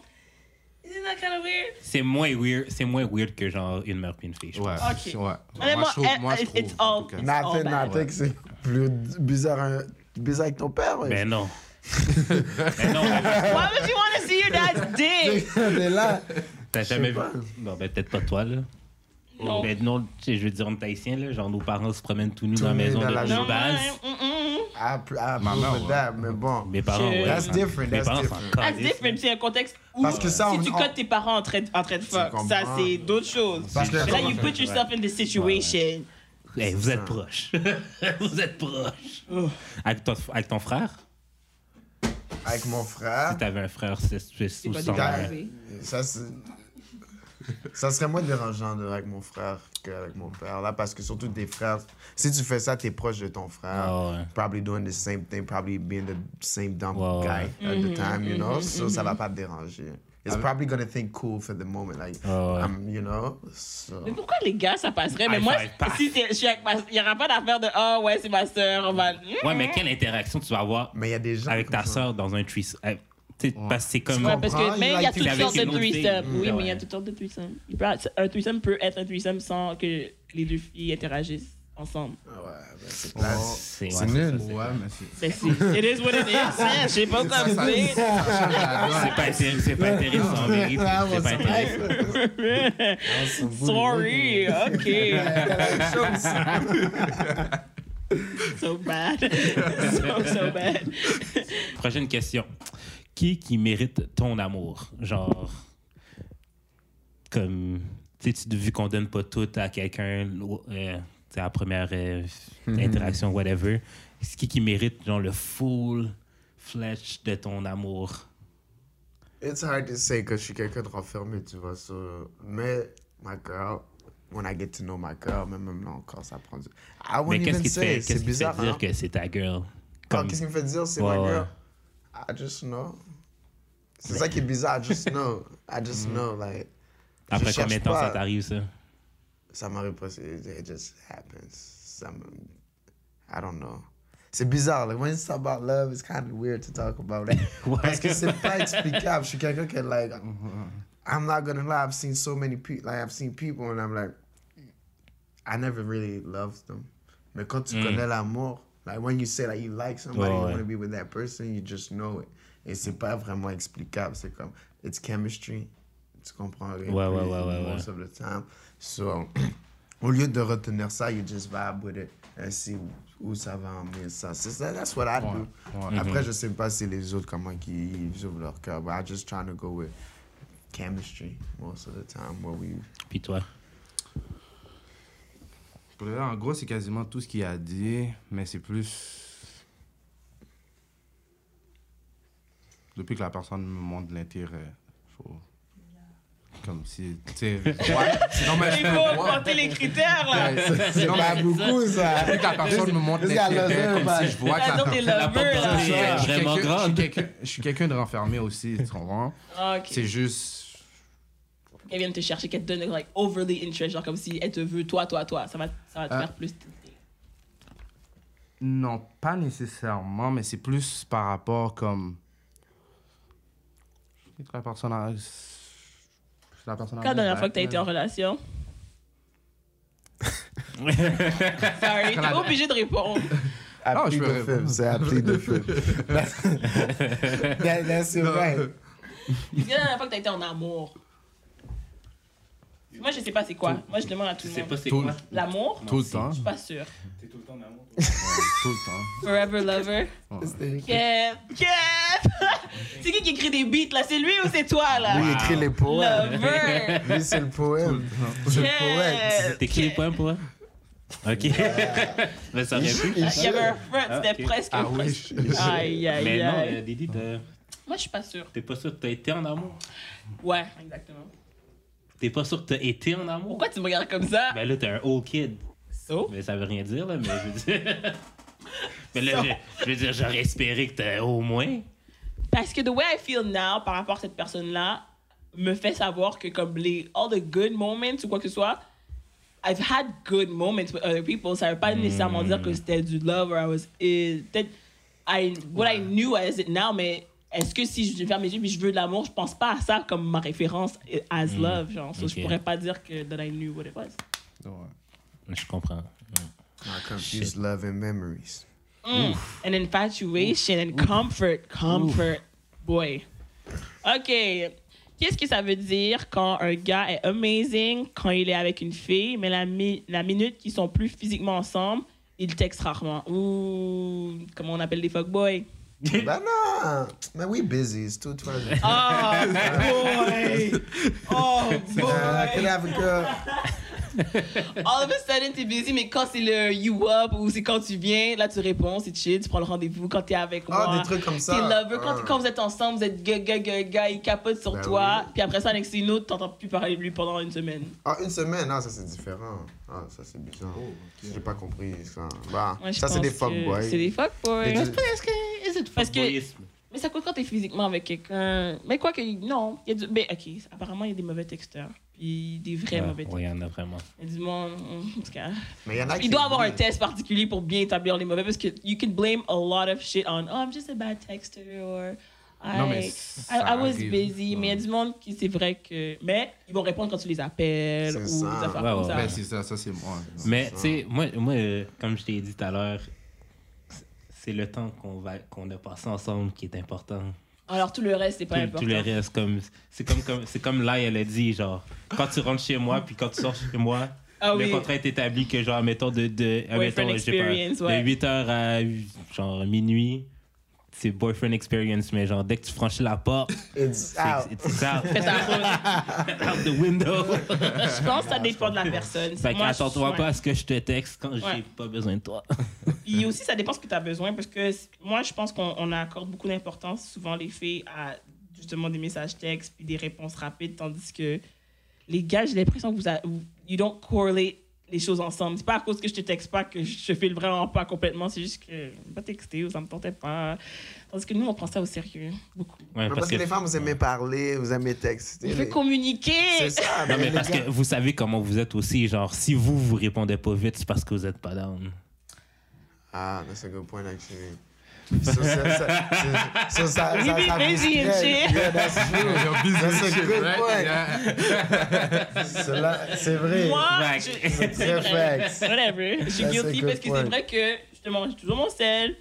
Speaker 2: Isn't that kind of weird?
Speaker 1: C'est moins weird, c'est moins weird que genre une mère puis une fille. je
Speaker 4: Ouais.
Speaker 2: Ok.
Speaker 4: ouais. Moi,
Speaker 2: Honnêtement,
Speaker 4: je trouve. Moi, je
Speaker 2: eh,
Speaker 4: trouve.
Speaker 2: it's
Speaker 4: en
Speaker 2: all-
Speaker 4: tout cas.
Speaker 2: it's
Speaker 1: Oh,
Speaker 2: all
Speaker 1: ben,
Speaker 3: Nathan,
Speaker 2: bad.
Speaker 3: Nathan, c'est plus bizarre, hein, bizarre avec ton père.
Speaker 1: pense.
Speaker 3: ouais.
Speaker 1: Ben non. ben non, ben,
Speaker 2: Why would you want to see your dad's dick?
Speaker 3: T'es là.
Speaker 1: t'as jamais vu.
Speaker 3: pas.
Speaker 1: Non, ben peut-être pas toi, là.
Speaker 2: Non.
Speaker 1: Ben non, tu sais, je veux dire, on est haïtiens, là. Genre, nos parents se promènent tout nus dans la
Speaker 3: nus
Speaker 1: maison
Speaker 3: dans
Speaker 1: de
Speaker 3: la
Speaker 1: nos
Speaker 2: Non,
Speaker 1: bases.
Speaker 2: ouais, mm, mm.
Speaker 3: I, appro- I
Speaker 4: Ma
Speaker 3: approve
Speaker 4: mère,
Speaker 3: of
Speaker 4: ouais.
Speaker 3: that, mais bon.
Speaker 1: Mes parents, ouais.
Speaker 3: That's
Speaker 1: hein.
Speaker 3: different,
Speaker 1: Mes
Speaker 3: that's
Speaker 1: parents
Speaker 3: different.
Speaker 1: s'en
Speaker 2: That's
Speaker 1: calissent,
Speaker 2: different, c'est un contexte où
Speaker 3: Parce que ça,
Speaker 2: si
Speaker 3: on-
Speaker 2: tu
Speaker 3: on-
Speaker 2: codes tes parents en train, de- en train de fuck,
Speaker 8: comprends.
Speaker 2: ça c'est d'autres choses.
Speaker 3: Parce que-
Speaker 2: Mais là, you put yourself in this situation.
Speaker 1: là. Hey, vous êtes proches. vous êtes proches. Avec, ton, avec ton frère?
Speaker 3: Avec mon frère,
Speaker 1: Si t'avais un frère, c'est c'est ou
Speaker 2: pas
Speaker 1: sans
Speaker 3: dégueulasse.
Speaker 1: frère.
Speaker 3: ça c'est. Ça serait moins dérangeant de avec mon frère qu'avec mon père là parce que surtout des frères si tu fais ça t'es proche de ton frère
Speaker 1: Ah ouais.
Speaker 3: probably doing the same thing probably being the same dumb
Speaker 1: Ouais, ouais.
Speaker 3: guy at the time you know so ça va pas te déranger it's probably gonna think cool for the moment like
Speaker 1: Ouais, ouais.
Speaker 3: I'm, you know so.
Speaker 2: Mais pourquoi les gars ça passerait? Mais
Speaker 1: High
Speaker 2: moi,
Speaker 1: five, paf.
Speaker 2: si t'es- je suis avec ma il n'y aura pas d'affaire de ah ouais, c'est ma soeur, on va. Hmm?
Speaker 1: Ouais, mais quelle interaction tu vas avoir
Speaker 3: mais il y a des gens
Speaker 1: avec
Speaker 3: comme
Speaker 1: ta
Speaker 3: ça.
Speaker 1: soeur dans un threesome? Eh, tu sais, Parce que c'est comme.
Speaker 2: Ouais, parce que
Speaker 3: comprends,
Speaker 2: mais il y a
Speaker 3: il a été
Speaker 2: toutes
Speaker 1: avec
Speaker 2: sortes de
Speaker 1: une autre fille.
Speaker 2: threesome. Oui,
Speaker 1: Ouais.
Speaker 2: mais il y a toutes sortes de threesome. Il peut- Un threesome peut être un threesome sans que les deux filles interagissent ensemble.
Speaker 3: c'est plate.
Speaker 1: C'est
Speaker 4: C'est
Speaker 1: ouais,
Speaker 4: nul.
Speaker 1: ça, c'est-
Speaker 4: Ouais, mais c'est.
Speaker 2: Ben, c'est- It is what it is. hein, Je sais pas quoi
Speaker 4: Ça, ça-
Speaker 2: dire.
Speaker 3: Ah.
Speaker 1: C'est pas intér- c'est pas intéressant, en vérité. C'est pas intéressant.
Speaker 2: Ah, Sorry, okay. so bad. so, so bad.
Speaker 1: Prochaine question. Qui qui mérite ton amour? Genre, comme, tu sais, tu- vu qu'on donne pas tout à quelqu'un, euh, tu sais, à la première euh,
Speaker 3: Mm-hmm.
Speaker 1: interaction, whatever, c'est qui qui mérite, genre, le full fletch de ton amour?
Speaker 3: It's hard to say que je suis quelqu'un de renfermé, tu vois. So, mais my girl, when I get to know my girl, mais même là encore, ça prend du. I
Speaker 1: Mais
Speaker 3: wouldn't
Speaker 1: qu'est-ce
Speaker 3: even
Speaker 1: qui te
Speaker 3: say,
Speaker 1: fait, qu'est-ce qui
Speaker 3: c'est
Speaker 1: te fait
Speaker 3: bizarre.
Speaker 1: dire
Speaker 3: hein.
Speaker 1: que c'est ta girl?
Speaker 3: Ah,
Speaker 1: Comme,
Speaker 3: Qu'est-ce qui me fait dire c'est
Speaker 1: Ouais,
Speaker 3: my
Speaker 1: ouais.
Speaker 3: girl? I just know. C'est ça qui est bizarre, I just know. I just know, like. je
Speaker 1: Mm. après
Speaker 3: cherche
Speaker 1: combien de temps
Speaker 3: pas.
Speaker 1: ça t'arrive, ça?
Speaker 3: Ça m'arrive pas, c'est- it just happens. Ça me... I don't know. C'est bizarre, like when it's about love, it's kind of weird to talk about it. Parce que c'est pas explicable. Je suis quelqu'un qui est like, I'm not gonna lie, I've seen so many people, like I've seen people and I'm like, I never really loved them. Mais quand tu connais l'amour, like when you say that you like somebody,
Speaker 1: Ouais,
Speaker 3: you
Speaker 1: ouais.
Speaker 3: want to be with that person, you just know it. Et c'est pas vraiment explicable, c'est comme, it's chemistry. Tu comprends? Ouais,
Speaker 1: ouais, ouais, ouais, ouais.
Speaker 3: Most of the time. So, au lieu de retenir ça, you just vibe with it and see où, où ça va emmener ça. C'est ça, that's what I do.
Speaker 4: Ouais,
Speaker 1: Mm-hmm.
Speaker 3: Après, je sais pas si les autres, comment ils ils ouvrent leur cœur, but I'm just trying to go with chemistry most of the time. What we...
Speaker 1: Puis toi?
Speaker 4: Pour le vrai, en gros, c'est quasiment tout ce qu'il a dit, mais c'est plus. Depuis que la personne me montre de l'intérêt. Faut... Comme si. Tu sais. Non, mais
Speaker 2: Il faut augmenter les critères, là.
Speaker 3: C'est
Speaker 4: non,
Speaker 3: pas
Speaker 4: mais-
Speaker 3: beaucoup, ça.
Speaker 4: Depuis que la personne me montre de
Speaker 3: This guy loves
Speaker 4: l'intérêt, comme
Speaker 3: everybody.
Speaker 4: si je vois que
Speaker 2: Ah,
Speaker 4: la
Speaker 2: donc, t'es
Speaker 4: personne.
Speaker 2: lover,
Speaker 1: portée
Speaker 2: là.
Speaker 1: est
Speaker 4: Je
Speaker 1: vraiment
Speaker 4: suis quelqu'un- je suis
Speaker 1: grande.
Speaker 4: quelqu'un- Je suis quelqu'un de renfermé aussi, tu comprends?
Speaker 2: Ah, ok.
Speaker 4: C'est juste.
Speaker 2: Qu'elle vienne te chercher, qu'elle te donne, like, overly interest, genre comme si elle te veut, toi, toi, toi. Ça va, ça va te
Speaker 4: Ah.
Speaker 2: faire plus.
Speaker 4: Non, pas nécessairement, mais c'est plus par rapport comme. Peut-être que La personne a. La personne a-
Speaker 2: Quand la dernière fois que t'as été en relation? Sorry, t'es pas obligé de répondre.
Speaker 4: Ah, je
Speaker 3: Appli
Speaker 4: peux
Speaker 3: de
Speaker 4: répondre.
Speaker 3: film, c'est appli de film. That- That's right.
Speaker 2: Quand la dernière fois que t'as été en amour? Moi, je sais pas c'est quoi. Moi, je demande à tout le monde.
Speaker 1: c'est
Speaker 4: Tout,
Speaker 2: L'amour?
Speaker 4: tout le temps.
Speaker 2: Je suis pas sûre.
Speaker 7: T'es tout le temps en amour. toi.
Speaker 4: Tout le temps.
Speaker 2: Forever Lover. Kev, Kev! c'est qui qui écrit des beats là? C'est lui ou c'est toi là?
Speaker 3: Lui, il écrit les poèmes.
Speaker 2: Lover!
Speaker 3: Lui, c'est le poème. C'est le poète.
Speaker 2: Kev!
Speaker 1: T'écris les poèmes pour elle? Ok. Mais ça aurait pu.
Speaker 2: Il y avait un front, c'était
Speaker 1: Ah, ok.
Speaker 2: presque.
Speaker 4: Ah oui.
Speaker 2: Aïe, aïe,
Speaker 1: Mais non,
Speaker 2: aïe.
Speaker 1: euh, Didi, t'as-
Speaker 2: Moi, je suis pas sûre.
Speaker 1: T'es pas sûr que t'as été en amour?
Speaker 2: Ouais, exactement.
Speaker 1: T'es pas sûr que t'as été en amour?
Speaker 2: Pourquoi tu me regardes comme ça?
Speaker 1: Ben là, t'es un old kid.
Speaker 2: So?
Speaker 1: Mais ça veut rien dire, là, mais je veux dire. mais là, je, je veux dire, j'aurais espéré que t'as au moins.
Speaker 2: Parce que the way I feel now par rapport à cette personne-là me fait savoir que comme les all the good moments ou quoi que ce soit, I've had good moments with other people. Ça veut
Speaker 1: Hmm.
Speaker 2: pas nécessairement dire que c'était du love or I was eh, peut-être I what I knew as it now, mais est-ce que si je ferme mes yeux mais je veux de l'amour, je pense pas à ça comme ma référence eh, as love, genre. So, Je
Speaker 1: Hmm. Ok.
Speaker 2: pourrais pas dire que that I knew what it was.
Speaker 4: Ouais.
Speaker 1: Je comprends. Ouais.
Speaker 9: I confuse love and memories.
Speaker 2: and infatuation and comfort, comfort, boy. Ok. Qu'est-ce que ça veut dire quand un gars est amazing, quand il est avec une fille, mais la, mi- la minute qu'ils sont plus physiquement ensemble, il texte rarement. Ou comment on appelle les fuckboys.
Speaker 3: Bah non! Man, we busy. It's two times.
Speaker 2: Oh boy! Oh
Speaker 3: I could
Speaker 2: boy!
Speaker 3: have a girl.
Speaker 2: All of a sudden, t'es busy, mais quand c'est le you up ou c'est quand tu viens, là tu réponds, c'est chill, tu prends le rendez-vous quand t'es avec moi.
Speaker 3: Oh, des trucs comme ça.
Speaker 2: T'es lover. Quand,
Speaker 3: Ah.
Speaker 2: quand vous êtes ensemble, vous êtes gars, gars, gars, gars, il capote sur
Speaker 3: Ben
Speaker 2: toi. Puis après ça, avec une autre, t'entends plus parler de lui pendant une semaine.
Speaker 3: Ah, une semaine, ah, ça c'est différent. Ah, ça c'est bizarre. J'ai pas compris ça. Bah,
Speaker 2: Ouais, Oh, je
Speaker 3: ça c'est
Speaker 2: pense
Speaker 3: des
Speaker 2: que
Speaker 3: fuckboys.
Speaker 2: C'est des
Speaker 3: Mais
Speaker 2: fuckboys.
Speaker 3: tu-
Speaker 2: Parce que.
Speaker 1: Voyeurisme.
Speaker 2: Mais ça coûte quand t'es physiquement avec quelqu'un. Mais quoi que. Non. Il y a du... Mais ok, apparemment, il y a des mauvais texteurs. Puis des vrais
Speaker 1: Ouais,
Speaker 2: mauvais texteurs.
Speaker 1: ouais, il y en a vraiment.
Speaker 2: Il y a du monde. en tout cas.
Speaker 3: Mais y en a qui-
Speaker 2: Il doit avoir un test particulier pour bien établir les mauvais parce que you can blame a lot of shit on oh I'm just a bad texter or I,
Speaker 4: Non, mais
Speaker 2: I,
Speaker 4: ça
Speaker 2: I was
Speaker 4: arrive.
Speaker 2: busy. Mais il y a
Speaker 4: Ouais.
Speaker 2: du monde qui c'est vrai que mais ils vont répondre quand tu les appelles
Speaker 3: C'est
Speaker 2: ou
Speaker 3: ça.
Speaker 2: des affaires
Speaker 1: Ouais,
Speaker 2: comme
Speaker 1: ouais,
Speaker 2: ça.
Speaker 4: Ben, c'est ça, ça c'est moi.
Speaker 1: Mais tu sais, moi, moi euh, comme je t'ai dit tout à l'heure, c'est- c'est le temps qu'on va qu'on a passé ensemble qui est important.
Speaker 2: Alors tout le reste c'est pas
Speaker 1: Tout,
Speaker 2: important.
Speaker 1: tout le reste, comme c'est comme comme c'est comme là elle a dit genre quand tu rentres chez moi puis quand tu sors chez moi.
Speaker 2: Ah
Speaker 1: le
Speaker 2: oui.
Speaker 1: contrat est établi que genre mettons de de admettons, je sais pas,
Speaker 2: experience, ouais.
Speaker 1: de 8h à genre minuit c'est boyfriend experience mais genre dès que tu franchis la porte
Speaker 3: It's
Speaker 1: c'est-
Speaker 3: out.
Speaker 1: it's out
Speaker 2: Fais ta route.
Speaker 1: out the window
Speaker 2: je pense que ça dépend de la personne.
Speaker 1: fait
Speaker 2: Moi, je-
Speaker 1: qu'attends-toi
Speaker 2: ouais.
Speaker 1: Ben, pas à ce que je te texte quand
Speaker 2: Ouais.
Speaker 1: j'ai pas besoin de toi
Speaker 2: Puis aussi, ça dépend ce que tu as besoin, parce que c- moi, je pense qu'on on accorde beaucoup d'importance, souvent les filles, à justement des messages textes puis des réponses rapides, tandis que les gars, j'ai l'impression que vous, a, vous- you don't correlate les choses ensemble. C'est pas à cause que je te texte pas que je te file vraiment pas complètement, c'est juste que je vais pas texté ou ça me tentait pas. Tandis que nous, on prend ça au sérieux, beaucoup.
Speaker 1: Ouais,
Speaker 3: Parce que les femmes, vous aimez parler, vous aimez texter.
Speaker 2: On veut communiquer!
Speaker 3: C'est ça,
Speaker 1: Non, mais
Speaker 3: les
Speaker 1: parce
Speaker 3: gars-
Speaker 1: que vous savez comment vous êtes aussi. Genre, si vous, vous répondez pas vite, c'est parce que vous êtes pas down.
Speaker 3: Ah, that's a good point, actually. So, ça, ça, so, ça,
Speaker 2: We
Speaker 3: ça,
Speaker 2: be
Speaker 3: ça vous
Speaker 2: busy and
Speaker 3: stresse.
Speaker 2: shit.
Speaker 3: Yeah, that's true. That's a good point.
Speaker 4: Yeah.
Speaker 3: Cela- C'est vrai.
Speaker 2: Moi,
Speaker 1: Vague.
Speaker 2: je- c'est
Speaker 3: Très
Speaker 2: vrai.
Speaker 3: vague.
Speaker 2: Whatever. Je suis
Speaker 3: That's a
Speaker 2: guilty
Speaker 3: good
Speaker 2: parce que
Speaker 3: point.
Speaker 2: c'est vrai que justement, j'ai toujours mon sel.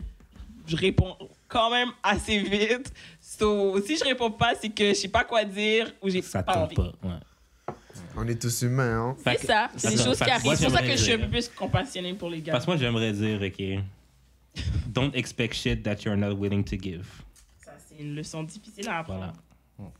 Speaker 2: Je réponds quand même assez vite. So, si je réponds pas, c'est que je sais pas quoi dire ou j'ai
Speaker 1: Ça
Speaker 2: pas
Speaker 1: tombe
Speaker 2: envie.
Speaker 1: pas. Ouais.
Speaker 3: On est tous humains, hein.
Speaker 1: Fait que-
Speaker 2: C'est ça, c'est des
Speaker 1: Attends,
Speaker 2: choses
Speaker 1: fait
Speaker 2: qui
Speaker 1: que
Speaker 2: arrivent.
Speaker 1: moi,
Speaker 2: C'est pour ça que
Speaker 1: j'aimerais
Speaker 2: je suis un peu
Speaker 1: dire-
Speaker 2: plus compassionnée pour les gars.
Speaker 1: Parce que moi, j'aimerais dire, OK, don't expect shit that you're not willing to give.
Speaker 2: Ça, c'est une leçon difficile à apprendre.
Speaker 1: Voilà.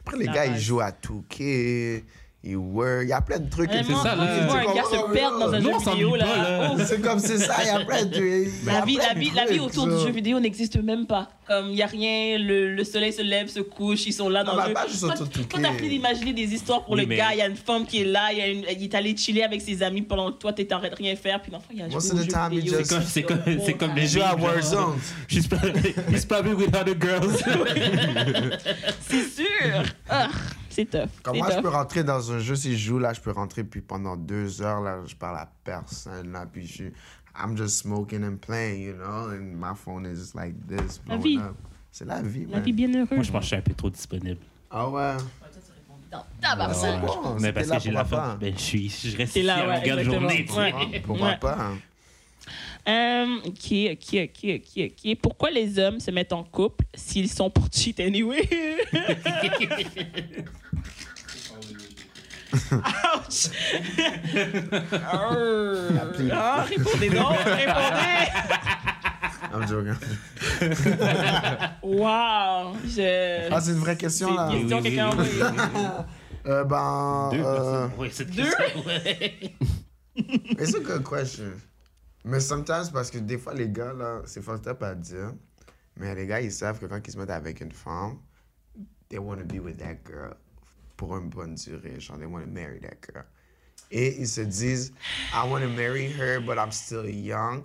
Speaker 3: Après, les
Speaker 2: La
Speaker 3: gars, ils
Speaker 2: base.
Speaker 3: jouent à 2K, ils work, il y a plein de trucs. et
Speaker 2: Vraiment,
Speaker 3: tout.
Speaker 1: ça, là.
Speaker 2: tu vois
Speaker 3: Tu
Speaker 2: un gars
Speaker 3: comprends,
Speaker 2: se perdre dans un
Speaker 1: Nous, on
Speaker 2: jeu
Speaker 1: s'ennuie
Speaker 2: vidéo,
Speaker 1: pas,
Speaker 2: là.
Speaker 1: là.
Speaker 2: Oh,
Speaker 3: C'est comme c'est ça, il y a plein de il y a
Speaker 2: La vie,
Speaker 3: plein
Speaker 2: la
Speaker 3: de
Speaker 2: vie, la vie
Speaker 3: trucs,
Speaker 2: autour
Speaker 3: ça.
Speaker 2: du jeu vidéo n'existe même pas. Comme il n'y a rien, le, le soleil se lève, se couche, ils sont là dans le
Speaker 3: Non, mais
Speaker 2: jeu.
Speaker 3: pas juste
Speaker 2: Quand,
Speaker 3: autour de tout
Speaker 2: quand t'as
Speaker 3: qui-
Speaker 2: pris d'imaginer des histoires pour
Speaker 1: Oui,
Speaker 2: le
Speaker 1: mais-
Speaker 2: gars, il y a une femme qui est là, il y a une- il est allé chiller avec ses amis pendant que toi t'es en train de rien faire, puis l'enfant il a joué
Speaker 3: Most
Speaker 2: au
Speaker 3: of the
Speaker 2: jeu
Speaker 3: time, he
Speaker 2: vidéo.
Speaker 3: just-
Speaker 1: C'est comme- c'est comme- c'est comme les
Speaker 3: Ils jouent à
Speaker 1: Genre,
Speaker 3: Warzone.
Speaker 1: She's probably, he's probably with other girls.
Speaker 2: C'est sûr. Ah, c'est tough.
Speaker 3: Comme
Speaker 2: c'est
Speaker 3: moi, je
Speaker 2: tough.
Speaker 3: peux rentrer dans un jeu, si je joue là, je peux rentrer, puis pendant deux heures, là, je parle à personne, là, puis je suis- I'm just smoking and playing, you know, and my phone is just like this,
Speaker 2: La vie.
Speaker 3: blowing up. C'est la vie,
Speaker 2: La
Speaker 3: man.
Speaker 2: vie bienheureuse.
Speaker 1: Moi, je pense que je suis un peu trop disponible.
Speaker 3: Ah ouais.
Speaker 2: Dans ta barbe.
Speaker 3: Ah, C'est
Speaker 1: Ouais,
Speaker 3: bon,
Speaker 1: mais
Speaker 3: c'était
Speaker 1: parce
Speaker 3: là
Speaker 1: que j'ai la
Speaker 3: pour la hein. fin.
Speaker 1: force. Ben, je suis, je reste
Speaker 2: C'est
Speaker 1: ici
Speaker 2: là,
Speaker 1: à
Speaker 2: ouais,
Speaker 1: longueur de
Speaker 2: exactement.
Speaker 1: journée. tu sais.
Speaker 2: Ouais.
Speaker 3: Pourquoi
Speaker 2: Ouais.
Speaker 3: pas? hein?
Speaker 2: Euh, ok, ok, ok, ok, ok. Pourquoi les hommes se mettent en couple s'ils sont pour cheat anyway? Ouch! Arr. Ah, répondez donc, répondez!
Speaker 3: I'm joking.
Speaker 2: Wow! Je...
Speaker 3: Ah, c'est une vraie
Speaker 2: c'est
Speaker 3: question,
Speaker 2: une
Speaker 3: là.
Speaker 1: Oui,
Speaker 2: question
Speaker 1: oui,
Speaker 2: quelqu'un
Speaker 1: oui, oui,
Speaker 2: a
Speaker 1: oui, oui.
Speaker 3: Euh, ben.
Speaker 1: Deux
Speaker 3: euh,
Speaker 1: personnes. Oui, c'est
Speaker 2: Deux?
Speaker 3: It's a good question. Mais sometimes, parce que des fois, les gars, là, c'est fucked up à dire. Mais les gars, ils savent que quand ils se mettent avec une femme, they want to be with that girl pour une bonne durée. Genre, they want to marry that girl. Et ils se disent, I want to marry her, but I'm still young.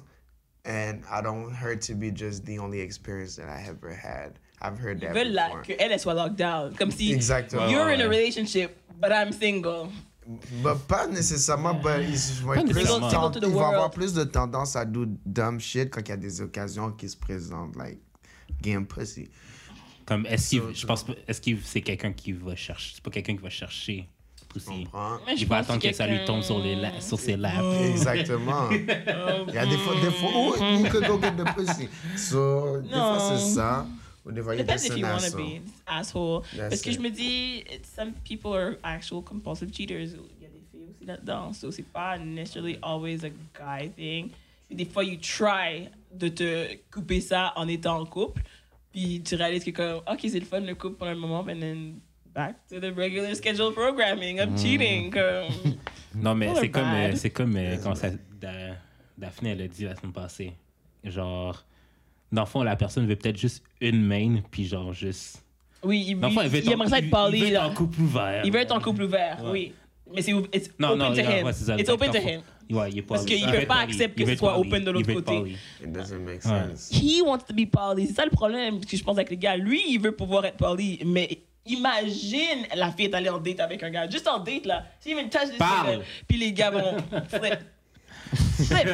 Speaker 3: And I don't want her to be just the only experience that I ever had. I've heard
Speaker 2: Ils
Speaker 3: that
Speaker 2: veulent là
Speaker 3: before.
Speaker 2: que elle elle soit locked down. Comme si
Speaker 3: Exactement.
Speaker 2: you're
Speaker 3: Ouais,
Speaker 2: in a relationship, but I'm single.
Speaker 3: But Bah, pas nécessairement, but ils vont
Speaker 1: Pas
Speaker 3: être plus
Speaker 1: nécessairement.
Speaker 3: ten-
Speaker 2: Single to the
Speaker 3: ils vont
Speaker 2: world.
Speaker 3: avoir plus de tendance à do dumb shit quand il y a des occasions qui se présentent, like game pussy.
Speaker 1: Comme est-ce qu'il, je pense, pas- est-ce que c'est quelqu'un qui va chercher, c'est pas quelqu'un qui va chercher aussi.
Speaker 3: Comprends?
Speaker 2: Mais je
Speaker 1: Il va
Speaker 2: pense
Speaker 1: attendre que ça lui
Speaker 2: quelqu'un-
Speaker 1: tombe sur les la- sur ses laps.
Speaker 3: Exactement. Il y a des fois, des fois, oh, you could go get the pussy. So, des fois,
Speaker 2: Non.
Speaker 3: c'est ça. Ou des fois, il y a
Speaker 2: Depends if
Speaker 3: des
Speaker 2: you want to
Speaker 3: asshole.
Speaker 2: be asshole.
Speaker 3: That's
Speaker 2: Parce que
Speaker 3: it.
Speaker 2: je me dis, it- some people are actual compulsive cheaters. Il y a des filles aussi là-dedans. So c'est pas necessarily always a guy thing. Puis Des fois, you try de te couper ça en étant en couple. Puis tu réalises que comme, OK, c'est le fun le couple pour un moment, and then back to the regular schedule programming of cheating. Comme,
Speaker 1: Non, mais
Speaker 2: Pas
Speaker 1: c'est comme,
Speaker 2: bad.
Speaker 1: euh, c'est comme euh, quand ça, Da- Daphné elle a dit la semaine passée. Genre, dans le fond, la personne veut peut-être juste une main, puis genre juste.
Speaker 2: oui, il,
Speaker 1: Dans le fond, elle veut
Speaker 2: il,
Speaker 1: être
Speaker 2: il
Speaker 1: en-
Speaker 2: aimerait ça être
Speaker 1: il-
Speaker 2: parlé.
Speaker 1: Il veut être
Speaker 2: là.
Speaker 1: en couple ouvert.
Speaker 2: Il veut être en couple ouvert,
Speaker 1: Ouais.
Speaker 2: oui. Mais c'est ou- it's
Speaker 1: Non,
Speaker 2: open
Speaker 1: non,
Speaker 2: to
Speaker 1: ouais,
Speaker 2: him.
Speaker 1: ouais, c'est ça,
Speaker 2: it's open to
Speaker 1: exactement.
Speaker 2: him.
Speaker 1: Ouais, il est pas
Speaker 2: Parce qu'il
Speaker 1: il
Speaker 2: veut
Speaker 1: veut être
Speaker 2: pas
Speaker 1: poli.
Speaker 2: accepter
Speaker 1: Il veut
Speaker 2: que ce
Speaker 1: être
Speaker 2: soit
Speaker 1: poli.
Speaker 2: open de
Speaker 1: Il
Speaker 2: l'autre
Speaker 1: veut être
Speaker 2: côté.
Speaker 1: poli.
Speaker 3: It doesn't make
Speaker 1: Ouais.
Speaker 3: sense.
Speaker 2: he wants to be poly. C'est ça le problème parce que je pense avec les gars. Lui, il veut pouvoir être poly, mais imagine la fille est allée en date avec un gars. Juste en date, là. Si une tâche de
Speaker 1: Parle.
Speaker 2: cigarette, Puis les gars vont flip. flip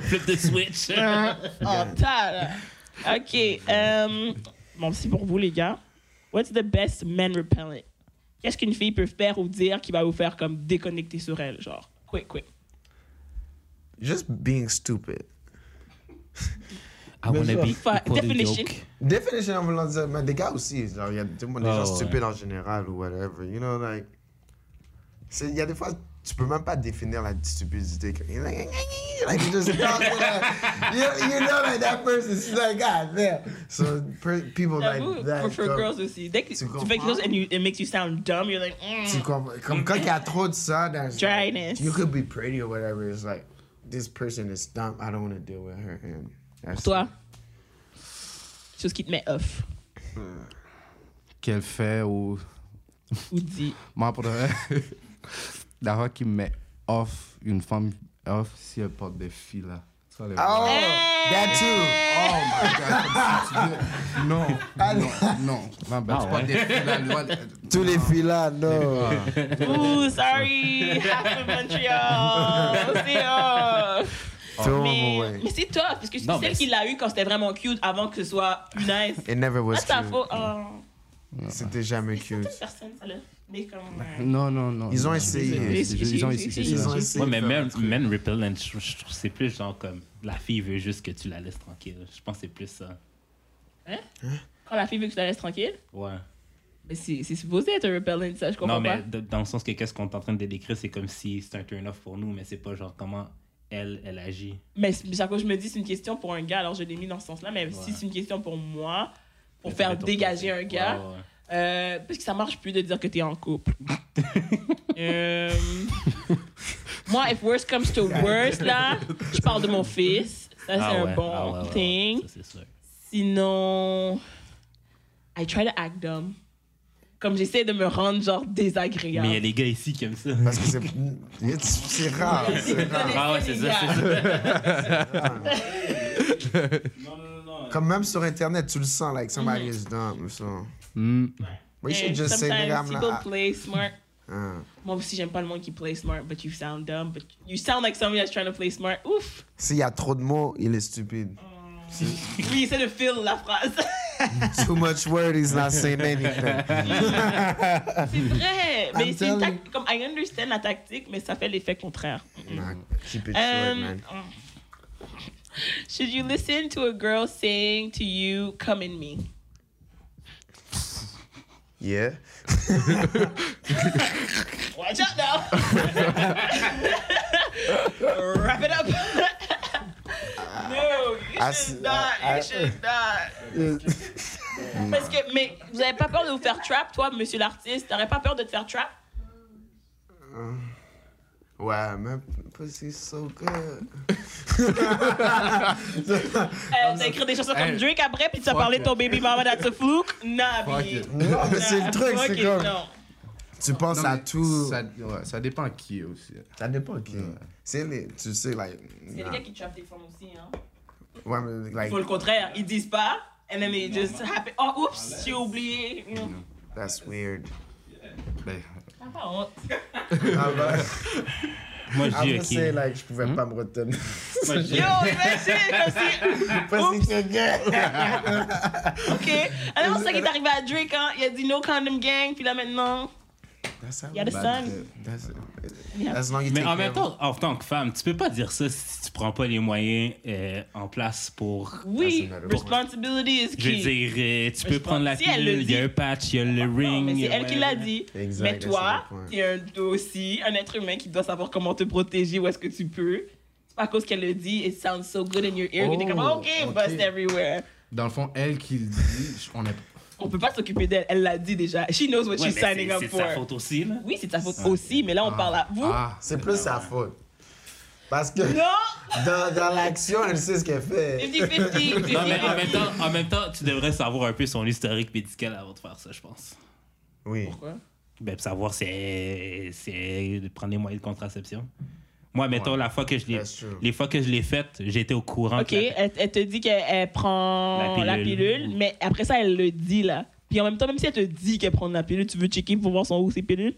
Speaker 1: Flip the switch.
Speaker 2: en tas, là. OK. euh, bon, c'est pour vous, les gars. What's the best man repellent? Qu'est-ce qu'une fille peut faire ou dire qui va vous faire comme déconnecter sur elle, genre? Quick, quick.
Speaker 3: Just being stupid.
Speaker 1: I wanna be
Speaker 2: Fa-
Speaker 1: equally
Speaker 2: definition.
Speaker 1: yoked.
Speaker 3: Définition en voulant dire, mais des gars aussi, genre, il y a des, des gens
Speaker 1: ouais.
Speaker 3: stupides en général ou whatever, you know, like. c'est- Il y a des fois, tu peux même pas définir la stupidité. You're like, like you just talk like, you, you know, like that person, she's like, God damn. So, per, people
Speaker 2: J'avoue,
Speaker 3: like that.
Speaker 2: for, for
Speaker 3: comme-
Speaker 2: girls aussi. Dès que tu,
Speaker 3: comprends?
Speaker 2: fais quelque chose and you, it makes you sound dumb, you're like, mm.
Speaker 3: Tu comprends? Comme quand il y a trop de ça dans
Speaker 2: Dryness.
Speaker 3: You could be pretty or whatever. It's like, this person is dumb. I don't want to deal with her. And that's
Speaker 2: Pour toi, chose qui te met off
Speaker 4: Qu'elle fait ou.
Speaker 2: ou dit.
Speaker 4: Moi, pour de vrai, la fois qui me met off, une femme off, si elle porte des fils là. Ça, les
Speaker 3: Oh, that too. Oh,
Speaker 4: Non, non, non. Non, ben,
Speaker 1: Ah
Speaker 4: tu portes des fils là. le- le-
Speaker 3: tous les filles là, non.
Speaker 2: Ooh, sorry, half of Montreal, c'est off.
Speaker 3: Throw them
Speaker 2: Mais,
Speaker 3: away.
Speaker 2: mais c'est tough, parce que c'est
Speaker 1: Non, mais
Speaker 2: celle qui l'a eu quand c'était vraiment cute avant que ce soit nice. Ah,
Speaker 3: It never was
Speaker 2: C'est ta
Speaker 3: cute.
Speaker 2: faute. Oh.
Speaker 3: C'était jamais
Speaker 2: C'est
Speaker 3: cute.
Speaker 2: toute personne, ça, là. Mais comme. euh,
Speaker 4: Non, non, non.
Speaker 3: Ils ont
Speaker 4: non,
Speaker 3: essayé.
Speaker 4: Ils ils ont essayé.
Speaker 2: Ils
Speaker 4: ça.
Speaker 2: ont
Speaker 3: essayé.
Speaker 1: Ouais, mais
Speaker 3: de faire un
Speaker 1: même,
Speaker 3: truc.
Speaker 1: même Repellent, je, je trouve que c'est plus genre comme la fille veut juste que tu la laisses tranquille. Je pense que c'est plus ça.
Speaker 2: Quand la fille veut que tu la laisses tranquille,
Speaker 1: Ouais.
Speaker 2: mais c'est c'est supposé être un repellent, ça, je comprends
Speaker 1: Non, mais
Speaker 2: pas.
Speaker 1: d- dans le sens que qu'est-ce qu'on est en train de décrire, c'est comme si c'est un turn-off pour nous, mais c'est pas genre comment elle, elle agit.
Speaker 2: Mais c'est- chaque fois que je me dis c'est une question pour un gars, alors je l'ai mis dans ce sens-là, mais si c'est une question pour moi, pour
Speaker 1: Mais
Speaker 2: faire
Speaker 1: peut-être on
Speaker 2: dégager
Speaker 1: peut-
Speaker 2: un gars,
Speaker 1: Ouais, ouais.
Speaker 2: Euh, parce que ça marche plus de dire que t'es en couple. Euh, moi, if worst comes to worst, là, je parle de mon fils. Ça, c'est
Speaker 1: Ah
Speaker 2: un
Speaker 1: ouais,
Speaker 2: bon
Speaker 1: ah ouais, ouais, ouais,
Speaker 2: thing.
Speaker 1: ça, c'est sûr.
Speaker 2: Sinon, I try to act dumb. Comme j'essaie de me rendre, genre, désagréable.
Speaker 1: Mais il y a des gars ici qui aiment ça.
Speaker 3: Parce que c'est- c'est rare. C'est rare.
Speaker 1: Ah ouais, c'est ça, c'est ça.
Speaker 3: Comme même sur Internet, tu le sens, like somebody is dumb. So.
Speaker 4: Hmm.
Speaker 3: We should just say,
Speaker 2: Mm-hmm. sometimes
Speaker 3: nigga, I'm
Speaker 2: people
Speaker 3: not.
Speaker 2: play smart.
Speaker 3: Ah.
Speaker 2: Moi aussi, j'aime pas le monde qui play smart, but you sound dumb. But you sound like somebody that's trying to play smart. Ouf!
Speaker 3: S'il y a trop de mots, il est stupide.
Speaker 2: Oui, essaie de fill la phrase.
Speaker 3: Too much word, he's not saying anything.
Speaker 2: C'est vrai, mais c'est une
Speaker 3: telling
Speaker 2: tactique. Comme I understand la tactique, mais ça fait l'effet contraire.
Speaker 3: Nah, keep it short,
Speaker 2: Um,
Speaker 3: man.
Speaker 2: Should you listen to a girl saying to you, "Come in me"?
Speaker 3: Yeah.
Speaker 2: Watch out now. Wrap it up. no, you
Speaker 3: I
Speaker 2: should
Speaker 3: see-
Speaker 2: not.
Speaker 3: I- Mm. I-
Speaker 2: you should not. Parce que, mais vous avez pas peur de vous faire trap, toi, monsieur l'artiste? T'aurais pas peur de te faire trap?
Speaker 3: Wow, my pussy's so good.
Speaker 2: Euh, T'as écrit des chansons comme
Speaker 4: Hey,
Speaker 2: Drake après, puis tu as
Speaker 4: fuck
Speaker 2: parlé de
Speaker 4: it.
Speaker 2: ton baby mama dans ce fluke? Non,
Speaker 4: Fuck
Speaker 2: Abby.
Speaker 4: it.
Speaker 3: Non, mais c'est le truc,
Speaker 2: Fuck
Speaker 3: c'est
Speaker 2: it,
Speaker 3: comme.
Speaker 2: non.
Speaker 3: Tu penses
Speaker 4: Non,
Speaker 3: à
Speaker 4: mais
Speaker 3: tout. Ça,
Speaker 4: Ça, ouais, ça dépend qui aussi.
Speaker 3: dépend qui. C'est les. Tu sais, like.
Speaker 2: Il y a
Speaker 3: nah.
Speaker 2: des gars qui trappent des femmes aussi, hein.
Speaker 3: Ouais, mais,
Speaker 2: Il
Speaker 3: like,
Speaker 2: faut le contraire, ils disent pas, and then they just happen. Oh, oups, j'ai oublié. Non.
Speaker 3: that's weird.
Speaker 4: Ben,
Speaker 2: T'as pas honte.
Speaker 3: Ah bah,
Speaker 1: Moi, je
Speaker 3: I'm
Speaker 1: dis
Speaker 3: gonna say,
Speaker 1: ok.
Speaker 3: like, je
Speaker 1: Hmm?
Speaker 3: pouvais pas me retenir.
Speaker 1: Moi, je
Speaker 2: Yo,
Speaker 1: dis-
Speaker 2: imagine, comme si.
Speaker 3: Pussy so good.
Speaker 2: Ok. Alors, c'est ça qui est arrivé à Drake, hein. Il a dit no condom gang, puis là maintenant.
Speaker 3: That's how
Speaker 2: Il y a le
Speaker 3: bad
Speaker 2: sun.
Speaker 3: it- That's,
Speaker 2: Yeah.
Speaker 3: as long as you
Speaker 1: Mais
Speaker 3: take
Speaker 1: en
Speaker 3: care
Speaker 1: même
Speaker 3: of-
Speaker 1: temps, en tant que femme, tu peux pas dire ça si tu prends pas les moyens euh, en place pour.
Speaker 2: Oui,
Speaker 3: another
Speaker 2: responsibility is
Speaker 1: Je veux
Speaker 2: key.
Speaker 1: dire, euh, tu
Speaker 2: Mais je
Speaker 1: peux
Speaker 2: pense-
Speaker 1: prendre la
Speaker 2: si
Speaker 1: pilule,
Speaker 2: elle le
Speaker 1: il y
Speaker 2: dit-
Speaker 1: a un patch, il y a le ring.
Speaker 2: Non, mais
Speaker 1: il y
Speaker 2: c'est
Speaker 1: a
Speaker 2: elle qui l'a
Speaker 1: whatever.
Speaker 2: dit.
Speaker 3: Exact,
Speaker 2: mais toi,
Speaker 3: that's the point.
Speaker 2: t'es un, t'es aussi un être humain qui doit savoir comment te protéger, où est-ce que tu peux. C'est pas à cause qu'elle le dit, it sounds so good in your ear, que t'es comme,
Speaker 4: Oh,
Speaker 2: ok,
Speaker 4: ok.
Speaker 2: bust everywhere.
Speaker 4: dans le fond, elle qui le dit, je- on est.
Speaker 2: On peut pas s'occuper d'elle, elle l'a dit déjà. She knows what
Speaker 1: Ouais,
Speaker 2: she's
Speaker 1: mais
Speaker 2: signing
Speaker 1: c'est-
Speaker 2: up
Speaker 1: C'est
Speaker 2: for.
Speaker 1: sa faute Ah. aussi, là.
Speaker 2: Oui, c'est ta faute aussi, mais là on parle à vous.
Speaker 4: Ah,
Speaker 3: C'est plus sa faute. Parce que
Speaker 2: Non!
Speaker 3: dans, dans l'action, elle sait ce qu'elle fait.
Speaker 2: 50-50.
Speaker 1: Non, mais en même, temps, en même temps, tu devrais savoir un peu son historique médical avant de faire ça, je pense.
Speaker 3: Oui.
Speaker 1: Ben, pour savoir si elle- si elle prend les moyens de contraception. Moi, mettons, la fois que je l'ai,
Speaker 3: that's true.
Speaker 1: les fois que je l'ai faite, j'étais au courant.
Speaker 2: Ok,
Speaker 1: que la-
Speaker 2: elle, elle te dit qu'elle elle prend la
Speaker 1: La
Speaker 2: pilule.
Speaker 1: pilule.
Speaker 2: mais après ça, elle le dit là. Puis en même temps, même si elle te dit qu'elle prend la pilule, tu veux checker pour voir son où ses pilules?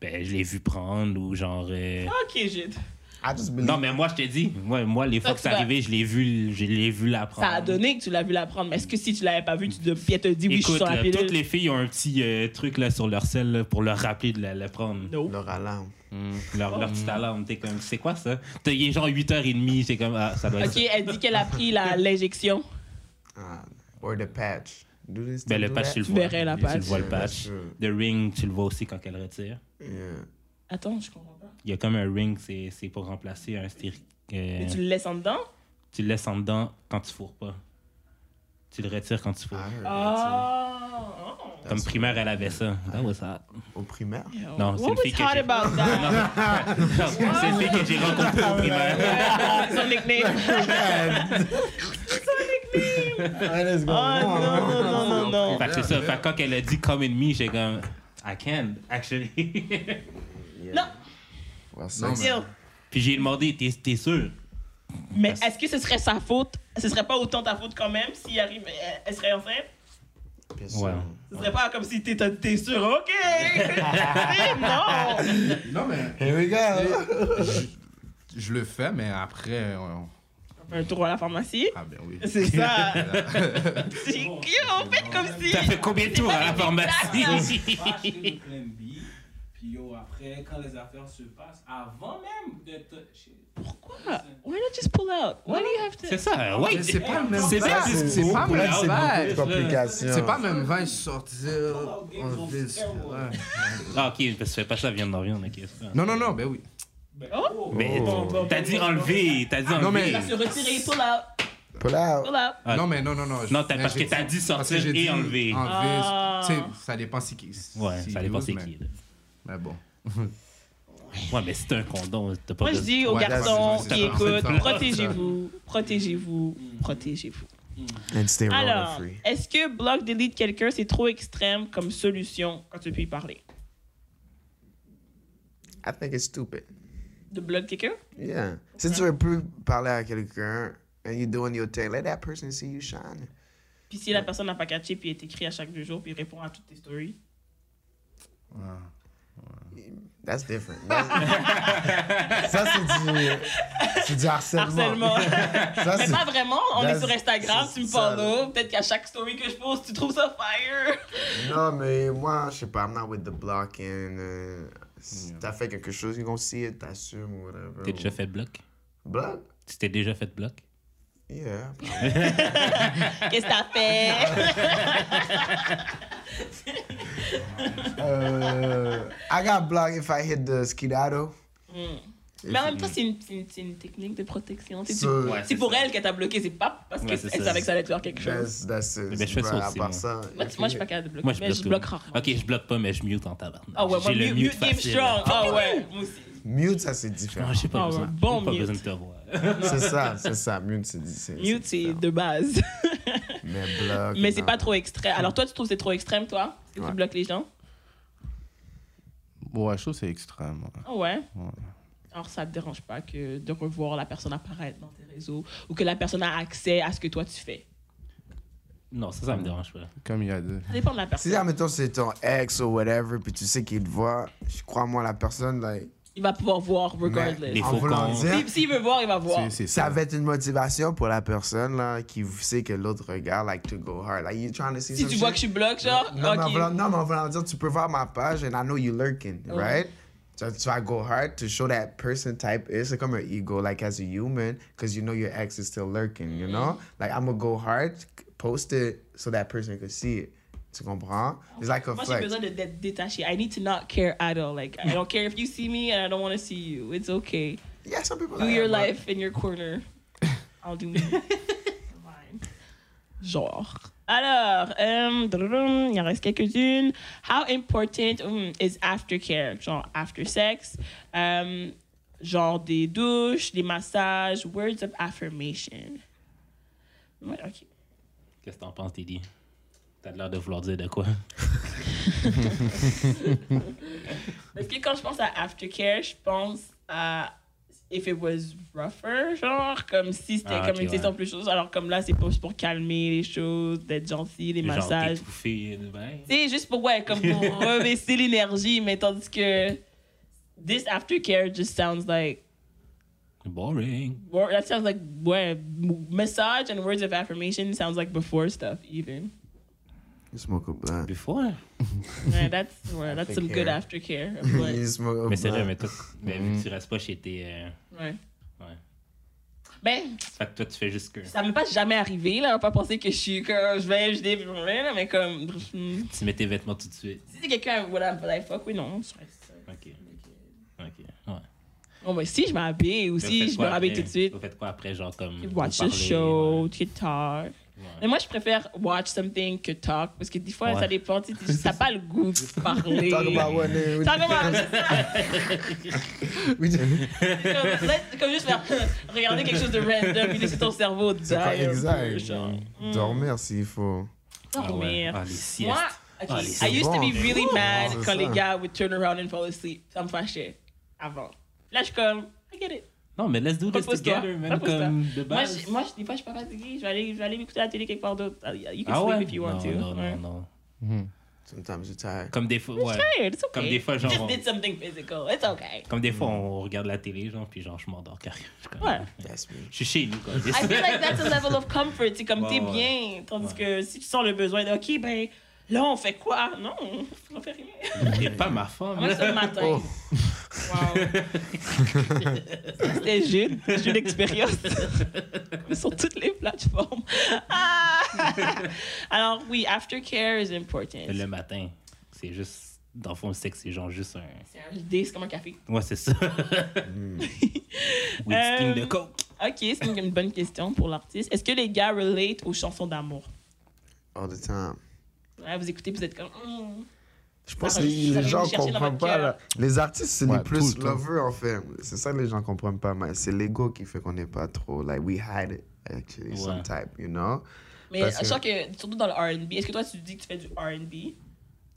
Speaker 1: ben, je l'ai vu prendre ou genre. euh,
Speaker 2: Ok, j'ai.
Speaker 3: I just believe.
Speaker 1: Non, mais moi, je t'ai dit. Moi, moi les fois
Speaker 2: Toi,
Speaker 1: que
Speaker 2: Ah, tu
Speaker 1: c'est
Speaker 2: vas-
Speaker 1: arrivé, je l'ai vu, je l'ai vu la prendre.
Speaker 2: Ça a donné que tu l'as vu la prendre, mais est-ce que si tu l'avais pas vu, tu te... puis elle te dit oui, je suis
Speaker 1: Écoute,
Speaker 2: sur la
Speaker 1: là,
Speaker 2: pilule?
Speaker 1: toutes les filles ont un petit euh, truc là, sur leur selle là, pour leur rappeler de la, la prendre.
Speaker 2: Non.
Speaker 3: Leur alarme.
Speaker 4: Hmm.
Speaker 1: Leur,
Speaker 2: Oh.
Speaker 1: leur petite alarme. T'es comme, c'est quoi ça? T'es- Il est genre 8h30, c'est comme, ah, ça doit être
Speaker 2: Ok, elle dit qu'elle a pris la- l'injection.
Speaker 3: Ah, or the patch. Do this
Speaker 1: Ben, le patch, tu le vois.
Speaker 2: verrais la
Speaker 1: tu
Speaker 2: patch.
Speaker 1: le vois, le
Speaker 3: Yeah,
Speaker 1: patch.
Speaker 3: that's true.
Speaker 1: Le ring, tu le vois aussi quand elle retire.
Speaker 3: Yeah.
Speaker 2: Attends, je comprends pas.
Speaker 1: Il y a comme un ring, c'est c'est pour remplacer un stéri- euh,
Speaker 2: Mais tu
Speaker 1: tu...
Speaker 2: le laisses en dedans?
Speaker 1: le laisses en dedans quand tu fourres pas. Tu le retires quand tu fourres.
Speaker 3: I heard that
Speaker 1: Ah.
Speaker 2: Oh!
Speaker 1: comme primaire, elle avait Ah, ça. That was hot.
Speaker 3: too. Au primaire?
Speaker 1: Non, c'est
Speaker 2: What
Speaker 1: une
Speaker 2: was
Speaker 1: fille que
Speaker 2: hot
Speaker 1: j'ai-
Speaker 2: about that?
Speaker 1: c'est une fille que j'ai rencontrée au primaire.
Speaker 2: Son nickname.
Speaker 3: let's go.
Speaker 2: Oh non, non, non, non, non.
Speaker 1: Fait que c'est ça. Fait que quand elle a dit come in me, j'ai comme I can, actually.
Speaker 3: Well,
Speaker 4: Non,
Speaker 3: sex.
Speaker 4: mais-
Speaker 2: Yo.
Speaker 1: Puis j'ai demandé, t'es t'es sûr?
Speaker 2: Mais est-ce que ce serait sa faute? Ce serait pas autant ta faute quand même s'il arrive, elle- elle serait enceinte?
Speaker 3: Bien sûr.
Speaker 1: Ouais.
Speaker 2: Ce serait pas comme si t'es t'es sûr, ok! Mais non!
Speaker 4: non, mais
Speaker 3: Here we go.
Speaker 4: je le fais, mais après. on-
Speaker 2: Un tour à la pharmacie?
Speaker 4: Ah, ben oui.
Speaker 2: C'est ça! C'est yo, faites comme si!
Speaker 1: T'as fait combien de tours à la
Speaker 2: Ah,
Speaker 1: pharmacie?
Speaker 10: acheter le plein B. Puis yo, après, quand les affaires se passent, avant même d'être chez.
Speaker 2: Pourquoi? Why not just pull out? Why do you have to...
Speaker 1: C'est ça, ouais.
Speaker 4: Mais c'est pas le même
Speaker 1: C'est
Speaker 4: vibe.
Speaker 1: bien
Speaker 3: c'est-
Speaker 1: discours.
Speaker 4: c'est pas
Speaker 1: pour
Speaker 4: le
Speaker 1: la
Speaker 4: même
Speaker 1: vague.
Speaker 4: vibe.
Speaker 3: Complication.
Speaker 4: C'est pas même vingt sortir. on dit, ouais.
Speaker 1: Ah, ok, parce que fais pas ça, viens d'en viande, ok. c'est ça.
Speaker 4: Non, non, non, ben oui.
Speaker 2: Oh!
Speaker 1: Mais
Speaker 2: Bon, bon,
Speaker 1: t'as
Speaker 2: bon,
Speaker 1: dit
Speaker 2: bon,
Speaker 1: enlever, t'as dit enlever.
Speaker 4: Ah, Non, mais-
Speaker 2: bon. Se retirer, pull out,
Speaker 3: Pull out.
Speaker 2: pull out.
Speaker 1: Ah.
Speaker 4: Non, mais non, non, non. je-
Speaker 1: Non, t'as-
Speaker 4: mais
Speaker 1: parce
Speaker 4: j'ai
Speaker 1: que t'as dit
Speaker 4: parce que
Speaker 1: sortir
Speaker 4: j'ai
Speaker 1: et
Speaker 4: dit
Speaker 1: enlever.
Speaker 2: Ah.
Speaker 4: Tu sais, ça dépend c'est qui.
Speaker 1: Ouais,
Speaker 4: si
Speaker 1: ça dépend
Speaker 4: use,
Speaker 1: c'est
Speaker 4: mais-
Speaker 1: qui. là.
Speaker 4: Mais bon.
Speaker 1: Ouais, mais c'est un condom, t'as pas
Speaker 2: Moi, je
Speaker 1: besoin-
Speaker 2: dis aux
Speaker 4: Ouais,
Speaker 2: garçons
Speaker 4: c'est- c'est
Speaker 2: qui
Speaker 4: ça, c'est
Speaker 2: écoutent,
Speaker 4: ça.
Speaker 2: protégez-vous, protégez-vous, protégez-vous.
Speaker 3: And stay roller
Speaker 2: Alors,
Speaker 3: free.
Speaker 2: est-ce que block delete quelqu'un, c'est trop extrême comme solution quand tu peux y parler?
Speaker 3: I think it's stupid.
Speaker 2: De block quelqu'un?
Speaker 3: Yeah. Since tu veux plus parler à quelqu'un and you're doing your thing, let that person see you shine.
Speaker 2: Puis si la personne n'a pas catché, puis elle t'écrit à chaque deux jours, puis répond à toutes tes stories.
Speaker 3: That's different. That's- ça, c'est du, c'est du harcèlement.
Speaker 2: Harcèlement.
Speaker 3: Ça,
Speaker 2: Mais
Speaker 3: c'est-
Speaker 2: pas vraiment, on est
Speaker 3: That's-
Speaker 2: sur Instagram, tu me
Speaker 3: c'est ça,
Speaker 2: follow. Peut-être qu'à chaque story que je pose, tu trouves ça fire.
Speaker 3: Non, mais moi, je sais pas, I'm not with the blocking. euh, si T'as fait quelque chose, you're gonna see it, t'assumes ou whatever.
Speaker 1: T'es déjà fait bloc?
Speaker 3: Block?
Speaker 1: Tu t'es déjà fait bloc?
Speaker 3: Yeah.
Speaker 2: Qu'est-ce que t'as fait?
Speaker 3: uh, I got blocked if I hit the skedaddle.
Speaker 2: Mais en même temps, c'est une, c'est une- c'est une technique de protection. C'est
Speaker 3: So,
Speaker 1: Ouais,
Speaker 2: c'est
Speaker 1: c'est
Speaker 2: pour
Speaker 1: ça.
Speaker 2: elle qu'elle t'a bloqué, c'est pas parce
Speaker 1: Ouais,
Speaker 2: que
Speaker 1: c'est
Speaker 2: elle
Speaker 1: ça.
Speaker 2: savait que ça allait te faire quelque chose.
Speaker 3: That's, that's it.
Speaker 1: Mais je fais ça
Speaker 3: Bruh, à
Speaker 1: aussi,
Speaker 3: part
Speaker 1: moi.
Speaker 3: ça,
Speaker 2: Moi,
Speaker 3: if
Speaker 2: tu- moi,
Speaker 3: you-
Speaker 2: je suis pas capable de bloquer.
Speaker 1: Moi, je
Speaker 2: mais
Speaker 1: bloque.
Speaker 2: je bloque
Speaker 1: tout.
Speaker 2: rarement.
Speaker 1: Ok, je bloque pas, mais je mute en tabarnak.
Speaker 2: Ah ouais, moi,
Speaker 1: J'ai
Speaker 2: mute,
Speaker 1: le
Speaker 2: mute game
Speaker 1: facile.
Speaker 2: strong. Ah ouais, moi aussi.
Speaker 3: Mute, ça c'est différent.
Speaker 1: Non, j'ai pas
Speaker 2: Ah ouais,
Speaker 1: besoin.
Speaker 2: bon
Speaker 1: J'ai pas
Speaker 2: mute.
Speaker 1: besoin de te voir.
Speaker 3: c'est ça, c'est ça. Mute, c'est c'est-
Speaker 2: Mute, c'est
Speaker 3: différent.
Speaker 2: de base.
Speaker 3: Mais bloc.
Speaker 2: Mais c'est
Speaker 3: non.
Speaker 2: pas trop extrême. Alors, toi, tu trouves que c'est trop extrême, toi Est-ce que tu
Speaker 11: Ouais.
Speaker 2: bloques les gens
Speaker 4: Ouais, je trouve que c'est extrême. ouais.
Speaker 2: Ah ouais
Speaker 4: Ouais.
Speaker 2: Alors, ça te dérange pas que de revoir la personne apparaître dans tes réseaux ou que la personne a accès à ce que toi tu fais
Speaker 1: Non, ça, ça me dérange pas.
Speaker 4: Comme il y a deux.
Speaker 2: Ça dépend de la
Speaker 3: Si,
Speaker 2: personne.
Speaker 3: admettons, c'est ton ex ou whatever, puis tu sais qu'il te voit, je- crois-moi, la personne, like,
Speaker 2: Il va pouvoir voir, regardless.
Speaker 1: Les
Speaker 3: en
Speaker 1: faux
Speaker 3: voulant
Speaker 1: comptes.
Speaker 3: dire,
Speaker 2: Si- S'il veut voir, il va voir.
Speaker 4: C'est- c'est
Speaker 3: ça va être une motivation pour la personne là, qui sait que l'autre regarde, like, to go hard. Like, you trying to see
Speaker 2: Si
Speaker 3: some
Speaker 2: tu vois
Speaker 3: shit?
Speaker 2: que je suis bloqué, genre,
Speaker 3: Non, mais en
Speaker 2: ok.
Speaker 3: voulant- non, mais en voulant dire, tu peux voir ma page and I know you lurking,
Speaker 2: Ouais.
Speaker 3: right? So tu vas go hard to show that person type is like I'm an ego, like as a human, because you know your ex is still lurking, you know?
Speaker 2: Mm-hmm.
Speaker 3: Like I'm gonna go hard, post it so that person could see it. Tu comprends? It's like a
Speaker 2: Moi, j'ai
Speaker 3: flex.
Speaker 2: besoin de- d'être détaché. I need to not care at all. Like, I don't care if you see me and I don't want to see you. It's okay.
Speaker 3: Yeah, some people
Speaker 2: Do
Speaker 3: like
Speaker 2: your
Speaker 3: that, but-
Speaker 2: life in your corner. I'll do me. Mine. Genre. Alors, euh, drrrrum, il en reste quelques-unes. How important hum, is aftercare? Genre, after sex. euh, genre, des douches, des massages, words of affirmation. Ouais, ok.
Speaker 1: Qu'est-ce que t'en penses, Teddy T'as l'air de vouloir dire de quoi
Speaker 2: Parce que quand je pense à aftercare, je pense à if it was rougher, genre, comme si c'était
Speaker 1: Ah,
Speaker 2: comme
Speaker 1: ok,
Speaker 2: une session
Speaker 1: ouais.
Speaker 2: plus chose. Alors, comme là, c'est plus pour calmer les choses, d'être gentil, les massages.
Speaker 1: Genre, ben, t'étouffer de bain.
Speaker 2: C'est juste pour, ouais, comme pour rebaisser l'énergie, mais tandis que this aftercare just sounds like,
Speaker 1: Boring.
Speaker 2: wor- that sounds like, ouais, m- massage and words of affirmation sounds like before stuff, even.
Speaker 3: You smoke a blunt.
Speaker 1: Before.
Speaker 2: Ouais, that's, ouais, that's some good aftercare.
Speaker 3: You smoke a
Speaker 1: Mais c'est là,
Speaker 3: blunt.
Speaker 1: mais toi, mais vu que tu restes pas chez tes. euh,
Speaker 2: Ouais.
Speaker 1: ouais.
Speaker 2: Ben,
Speaker 1: Fait que toi, tu fais juste que.
Speaker 2: Ça m'est pas jamais arrivé, là. Pas penser que je suis comme. Je vais, je dis, blablabla, mais comme. hmm.
Speaker 1: Tu mets tes vêtements tout de suite.
Speaker 2: Si c'est quelqu'un, voilà, but I fuck, oui, non. je reste.
Speaker 1: Ok. Ok. Ouais.
Speaker 2: Bon, ben, si je m'habille ou
Speaker 1: Mais vous
Speaker 2: si
Speaker 1: faites
Speaker 2: je
Speaker 1: quoi
Speaker 2: me rhabille
Speaker 1: après?
Speaker 2: tout de suite.
Speaker 1: Vous faites quoi après, genre comme. vous
Speaker 2: Watch the
Speaker 1: parlez,
Speaker 2: show,
Speaker 1: ouais.
Speaker 2: guitar. Mais
Speaker 1: Ouais.
Speaker 2: moi, je préfère watch something que talk parce que des fois,
Speaker 1: Ouais.
Speaker 2: ça dépend. Tu sais, t'as pas le goût de parler.
Speaker 3: Talk about what they-
Speaker 2: Talk about it.
Speaker 3: We just-
Speaker 2: C'est comme- c'est comme juste faire regarder quelque chose de random et laisser ton cerveau die.
Speaker 3: C'est pas
Speaker 2: un peu,
Speaker 3: exact.
Speaker 2: genre.
Speaker 3: Dormir s'il faut.
Speaker 1: Ah ouais.
Speaker 2: Dormir.
Speaker 1: Ah, les siestes.
Speaker 2: Moi, ok,
Speaker 1: Ah, les
Speaker 2: I used to be
Speaker 3: secondes.
Speaker 2: really mad
Speaker 3: c'est
Speaker 2: quand les
Speaker 3: ça.
Speaker 2: gars would turn around and fall asleep. Ça me fâchait avant. Là, je suis comme, I get it.
Speaker 1: Non, mais let's do this
Speaker 2: Repose-toi.
Speaker 1: together, man.
Speaker 2: Repose-toi.
Speaker 1: Comme de
Speaker 2: Moi,
Speaker 1: base.
Speaker 2: je, moi je, des fois, je suis pas fatiguée. Je vais aller, je vais aller m'écouter la télé quelque part d'autre. Ah, yeah, You can
Speaker 1: ah
Speaker 2: sleep
Speaker 1: ouais?
Speaker 2: if you want
Speaker 1: non,
Speaker 2: to.
Speaker 1: non,
Speaker 2: Ouais.
Speaker 1: non, non.
Speaker 3: Sometimes you're tired.
Speaker 1: Comme des fois, ouais.
Speaker 2: Tired, it's okay.
Speaker 1: Comme des fois, genre,
Speaker 2: Just
Speaker 1: on-
Speaker 2: did something physical. It's okay.
Speaker 1: Comme des fois, on regarde la télé, genre, puis genre, je m'endors carrément. Je suis comme-
Speaker 2: Ouais.
Speaker 3: That's me.
Speaker 1: Je suis chez nous, quoi.
Speaker 2: I feel like that's a level of comfort. C'est comme
Speaker 1: Ouais,
Speaker 2: t'es
Speaker 1: ouais.
Speaker 2: bien. Tandis
Speaker 1: Ouais.
Speaker 2: que si tu sens le besoin de, OK, ben là, on fait quoi? Non, on fait rien.
Speaker 1: T'es pas ma femme,
Speaker 2: Moi,
Speaker 1: là.
Speaker 2: c'est le matin. Wow. C'était Jude, Jude Expérience. Comme sur toutes les plateformes. Ah! Alors, oui, aftercare is important.
Speaker 1: Le matin, c'est juste. Dans le fond, le sexe, c'est genre juste un.
Speaker 2: C'est un dé, c'est comme un café.
Speaker 1: Ouais, c'est ça. Ou une skin de coke.
Speaker 2: Ok, c'est une une bonne question pour l'artiste. Est-ce que les gars relate aux chansons d'amour?
Speaker 3: All the time.
Speaker 2: Ouais, vous écoutez, vous êtes comme. hmm.
Speaker 3: Je pense
Speaker 2: Ça
Speaker 3: que les,
Speaker 2: va- ça va
Speaker 3: les gens
Speaker 2: vous chercher dans
Speaker 3: comprennent
Speaker 2: votre
Speaker 3: pas.
Speaker 2: cœur.
Speaker 3: là. Les artistes, c'est
Speaker 4: Ouais,
Speaker 3: les
Speaker 4: tout
Speaker 3: plus
Speaker 4: le temps.
Speaker 3: lovers, en fait. C'est ça que les gens comprennent pas. Mais c'est l'ego qui fait qu'on n'est pas trop. Like, we hide it, actually,
Speaker 1: Ouais.
Speaker 3: some type, you know?
Speaker 2: Mais
Speaker 3: Parce
Speaker 2: je
Speaker 3: que-
Speaker 2: crois que, surtout dans le RB, est-ce que toi, tu dis que tu fais du RB?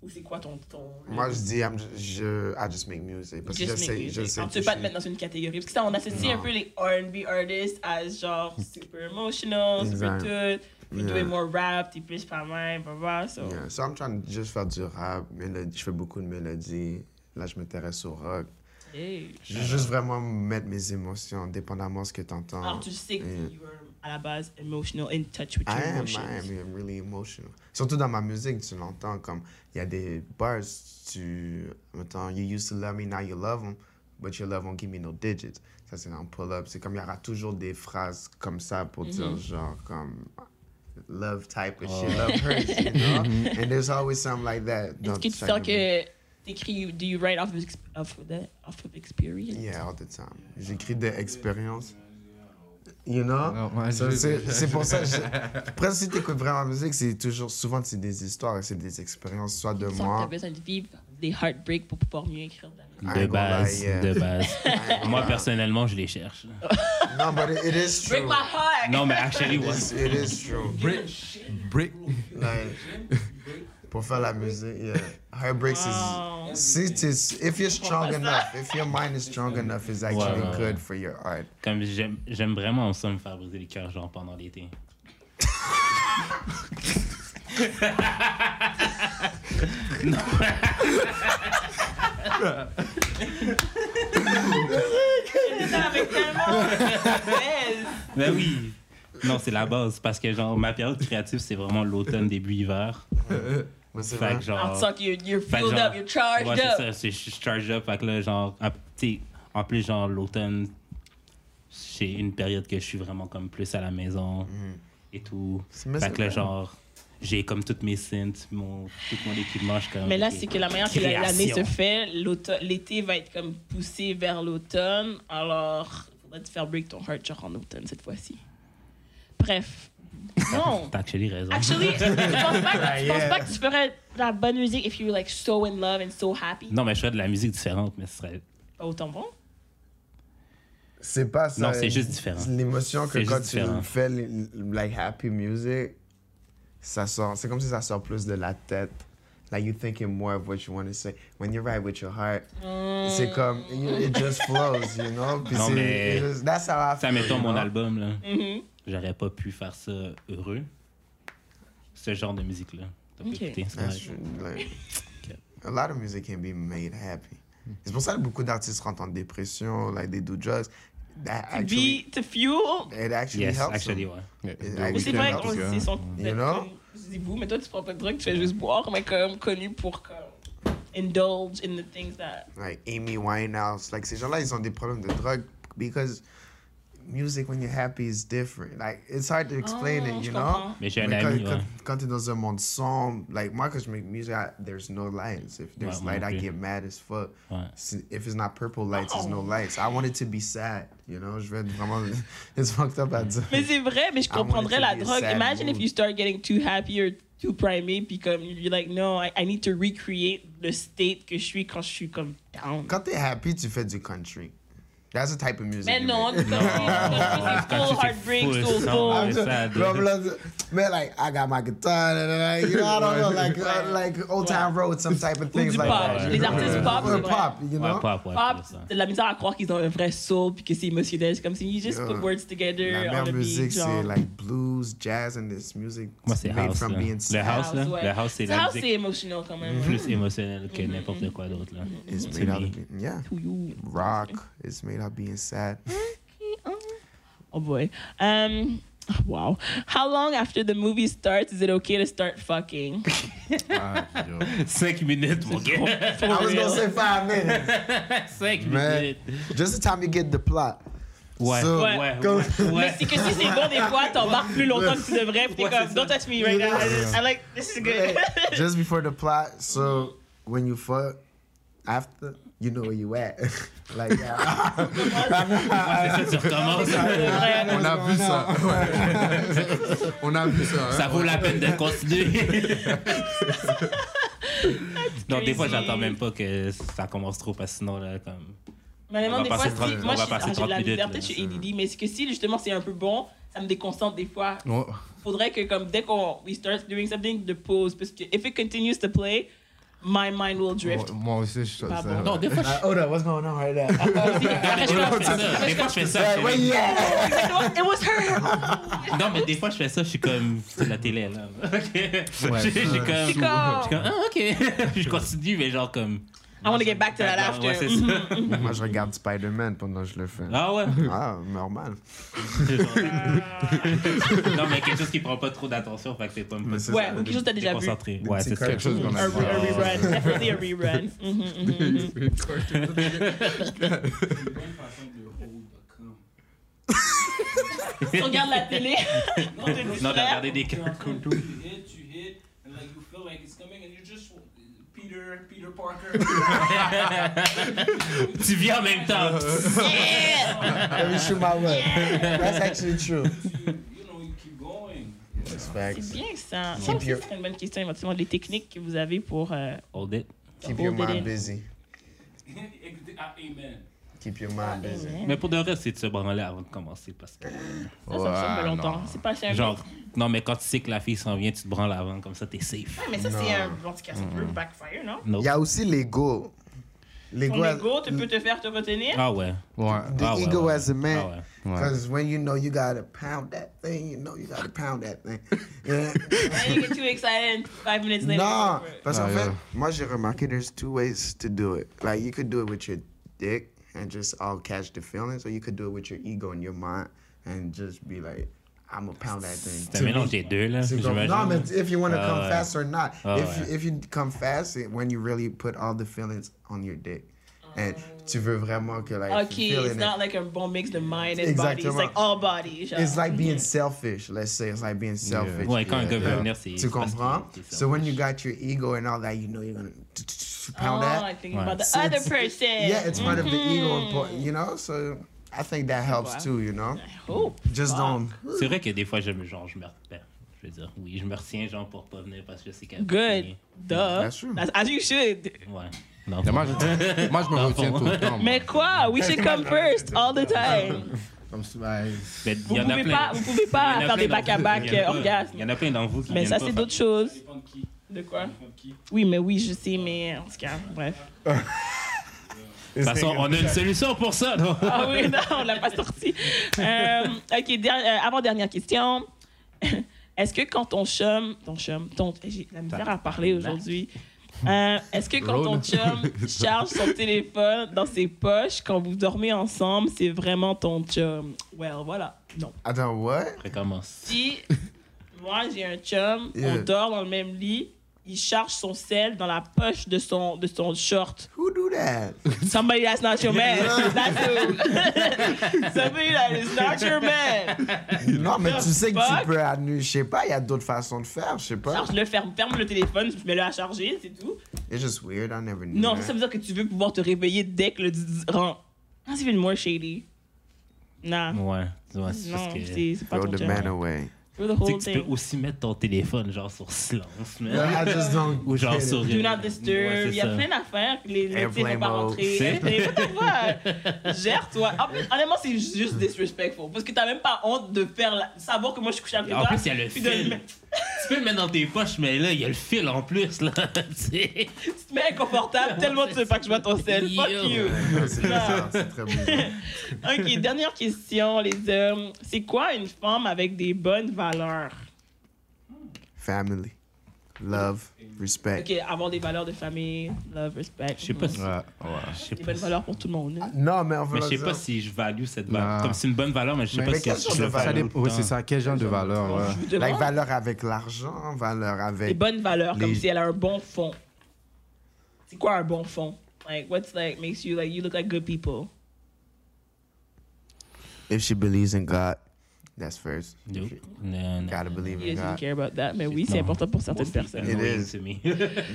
Speaker 2: Ou c'est quoi ton. ton...
Speaker 3: Moi, je dis, I'm ju- je, I just make music. Parce que je
Speaker 2: Just make
Speaker 3: sais, je
Speaker 2: music.
Speaker 3: sais
Speaker 2: Alors, tu
Speaker 3: que
Speaker 2: veux pas te
Speaker 3: je-
Speaker 2: mettre dans une catégorie. Parce que ça, on associe un peu les RB artists à genre super emotional, super
Speaker 3: Exact.
Speaker 2: tout. You're
Speaker 3: Yeah.
Speaker 2: doing more rap, t'es plus pas mal, blah, blah, so.
Speaker 3: Yeah. So, I'm trying to just faire du rap, mélodie. Je fais beaucoup de mélodies. Là, je m'intéresse au rock.
Speaker 2: Hey.
Speaker 3: Je veux juste vraiment mettre mes émotions, dépendamment de ce que t'entends.
Speaker 2: Alors, Ah, tu sais que
Speaker 3: Yeah.
Speaker 2: tu à la base emotional, in touch with your
Speaker 3: I am,
Speaker 2: emotions.
Speaker 3: I am, I'm really emotional. Surtout dans ma musique, tu l'entends comme il y a des bars, tu. Mettons, you used to love me, now you love them, but your love won't give me no digits. Ça, c'est dans Pull Up. C'est comme il y aura toujours des phrases comme ça pour
Speaker 2: Mm-hmm.
Speaker 3: dire genre comme. Love type of shit, love hurts, you know? And there's always something like that.
Speaker 2: Est-ce
Speaker 3: dans
Speaker 2: que tu
Speaker 3: chaque
Speaker 2: sens
Speaker 3: musique.
Speaker 2: que T'écris, do you write off of, ex- of, the, off of experience?
Speaker 3: Yeah, all the time. J'écris des expériences. You know?
Speaker 4: Non, moi,
Speaker 3: So,
Speaker 4: je-
Speaker 3: c'est c'est pour ça que je- Presque si t'écoutes vraiment la musique, c'est toujours. Souvent, c'est des histoires, c'est des expériences, soit de
Speaker 2: Tu sens que
Speaker 3: moi.
Speaker 2: t'as besoin de vivre des heartbreaks pour pouvoir mieux écrire de la musique.
Speaker 3: I
Speaker 1: De
Speaker 3: ain't gonna
Speaker 1: base,
Speaker 3: lie, yeah.
Speaker 1: de base. Moi,
Speaker 3: personne.
Speaker 1: personnellement, je les cherche.
Speaker 3: Non, but it, it is true.
Speaker 2: Break my heart!
Speaker 1: Non, mais actually,
Speaker 3: It
Speaker 1: ouais.
Speaker 3: is, it is true.
Speaker 4: Brick.
Speaker 3: Like, pour faire la musique, yeah. Heartbreaks is.
Speaker 2: Wow.
Speaker 3: Si t'es- if you're strong enough, if your mind is strong enough, it's actually
Speaker 1: ouais, ouais.
Speaker 3: good for your art.
Speaker 1: Comme j'aime j'aime vraiment ça me faire briser les cœurs, genre pendant l'été.
Speaker 2: C'est ça, avec tellement de aise.
Speaker 1: Ben oui! Non, c'est la base, parce que genre, ma période créative, c'est vraiment l'automne, début hiver.
Speaker 3: Mais c'est
Speaker 1: Fait
Speaker 3: vrai.
Speaker 1: que genre.
Speaker 2: I'm talking, you're, you're
Speaker 1: Fait que
Speaker 2: filled
Speaker 1: genre-
Speaker 2: up, you're charged
Speaker 1: ouais,
Speaker 2: up.
Speaker 1: c'est ça, c'est- je suis charged up. Fait que là, genre, en- t'sais, en plus, genre, l'automne, c'est une période que je suis vraiment comme plus à la maison et tout. fait
Speaker 3: mais Mm. c'est
Speaker 1: que là,
Speaker 3: vrai.
Speaker 1: genre, j'ai comme toutes mes synths, mon, tout mon équipement, je suis comme.
Speaker 2: Mais là,
Speaker 1: Ah, ok.
Speaker 2: c'est que la manière que la- l'année
Speaker 1: Création.
Speaker 2: se fait, l'auto- l'été va être comme poussé vers l'automne. Alors, faudrait te faire break ton heart genre en automne cette fois-ci. Bref. Non.
Speaker 1: T'as actually raison.
Speaker 2: Actually, je pense pas, que- je pense pas que tu ferais de la bonne musique if you were like so in love and so happy.
Speaker 1: Non, mais je ferais de la musique différente, mais ce serait.
Speaker 2: Pas autant bon.
Speaker 3: C'est pas ça.
Speaker 1: Non, c'est juste différent.
Speaker 3: C'est L'émotion que
Speaker 1: C'est
Speaker 3: quand
Speaker 1: juste différent.
Speaker 3: tu fais l- like happy music, ça sort. C'est comme si ça sort plus de la tête. Like you're thinking more of what you want to say. When you write with your heart, c'est comme you- it just flows, you know. Puis
Speaker 1: Non,
Speaker 3: c'est-
Speaker 1: mais-
Speaker 3: it just- that's how I
Speaker 1: Ça,
Speaker 3: feel,
Speaker 1: mettons
Speaker 3: you
Speaker 1: mon
Speaker 3: know?
Speaker 1: album, là.
Speaker 2: Mhm.
Speaker 1: J'aurais pas pu faire ça heureux. Ce genre de musique-là. T'as
Speaker 2: Ok.
Speaker 1: pas écouté, c'est
Speaker 3: That's
Speaker 1: vrai.
Speaker 3: true, like,
Speaker 1: Okay.
Speaker 3: a lot of music can be made happy. C'est pour ça que beaucoup d'artistes rentrent en dépression, like they do drugs. That
Speaker 2: To
Speaker 3: actually,
Speaker 2: be, to fuel.
Speaker 3: it actually
Speaker 1: Yes,
Speaker 3: helps.
Speaker 1: actually,
Speaker 3: them.
Speaker 1: ouais.
Speaker 3: Ah
Speaker 2: Mais c'est vrai qu'on c'est son.
Speaker 3: You know?
Speaker 2: Je dis vous, mais toi, tu prends pas de drogue, tu fais juste boire, mais comme connu pour comme indulge in the things that.
Speaker 3: like Amy Winehouse, like ces gens-là, ils ont des problèmes de drogue because music when you're happy is different. Like it's hard to explain
Speaker 2: Oh,
Speaker 3: it,
Speaker 2: je
Speaker 3: you know.
Speaker 2: comprends.
Speaker 1: Mais j'ai un
Speaker 3: Mais
Speaker 1: ami,
Speaker 3: quand,
Speaker 1: ouais.
Speaker 3: quand, quand t'es dans un monde sombre, like moi quand je make music, I- there's no lights. If there's
Speaker 1: Ouais, moi
Speaker 3: light,
Speaker 1: non
Speaker 3: I
Speaker 1: plus.
Speaker 3: get mad as fuck.
Speaker 1: Ouais.
Speaker 3: Si- If it's not purple lights, there's no lights. I want it to be sad, you know. Je vais être vraiment, it's fucked up à dire.
Speaker 2: Mais c'est vrai, mais je
Speaker 3: I want it
Speaker 2: comprendrais
Speaker 3: to
Speaker 2: la
Speaker 3: be a
Speaker 2: drogue.
Speaker 3: sad
Speaker 2: Imagine if
Speaker 3: mood.
Speaker 2: you start getting too happy or too primé, puis comme you're like, no, I, I need to recreate the state que je suis quand je suis comme down.
Speaker 3: Quand t'es happy, tu fais du country. That's the type of music.
Speaker 2: Mais
Speaker 3: you
Speaker 2: non,
Speaker 3: make.
Speaker 2: tu comme
Speaker 1: Quand tu
Speaker 2: full
Speaker 1: t'es
Speaker 2: heartbreak,
Speaker 1: full,
Speaker 2: so
Speaker 1: sans-
Speaker 2: full.
Speaker 3: I'm just,
Speaker 1: sad.
Speaker 3: bro, I'm like, man, like I got my guitar, and like, you know, I don't know, like uh, like old time road, some type of things
Speaker 2: du
Speaker 3: like
Speaker 2: pop.
Speaker 3: that.
Speaker 2: Les artistes pop,
Speaker 3: Or
Speaker 2: c'est vrai.
Speaker 3: pop, you know.
Speaker 1: Ouais, pop, ouais,
Speaker 2: Pop,
Speaker 1: c'est ça.
Speaker 2: c'est de la misère à croire qu'ils ont un vrai soul puis que c'est émotionnel. C'est comme si you just
Speaker 3: Yeah.
Speaker 2: put words
Speaker 3: La
Speaker 2: together on
Speaker 3: meilleure
Speaker 2: the beat.
Speaker 3: musique,
Speaker 2: genre.
Speaker 3: c'est like blues, jazz, and this music
Speaker 1: Moi, c'est
Speaker 3: made
Speaker 1: house.
Speaker 3: from
Speaker 1: Là.
Speaker 3: being
Speaker 1: Le house, là.
Speaker 2: ouais.
Speaker 1: Le house, c'est
Speaker 2: Ça,
Speaker 1: la
Speaker 2: c'est
Speaker 1: musique
Speaker 2: émotionnel quand même.
Speaker 1: plus émotionnelle que n'importe quoi d'autre, là.
Speaker 3: It's
Speaker 1: To
Speaker 3: made out
Speaker 1: me.
Speaker 3: of being, yeah,
Speaker 2: To you.
Speaker 3: rock. It's made out of being sad. Uh,
Speaker 2: Oh boy. Um, wow. How long after the movie starts is it okay to start fucking?
Speaker 4: Ah, yo.
Speaker 1: 5 minutes, mon gars.
Speaker 3: I was gonna say five minutes.
Speaker 1: 5
Speaker 3: Man.
Speaker 1: minutes.
Speaker 3: Just the time you get the plot.
Speaker 1: Ouais,
Speaker 3: So,
Speaker 1: ouais, ouais.
Speaker 3: go-
Speaker 1: ouais.
Speaker 2: C'est que si c'est bon des fois, t'embarques plus longtemps que tu devrais. Puis t'es
Speaker 1: Ouais,
Speaker 2: comme,
Speaker 1: c'est
Speaker 2: don't touch me right now. I just- I like, this is good.
Speaker 3: Just before the plot, so when you fuck, after you know where you at. like, yeah.
Speaker 1: Ça, tu recommences.
Speaker 2: C'est vrai.
Speaker 4: On a vu ça. Ouais. On a vu ça. hein.
Speaker 1: Ça vaut la peine de continuer. Non, des fois,
Speaker 2: crazy.
Speaker 1: j'attends même pas que ça commence trop, parce que sinon, là, comme.
Speaker 2: Mais
Speaker 1: On
Speaker 2: vraiment,
Speaker 1: va
Speaker 2: des fois,
Speaker 1: passer
Speaker 2: si-
Speaker 1: 30
Speaker 2: moi,
Speaker 1: on va
Speaker 2: je suis-
Speaker 1: passer
Speaker 2: ah, j'ai de
Speaker 1: 30
Speaker 2: la
Speaker 1: minutes,
Speaker 2: misère.
Speaker 1: là.
Speaker 2: Peut-être je suis ADD, mais c'est que si justement c'est un peu bon, ça me déconcentre des fois.
Speaker 4: Oh,
Speaker 2: Faudrait que, comme, dès qu'on we start doing something, de pause. Parce que if it continues to play, my mind will
Speaker 4: moi,
Speaker 2: drift.
Speaker 4: moi aussi, je suis
Speaker 2: Pas bon.
Speaker 1: Non, des fois, je
Speaker 3: Uh, hold up, what's going on right now?
Speaker 2: Après, je
Speaker 1: fais
Speaker 2: fais-
Speaker 1: ça. Des fois, je fais ça.
Speaker 3: Hey, where you at?
Speaker 2: It was
Speaker 1: Ah,
Speaker 2: her!
Speaker 1: Non, mais des fois, je fais ça, je suis comme. C'est la télé, là. Ok. Je je suis comme. Je suis
Speaker 2: Chico!
Speaker 1: comme, ah, ok. Puis je continue, mais genre comme.
Speaker 2: I want to get back to that
Speaker 1: Attends, ouais,
Speaker 2: after.
Speaker 1: c'est ça.
Speaker 3: Moi, je regarde Spider-Man pendant que je le fais.
Speaker 1: Ah ouais.
Speaker 3: Ah, normal.
Speaker 1: non, mais quelque chose qui prend pas trop d'attention, fait que c'est pas me
Speaker 3: c'est
Speaker 2: Ouais, ou quelque chose que t'as déjà vu.
Speaker 1: concentré. Ouais,
Speaker 3: petits
Speaker 1: c'est ça.
Speaker 3: cartoons.
Speaker 4: Quelque chose qu'on
Speaker 2: A,
Speaker 4: a
Speaker 2: re- a rerun, definitely a rerun. Mhm, mhm, mhm.
Speaker 6: C'est une bonne façon de hold the cum.
Speaker 2: Tu regardes la télé.
Speaker 6: Non,
Speaker 1: Non, de regarder des
Speaker 6: You're on
Speaker 1: cartoons.
Speaker 6: You hit, you hit, and like you feel like it's coming, and you just. People Peter, Peter Parker.
Speaker 1: tu vis en même temps.
Speaker 2: Eh!
Speaker 3: Let me shoot my way. That's actually true.
Speaker 6: you, you know, you keep going.
Speaker 3: That's
Speaker 2: C'est
Speaker 3: facts.
Speaker 2: bien ça. Ça aussi,
Speaker 3: your-
Speaker 2: c'est une bonne question, éventuellement, des techniques que vous avez pour. euh,
Speaker 1: Hold it.
Speaker 3: Keep your
Speaker 2: hold it in.
Speaker 3: mind busy.
Speaker 6: ah, Amen.
Speaker 3: Keep your
Speaker 2: Ah,
Speaker 3: mind busy.
Speaker 1: Mais pour de vrai, c'est de se branler avant de commencer. Parce que,
Speaker 2: Ça, ça me semble longtemps. C'est pas c'est un
Speaker 1: genre, non, mais quand tu sais que la fille s'en vient, tu te branles avant, comme ça, t'es safe.
Speaker 2: Ouais, mais ça, c'est un. En tout cas, ça peut backfire, non?
Speaker 1: No.
Speaker 3: Il y a aussi l'ego.
Speaker 2: Ton
Speaker 3: L'ego. as-
Speaker 2: ego, tu peux te faire te retenir.
Speaker 1: Ah ouais.
Speaker 4: Ouais.
Speaker 3: The
Speaker 1: Ah ouais,
Speaker 3: ego
Speaker 1: ouais.
Speaker 3: as a man.
Speaker 1: Ah ouais.
Speaker 3: Because when you know you gotta pound that thing, you know you gotta pound that thing. Yeah.
Speaker 2: Then you get too excited. Five minutes later.
Speaker 3: non, parce qu'en
Speaker 4: Ah,
Speaker 3: fait,
Speaker 4: yeah.
Speaker 3: moi j'ai remarqué there's two ways to do it. Like you could do it with your dick and just all catch the feelings, or you could do it with your ego and your mind and just be like, I'm gonna pound that thing.
Speaker 1: C'est un mélange des deux, là.
Speaker 3: to go- No, but
Speaker 1: J'imagine.
Speaker 3: if you want to come
Speaker 1: Uh,
Speaker 3: fast or not.
Speaker 1: oh,
Speaker 3: if you,
Speaker 1: yeah.
Speaker 3: if you come fast, it- when you really put all the feelings on your dick, and tu veux vraiment que like you're
Speaker 2: Okay,
Speaker 3: feeling
Speaker 2: it's
Speaker 3: it.
Speaker 2: not like a bon mix of mind and body. It's
Speaker 3: Exactement.
Speaker 2: like all body. genre.
Speaker 3: It's like being selfish. Let's say it's like being selfish.
Speaker 1: Ouais, quand un gars veut venir, c'est.
Speaker 3: Tu
Speaker 1: c'est parce qu'il-
Speaker 3: comprends?
Speaker 1: qu'il est
Speaker 3: So when you
Speaker 1: selfish.
Speaker 3: got your ego and all that, you know you're gonna t- t- t-
Speaker 2: Oh,
Speaker 3: pound
Speaker 2: I
Speaker 3: that.
Speaker 2: think
Speaker 1: Ouais.
Speaker 2: about the
Speaker 3: So
Speaker 2: other
Speaker 3: it's-
Speaker 2: person.
Speaker 3: Yeah, it's part of the ego,
Speaker 2: Mhm.
Speaker 3: and po- you know. So I think that helps
Speaker 2: vois.
Speaker 3: too, you know.
Speaker 2: I hope.
Speaker 3: Just don't.
Speaker 1: C'est vrai que des fois, je me, genre, je me. ben, je veux dire, oui, je me retiens, genre, pour pas venir parce que c'est qu'elle.
Speaker 2: Good. Duh.
Speaker 3: That's true.
Speaker 2: That's- as you should.
Speaker 1: Ouais. Non,
Speaker 4: Mais Moi, je, moi, je me
Speaker 1: Dans le
Speaker 4: retiens
Speaker 1: fond.
Speaker 4: tout le temps. moi.
Speaker 2: Mais quoi? We should come first all the time.
Speaker 3: I'm sorry.
Speaker 1: Mais
Speaker 2: Vous
Speaker 1: Ah, Ben, y en a
Speaker 2: pouvez
Speaker 1: plein.
Speaker 2: pas- vous pouvez
Speaker 1: Y
Speaker 2: pas
Speaker 1: en a
Speaker 2: faire
Speaker 1: plein d'entre
Speaker 2: des
Speaker 1: vous
Speaker 2: back-à-back,
Speaker 1: qui viennent
Speaker 2: euh,
Speaker 1: pas.
Speaker 2: orgasmes.
Speaker 1: Il y en a plein d'entre vous qui
Speaker 2: Mais
Speaker 1: viennent
Speaker 2: ça,
Speaker 1: pas
Speaker 2: c'est
Speaker 1: faire-
Speaker 2: d'autres
Speaker 6: Ça
Speaker 2: choses.
Speaker 6: dépend de qui.
Speaker 2: De quoi?
Speaker 6: Ça dépend de qui.
Speaker 2: Oui, mais oui, je sais, mais en tout cas, bref.
Speaker 1: De toute façon, on a une solution pour ça, non?
Speaker 2: Ah oui, non, on l'a pas sorti. Euh, OK, der- euh, avant-dernière question. Est-ce que quand on chum, ton chum, ton, eh, j'ai la misère à parler aujourd'hui. Euh, Est-ce que quand ton chum charge son téléphone dans ses poches quand vous dormez ensemble, c'est vraiment ton chum? Well, voilà. Non.
Speaker 3: Attends, what?
Speaker 1: Recommence.
Speaker 2: Si moi j'ai un chum,
Speaker 3: Yeah.
Speaker 2: on dort dans le même lit, il charge son sel dans la poche de son, de son short.
Speaker 3: Who do that?
Speaker 2: Somebody that's not your man. That's who. Somebody that is not your man.
Speaker 3: non, mais tu sais que
Speaker 2: Fuck.
Speaker 3: tu peux annuler. Je sais pas. Il y a d'autres façons de faire. Je sais pas.
Speaker 2: Charge-le, ferme, ferme le téléphone, mets-le à charger, c'est tout.
Speaker 3: It's just weird. I never knew.
Speaker 2: Non,
Speaker 3: that.
Speaker 2: ça veut dire que tu veux pouvoir te réveiller dès que le zzz rend. That's even more shady. Nah.
Speaker 1: Ouais. ouais, c'est
Speaker 2: Non,
Speaker 1: parce que- Tu
Speaker 2: c'est c'est pas
Speaker 3: Throw
Speaker 2: ton
Speaker 3: the
Speaker 2: chum.
Speaker 3: man away.
Speaker 2: Throw the
Speaker 1: sais
Speaker 2: whole
Speaker 1: que tu peux
Speaker 2: thing.
Speaker 1: aussi mettre ton téléphone, genre, sur silence, man.
Speaker 3: I just don't.
Speaker 1: Ou genre
Speaker 3: get it.
Speaker 1: sur.
Speaker 2: Do
Speaker 1: euh,
Speaker 2: not disturb.
Speaker 1: ouais,
Speaker 2: Il
Speaker 1: c'est
Speaker 2: y a
Speaker 1: ça.
Speaker 2: plein d'affaires. que Les métiers
Speaker 3: Airplane
Speaker 2: sont pas Eh,
Speaker 3: mode.
Speaker 2: rentrés.
Speaker 1: C'est-
Speaker 2: Airplane mode, ouais. Gère-toi. En plus, honnêtement, c'est juste disrespectful. Parce que t'as même pas honte de faire la- savoir que moi je suis couché avec
Speaker 1: Et
Speaker 2: toi.
Speaker 1: En plus, il y a le
Speaker 2: puis de
Speaker 1: fil. Tu peux le mettre dans tes poches, mais là, il y a le fil en plus, là. tu sais.
Speaker 2: Tu te mets inconfortable tellement tu veux pas que je vois ton sel. Fuck
Speaker 1: Yo.
Speaker 2: you.
Speaker 3: Non, c'est bizarre, c'est très bizarre.
Speaker 2: Ok, dernière question, les hommes. C'est quoi une femme avec des bonnes valeurs?
Speaker 3: Family, love, respect.
Speaker 2: Ok, avoir des valeurs de famille, love, respect.
Speaker 1: Je sais pas si.
Speaker 4: Ouais, ouais.
Speaker 1: Je sais
Speaker 2: Des
Speaker 1: pas
Speaker 2: bonnes
Speaker 1: si-
Speaker 2: valeurs pour tout le monde. hein.
Speaker 3: Non, mais on veut
Speaker 1: Mais je sais
Speaker 3: dire-
Speaker 1: pas si je value cette valeur.
Speaker 4: Non.
Speaker 1: Comme c'est une bonne valeur, mais je sais
Speaker 3: Mais-
Speaker 1: pas
Speaker 3: mais
Speaker 1: si
Speaker 3: quel
Speaker 1: je
Speaker 3: genre
Speaker 1: le
Speaker 3: de
Speaker 1: fais
Speaker 3: valeur?
Speaker 4: Ça dépend- ouais,
Speaker 1: autant.
Speaker 4: c'est ça, quel genre de valeur, ouais.
Speaker 2: Je vous
Speaker 3: Like,
Speaker 2: demande
Speaker 3: valeur avec l'argent, valeur
Speaker 2: des
Speaker 3: avec.
Speaker 2: bonnes valeurs, comme
Speaker 3: les-
Speaker 2: si elle a un bon fond. C'est quoi un bon fond? Like, what's like, makes you like, you look like good people?
Speaker 3: If she believes in God, that's first.
Speaker 1: Nope. Mm-hmm.
Speaker 3: She
Speaker 1: Non, non.
Speaker 3: gotta believe
Speaker 2: You
Speaker 3: in
Speaker 2: don't
Speaker 3: God.
Speaker 2: care about that, mais oui,
Speaker 1: Non.
Speaker 2: c'est important pour certaines personnes.
Speaker 3: It
Speaker 1: Annoying
Speaker 3: is.
Speaker 1: to me.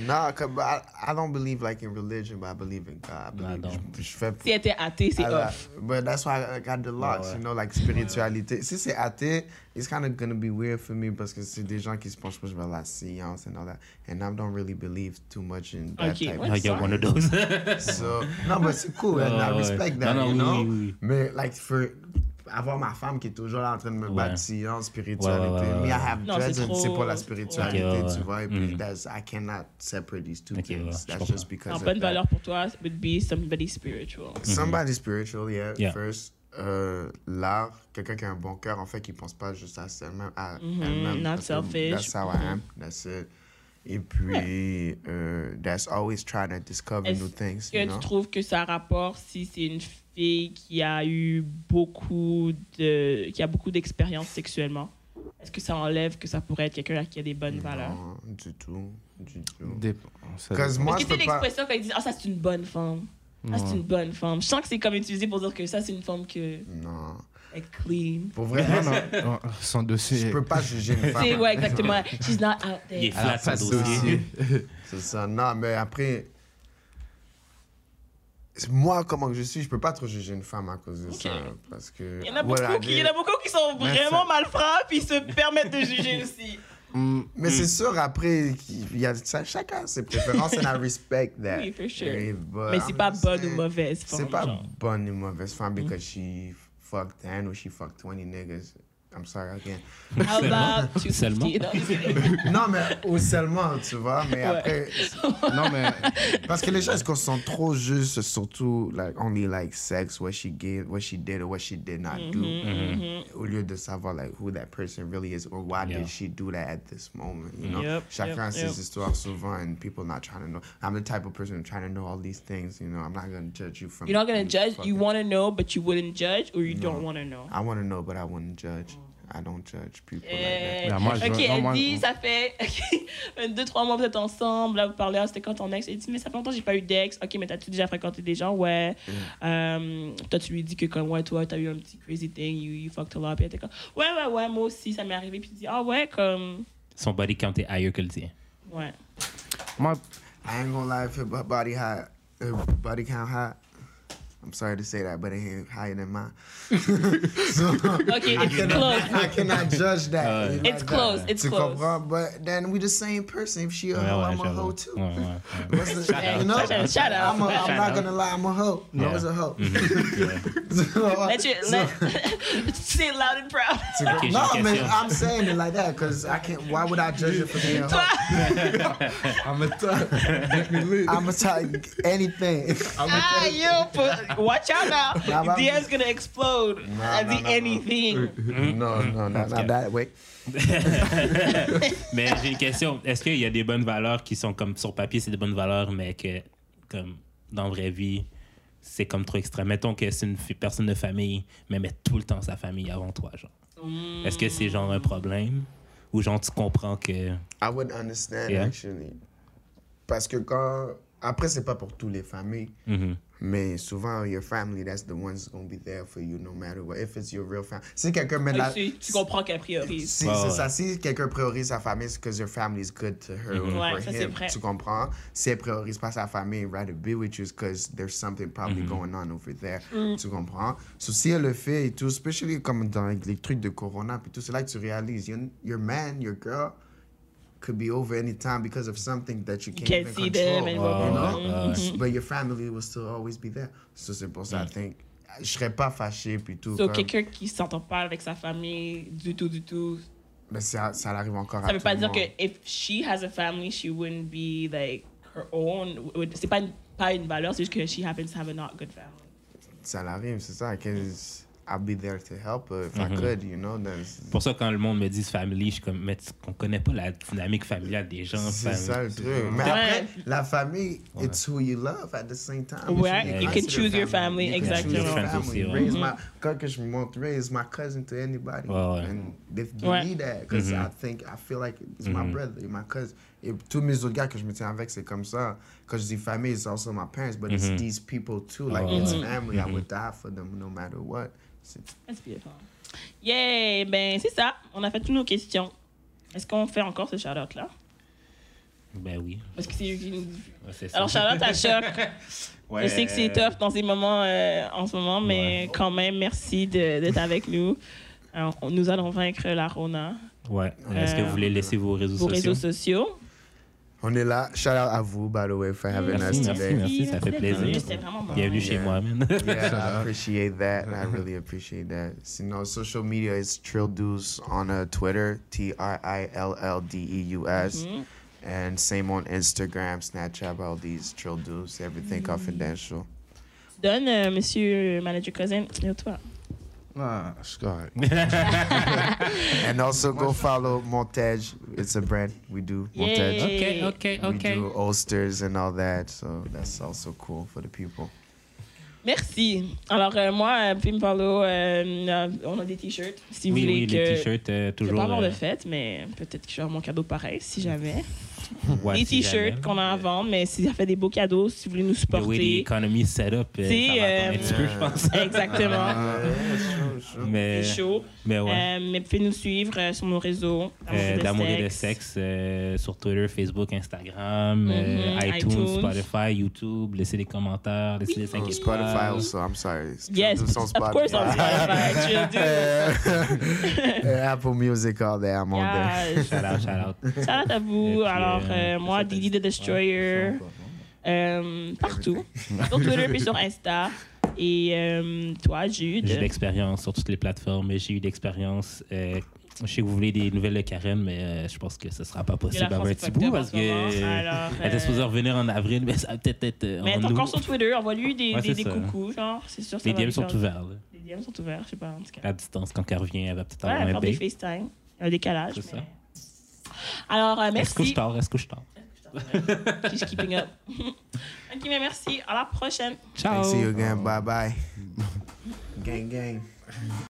Speaker 3: No, 'cause I, I don't believe like in religion, but I believe in God. I
Speaker 1: No, I
Speaker 3: believe
Speaker 1: don't. oh.
Speaker 3: Je, je fais
Speaker 2: Si elle était athée, c'est
Speaker 3: I like-
Speaker 2: off.
Speaker 3: But that's why I got the locks,
Speaker 1: ouais.
Speaker 3: you know, like spiritualité. Si c'est athée, it's kind of gonna be weird for me parce que c'est des gens qui se penchent plus vers la science and all that. And I don't really believe too much in that
Speaker 2: Ok,
Speaker 3: type
Speaker 2: ouais,
Speaker 1: I
Speaker 3: of
Speaker 1: got one of those.
Speaker 3: So, non, mais c'est cool, and I
Speaker 1: Ah, Ouais, ouais.
Speaker 3: respect that,
Speaker 1: Non, non,
Speaker 3: you
Speaker 1: oui,
Speaker 3: know?
Speaker 1: oui, oui.
Speaker 3: Mais, like, for, avoir ma femme qui est toujours là en train de me
Speaker 1: Ouais.
Speaker 3: battre science, spiritualité,
Speaker 1: Ouais, ouais, ouais,
Speaker 3: me,
Speaker 1: ouais.
Speaker 3: I have
Speaker 2: Non,
Speaker 3: dreads,
Speaker 2: c'est
Speaker 3: and c'est
Speaker 2: trop-
Speaker 3: pas la
Speaker 2: c'est trop-
Speaker 3: spiritualité,
Speaker 1: Ok, ouais,
Speaker 3: tu
Speaker 1: ouais.
Speaker 3: vois, et puis
Speaker 1: Mm.
Speaker 3: that's, I cannot separate these two
Speaker 1: Ok, ouais,
Speaker 3: things.
Speaker 1: je
Speaker 3: That's
Speaker 1: comprends.
Speaker 3: just because
Speaker 2: En
Speaker 3: of
Speaker 2: bonne
Speaker 3: that.
Speaker 2: valeur pour toi would be somebody spiritual.
Speaker 3: Somebody spiritual, yeah,
Speaker 1: Mhm. Yeah.
Speaker 3: first. Euh, L'art, quelqu'un qui a un bon cœur, en fait, qui pense pas juste à elle-même. à
Speaker 2: Mhm,
Speaker 3: elle-même,
Speaker 2: not
Speaker 3: parce que
Speaker 2: selfish.
Speaker 3: That's how I am, that's it. Et puis, euh, that's always trying to discover
Speaker 2: Est-ce
Speaker 3: new things,
Speaker 2: que
Speaker 3: you know?
Speaker 2: tu trouves que ça rapporte si c'est une fille qui a eu beaucoup de qui a beaucoup d'expérience sexuellement est-ce que ça enlève que ça pourrait être quelqu'un qui a des bonnes valeurs
Speaker 3: Non, du tout, du tout.
Speaker 4: Dépend- ça
Speaker 3: Cause
Speaker 4: dépend.
Speaker 3: moi,
Speaker 2: parce
Speaker 3: je
Speaker 2: que tu
Speaker 3: peux
Speaker 2: sais
Speaker 3: pas.
Speaker 2: l'expression quand ils disent ah ça c'est une bonne femme ah c'est une bonne femme je sens que c'est comme utilisé pour dire que ça c'est une femme que
Speaker 3: Non.
Speaker 2: Être clean.
Speaker 3: Pour vrai, non, non.
Speaker 4: Non, Son dossier.
Speaker 3: Je peux pas juger une
Speaker 2: C'est,
Speaker 3: femme.
Speaker 2: ouais, exactement. She's not out
Speaker 1: Il est
Speaker 2: there.
Speaker 1: flat, son
Speaker 3: face au
Speaker 1: dossier.
Speaker 3: dossier. C'est ça. Non, mais après. Moi, comment que je suis, je peux pas trop juger une femme à cause de ça. Parce que.
Speaker 2: Il y en a beaucoup,
Speaker 3: Voilà,
Speaker 2: qui, il y en a beaucoup qui sont
Speaker 3: Mais
Speaker 2: vraiment
Speaker 3: ça-
Speaker 2: malfrats puis ils se permettent de juger aussi.
Speaker 4: Mm,
Speaker 3: Mais c'est sûr, après, il y a ça, chacun ses préférences, and I respect that.
Speaker 2: Oui, for sure.
Speaker 3: Eh, but
Speaker 2: Mais
Speaker 3: I'm
Speaker 2: c'est pas
Speaker 3: just
Speaker 2: bonne ou
Speaker 3: saying,
Speaker 2: mauvaise.
Speaker 3: C'est
Speaker 2: forme,
Speaker 3: pas
Speaker 2: genre. Mm.
Speaker 3: bonne ou mauvaise femme because she fucked 10 or she fucked 20 niggas. I'm sorry again.
Speaker 2: How about two
Speaker 1: Seulement.
Speaker 2: fifty? Non, désolé.
Speaker 3: non, mais ou seulement, tu vois, mais
Speaker 2: Ouais.
Speaker 3: après.
Speaker 4: Non, mais.
Speaker 3: Parce que les gens, ils se concentrent trop juste, surtout, like, only like sex, what she gave, what she did or what she did not do.
Speaker 2: Mm-hmm,
Speaker 3: Au lieu de savoir, like, who that person really is or why
Speaker 1: Yeah.
Speaker 3: did she do that at this moment, you know?
Speaker 2: Yep,
Speaker 3: Chacun
Speaker 2: yep,
Speaker 3: a ses
Speaker 2: yep.
Speaker 3: histoires souvent, and people not trying to know. I'm the type of person trying to know all these things, you know? I'm not going to judge you from.
Speaker 2: You're not gonna
Speaker 3: you
Speaker 2: judge. You
Speaker 3: fucking-
Speaker 2: want to know, but you wouldn't judge, or you don't want to know.
Speaker 3: I want to know, but I wouldn't judge. I don't judge people like that.
Speaker 2: Euh,
Speaker 4: Bah, moi, je-
Speaker 2: ok,
Speaker 4: non,
Speaker 2: elle
Speaker 4: moi,
Speaker 2: dit,
Speaker 4: on-
Speaker 2: ça fait ok, deux, trois mois, vous êtes ensemble, là, vous parlez, ah, c'était quand ton ex? Elle dit, mais ça fait longtemps que j'ai pas eu d'ex. Ok, mais t'as-tu déjà fréquenté des gens? Ouais. Euh, toi, tu lui dis que comme, ouais, toi, t'as eu un petit crazy thing, you, you fucked a lot. Puis elle était comme, ouais, ouais, ouais, moi aussi, ça m'est arrivé. Puis tu dis, ah ouais, comme,
Speaker 1: Son body count est ailleurs que le tien.
Speaker 2: ouais.
Speaker 4: Moi,
Speaker 3: I ain't gonna lie, if her bu- body hot, her body count hot. I'm sorry to say that, but it ain't higher than mine. so
Speaker 2: Ok, it's close.
Speaker 3: I cannot judge that. you know,
Speaker 2: It's
Speaker 3: that-
Speaker 2: close, it's
Speaker 3: to
Speaker 2: close.
Speaker 3: comprend, but then we the same person. If she a
Speaker 1: Ouais,
Speaker 3: hoe, I'm
Speaker 1: ouais,
Speaker 3: a hoe
Speaker 1: j'avoue.
Speaker 3: too.
Speaker 1: Ouais, ouais, ouais.
Speaker 3: What's the, you know?
Speaker 2: Shout out, shout out.
Speaker 3: I'm, a, I'm
Speaker 2: Shout
Speaker 3: not
Speaker 2: out.
Speaker 3: gonna lie, I'm a hoe. No,
Speaker 1: Yeah.
Speaker 3: it's a hoe.
Speaker 1: Ouais.
Speaker 3: So,
Speaker 2: Let you, let, say it loud and proud.
Speaker 1: Ok, j'ai une
Speaker 3: no, man,
Speaker 1: question.
Speaker 3: I'm saying it like that because I can't. Why would I judge you for being a hoe?
Speaker 4: I'm a thug.
Speaker 3: I'm gonna tell you anything. I'm gonna
Speaker 2: Ah, yo, put, watch out
Speaker 3: Nah,
Speaker 2: now.
Speaker 3: bah,
Speaker 2: DM's gonna explode.
Speaker 3: Nah,
Speaker 2: I
Speaker 3: nah,
Speaker 2: see
Speaker 3: nah,
Speaker 2: anything.
Speaker 3: no, no, no, not that way.
Speaker 1: mais j'ai une question. Est-ce qu'il y a des bonnes valeurs qui sont comme sur papier, c'est des bonnes valeurs, mais que comme dans la vraie vie, c'est comme trop extrême. Mettons que c'est une fi- personne de famille, mais met tout le temps sa famille avant toi, genre.
Speaker 2: Hmm.
Speaker 1: Est-ce que c'est genre un problème ou genre tu comprends que
Speaker 3: I would understand
Speaker 1: Yeah.
Speaker 3: actually. Parce que quand après c'est pas pour toutes les familles,
Speaker 1: Mhm.
Speaker 3: mais souvent your family that's the ones gonna be there for you no matter what. If it's your real family, si quelqu'un met la
Speaker 2: Tu, tu comprends qu'a priori.
Speaker 3: si,
Speaker 1: Ouais,
Speaker 3: c'est
Speaker 1: ouais.
Speaker 3: ça, si quelqu'un priorise sa famille, c'est que your family is good to her
Speaker 1: Mm-hmm.
Speaker 3: or
Speaker 2: Ouais,
Speaker 3: for
Speaker 2: ça, c'est
Speaker 3: him.
Speaker 2: vrai.
Speaker 3: Tu comprends? Si elle priorise pas sa famille, rather be with you because there's something probably
Speaker 1: Mm-hmm.
Speaker 3: going on over there.
Speaker 2: Mm.
Speaker 3: Tu comprends? So, si elle le fait et tout, especially comme dans les trucs de Corona, puis tout, c'est là que tu réalises, your, your man, your girl could be over anytime because of something that you can't,
Speaker 2: can't
Speaker 3: even
Speaker 2: see
Speaker 3: control.
Speaker 2: them and
Speaker 1: blah,
Speaker 3: you
Speaker 1: blah,
Speaker 3: know?
Speaker 1: blah. Mhm.
Speaker 3: S- But your family will still always be there. So, c'est pour
Speaker 1: Mm.
Speaker 3: ça, I think, je serais pas fâché, puis tout.
Speaker 2: So,
Speaker 3: comme-
Speaker 2: quelqu'un qui s'entend pas avec sa famille du tout, du tout.
Speaker 3: mais ça, ça arrive encore à
Speaker 2: Ça veut
Speaker 3: tout
Speaker 2: pas
Speaker 3: le
Speaker 2: dire
Speaker 3: monde.
Speaker 2: que if she has a family, she wouldn't be like her own. Would- C'est pas une, pas une valeur, c'est juste que she happens to have a not good family.
Speaker 3: ça l'arrive, c'est ça. Cause I'll be there to help her if I
Speaker 1: Mm-hmm.
Speaker 3: could, you know. then
Speaker 1: C'est pour ça quand le monde me dit family, je suis comme mais tu- on connaît pas la dynamique familiale des gens.
Speaker 3: c'est
Speaker 1: fam-
Speaker 3: ça le truc. Mais
Speaker 2: Ouais.
Speaker 3: après, la famille, it's who you love at the same time.
Speaker 2: Ouais,
Speaker 3: You
Speaker 1: you
Speaker 3: can
Speaker 1: can
Speaker 2: choose your family,
Speaker 3: You can choose your
Speaker 1: exactement.
Speaker 3: family.
Speaker 1: Mhm.
Speaker 3: Raise my, quand que je monte, raise my cousin to anybody.
Speaker 1: Ouais, ouais. Mm-hmm.
Speaker 3: And they
Speaker 2: Ouais.
Speaker 3: need that, because I think, I feel like it's my brother, my cousin. Et tous mes autres gars que je me tiens avec, c'est comme ça. Quand je dis famille, it's also my parents, but it's these people too. Like,
Speaker 1: Mm-hmm. Ouais,
Speaker 3: it's
Speaker 1: ouais. Mm-hmm.
Speaker 3: family. I would die for them no matter what. C'est-
Speaker 2: That's beautiful. Yeah, ben c'est ça. On a fait toutes nos questions. Est-ce qu'on fait encore ce shout-out là?
Speaker 1: Ben oui.
Speaker 2: Parce que c'est lui qui nous dit.
Speaker 1: Ouais, c'est ça.
Speaker 2: Alors, shout-out à Choc. Je sais que c'est tough dans ces moments euh, en ce moment, mais quand même, merci de- d'être avec nous. Alors, on- nous allons vaincre la Rona,
Speaker 1: Ouais. Est-ce que vous voulez laisser vos réseaux
Speaker 2: euh, vos
Speaker 1: sociaux?
Speaker 2: réseaux sociaux.
Speaker 3: On est là. Shout out à vous, by the way, for having
Speaker 1: Merci,
Speaker 3: us
Speaker 1: merci,
Speaker 3: today.
Speaker 1: merci, ça fait plaisir.
Speaker 2: C'était vraiment bon.
Speaker 1: Bienvenue chez
Speaker 3: Yeah.
Speaker 1: moi, man.
Speaker 3: Yeah, I appreciate that. I really appreciate that. You know, social media is Trill Deuce on uh, Twitter, T R I L L D E U S.
Speaker 1: Mm-hmm.
Speaker 2: Hmm.
Speaker 3: And same on Instagram, Snapchat, all these Trill Deuce, everything
Speaker 1: Mm-hmm.
Speaker 3: confidential.
Speaker 2: Donne, euh, monsieur euh, Manager Cousin, et toi.
Speaker 4: Ah, je suis correct.
Speaker 3: And also go follow Montej. It's a brand we do. Montej.
Speaker 2: Yay.
Speaker 1: ok,
Speaker 3: We do Ulsters and all that. So that's also cool for the people.
Speaker 2: Merci. Alors, euh, moi, euh, Pim Paulo, euh, on a des t-shirts. Si vous
Speaker 1: Oui,
Speaker 2: voulez
Speaker 1: oui,
Speaker 2: que.
Speaker 1: les t-shirts, euh,
Speaker 2: Je vais
Speaker 1: toujours.
Speaker 2: pas avoir
Speaker 1: euh,
Speaker 2: de fête, mais peut-être que j'aurai mon cadeau pareil, si jamais.
Speaker 1: Ouais,
Speaker 2: des
Speaker 1: si
Speaker 2: t-shirts
Speaker 1: jamais.
Speaker 2: qu'on a à vendre, mais si ça fait des beaux cadeaux, si vous voulez nous
Speaker 1: The way the
Speaker 2: supporter.
Speaker 1: economy is set up, euh,
Speaker 2: Tu sais,
Speaker 1: ça va attendre un
Speaker 2: euh,
Speaker 1: petit peu, je pense.
Speaker 2: Exactement.
Speaker 1: Mais,
Speaker 2: C'est chaud.
Speaker 1: mais Euh, ben ouais.
Speaker 2: Euh, mais pouvez nous suivre euh, sur nos réseaux.
Speaker 1: Euh, D'amour et de sexe euh, sur Twitter, Facebook, Instagram, euh,
Speaker 2: Mhm,
Speaker 1: iTunes,
Speaker 2: iTunes.
Speaker 1: Spotify, YouTube. Laissez des commentaires, laissez des 5
Speaker 3: On
Speaker 1: étoiles.
Speaker 3: Oh, Spotify also, I'm sorry.
Speaker 2: Yes,
Speaker 3: It's on
Speaker 2: of course on Spotify. tu as dit.
Speaker 3: Apple Music, all that, I'm on there.
Speaker 2: Yes.
Speaker 1: Shout out, shout out.
Speaker 2: Shout out à
Speaker 1: Et
Speaker 2: vous.
Speaker 1: puis,
Speaker 2: Alors,
Speaker 1: euh,
Speaker 2: euh, moi, Didi the Destroyer, euh, partout. sur Twitter puis sur Insta. Et euh, toi, Jude.
Speaker 1: J'ai de l'expérience sur toutes les plateformes. J'ai eu de l'expérience. euh, je sais que vous voulez des nouvelles de Karen, mais euh, je pense que ce sera pas
Speaker 2: Que la
Speaker 1: possible avant
Speaker 2: France
Speaker 1: un
Speaker 2: est
Speaker 1: petit
Speaker 2: fucked
Speaker 1: bout
Speaker 2: up en
Speaker 1: parce
Speaker 2: ce moment.
Speaker 1: que
Speaker 2: Alors,
Speaker 1: elle
Speaker 2: euh,
Speaker 1: était supposée revenir en avril, mais ça va peut-être être euh,
Speaker 2: Mais
Speaker 1: en
Speaker 2: elle est
Speaker 1: août.
Speaker 2: encore sur Twitter. Envoie-lui des,
Speaker 1: Ouais,
Speaker 2: des,
Speaker 1: c'est
Speaker 2: des
Speaker 1: ça.
Speaker 2: coucous. Genre, c'est sûr, ça
Speaker 1: Les
Speaker 2: va
Speaker 1: DM
Speaker 2: lui
Speaker 1: sont
Speaker 2: faire-
Speaker 1: ouverts. là.
Speaker 2: Les DM sont ouverts, je sais pas, en tout cas.
Speaker 1: À distance, quand elle revient, elle va peut-être
Speaker 2: Ouais,
Speaker 1: avoir un
Speaker 2: faire des
Speaker 1: bébé.
Speaker 2: FaceTime. Un décalage.
Speaker 1: C'est ça.
Speaker 2: mais- Alors, euh,
Speaker 1: Est-ce que je
Speaker 2: merci.
Speaker 1: tard? Est-ce que je tard?
Speaker 2: She's keeping up. ok, mais merci. À la prochaine.
Speaker 1: Ciao!
Speaker 3: See you again. Bye bye. Oh. gang, gang.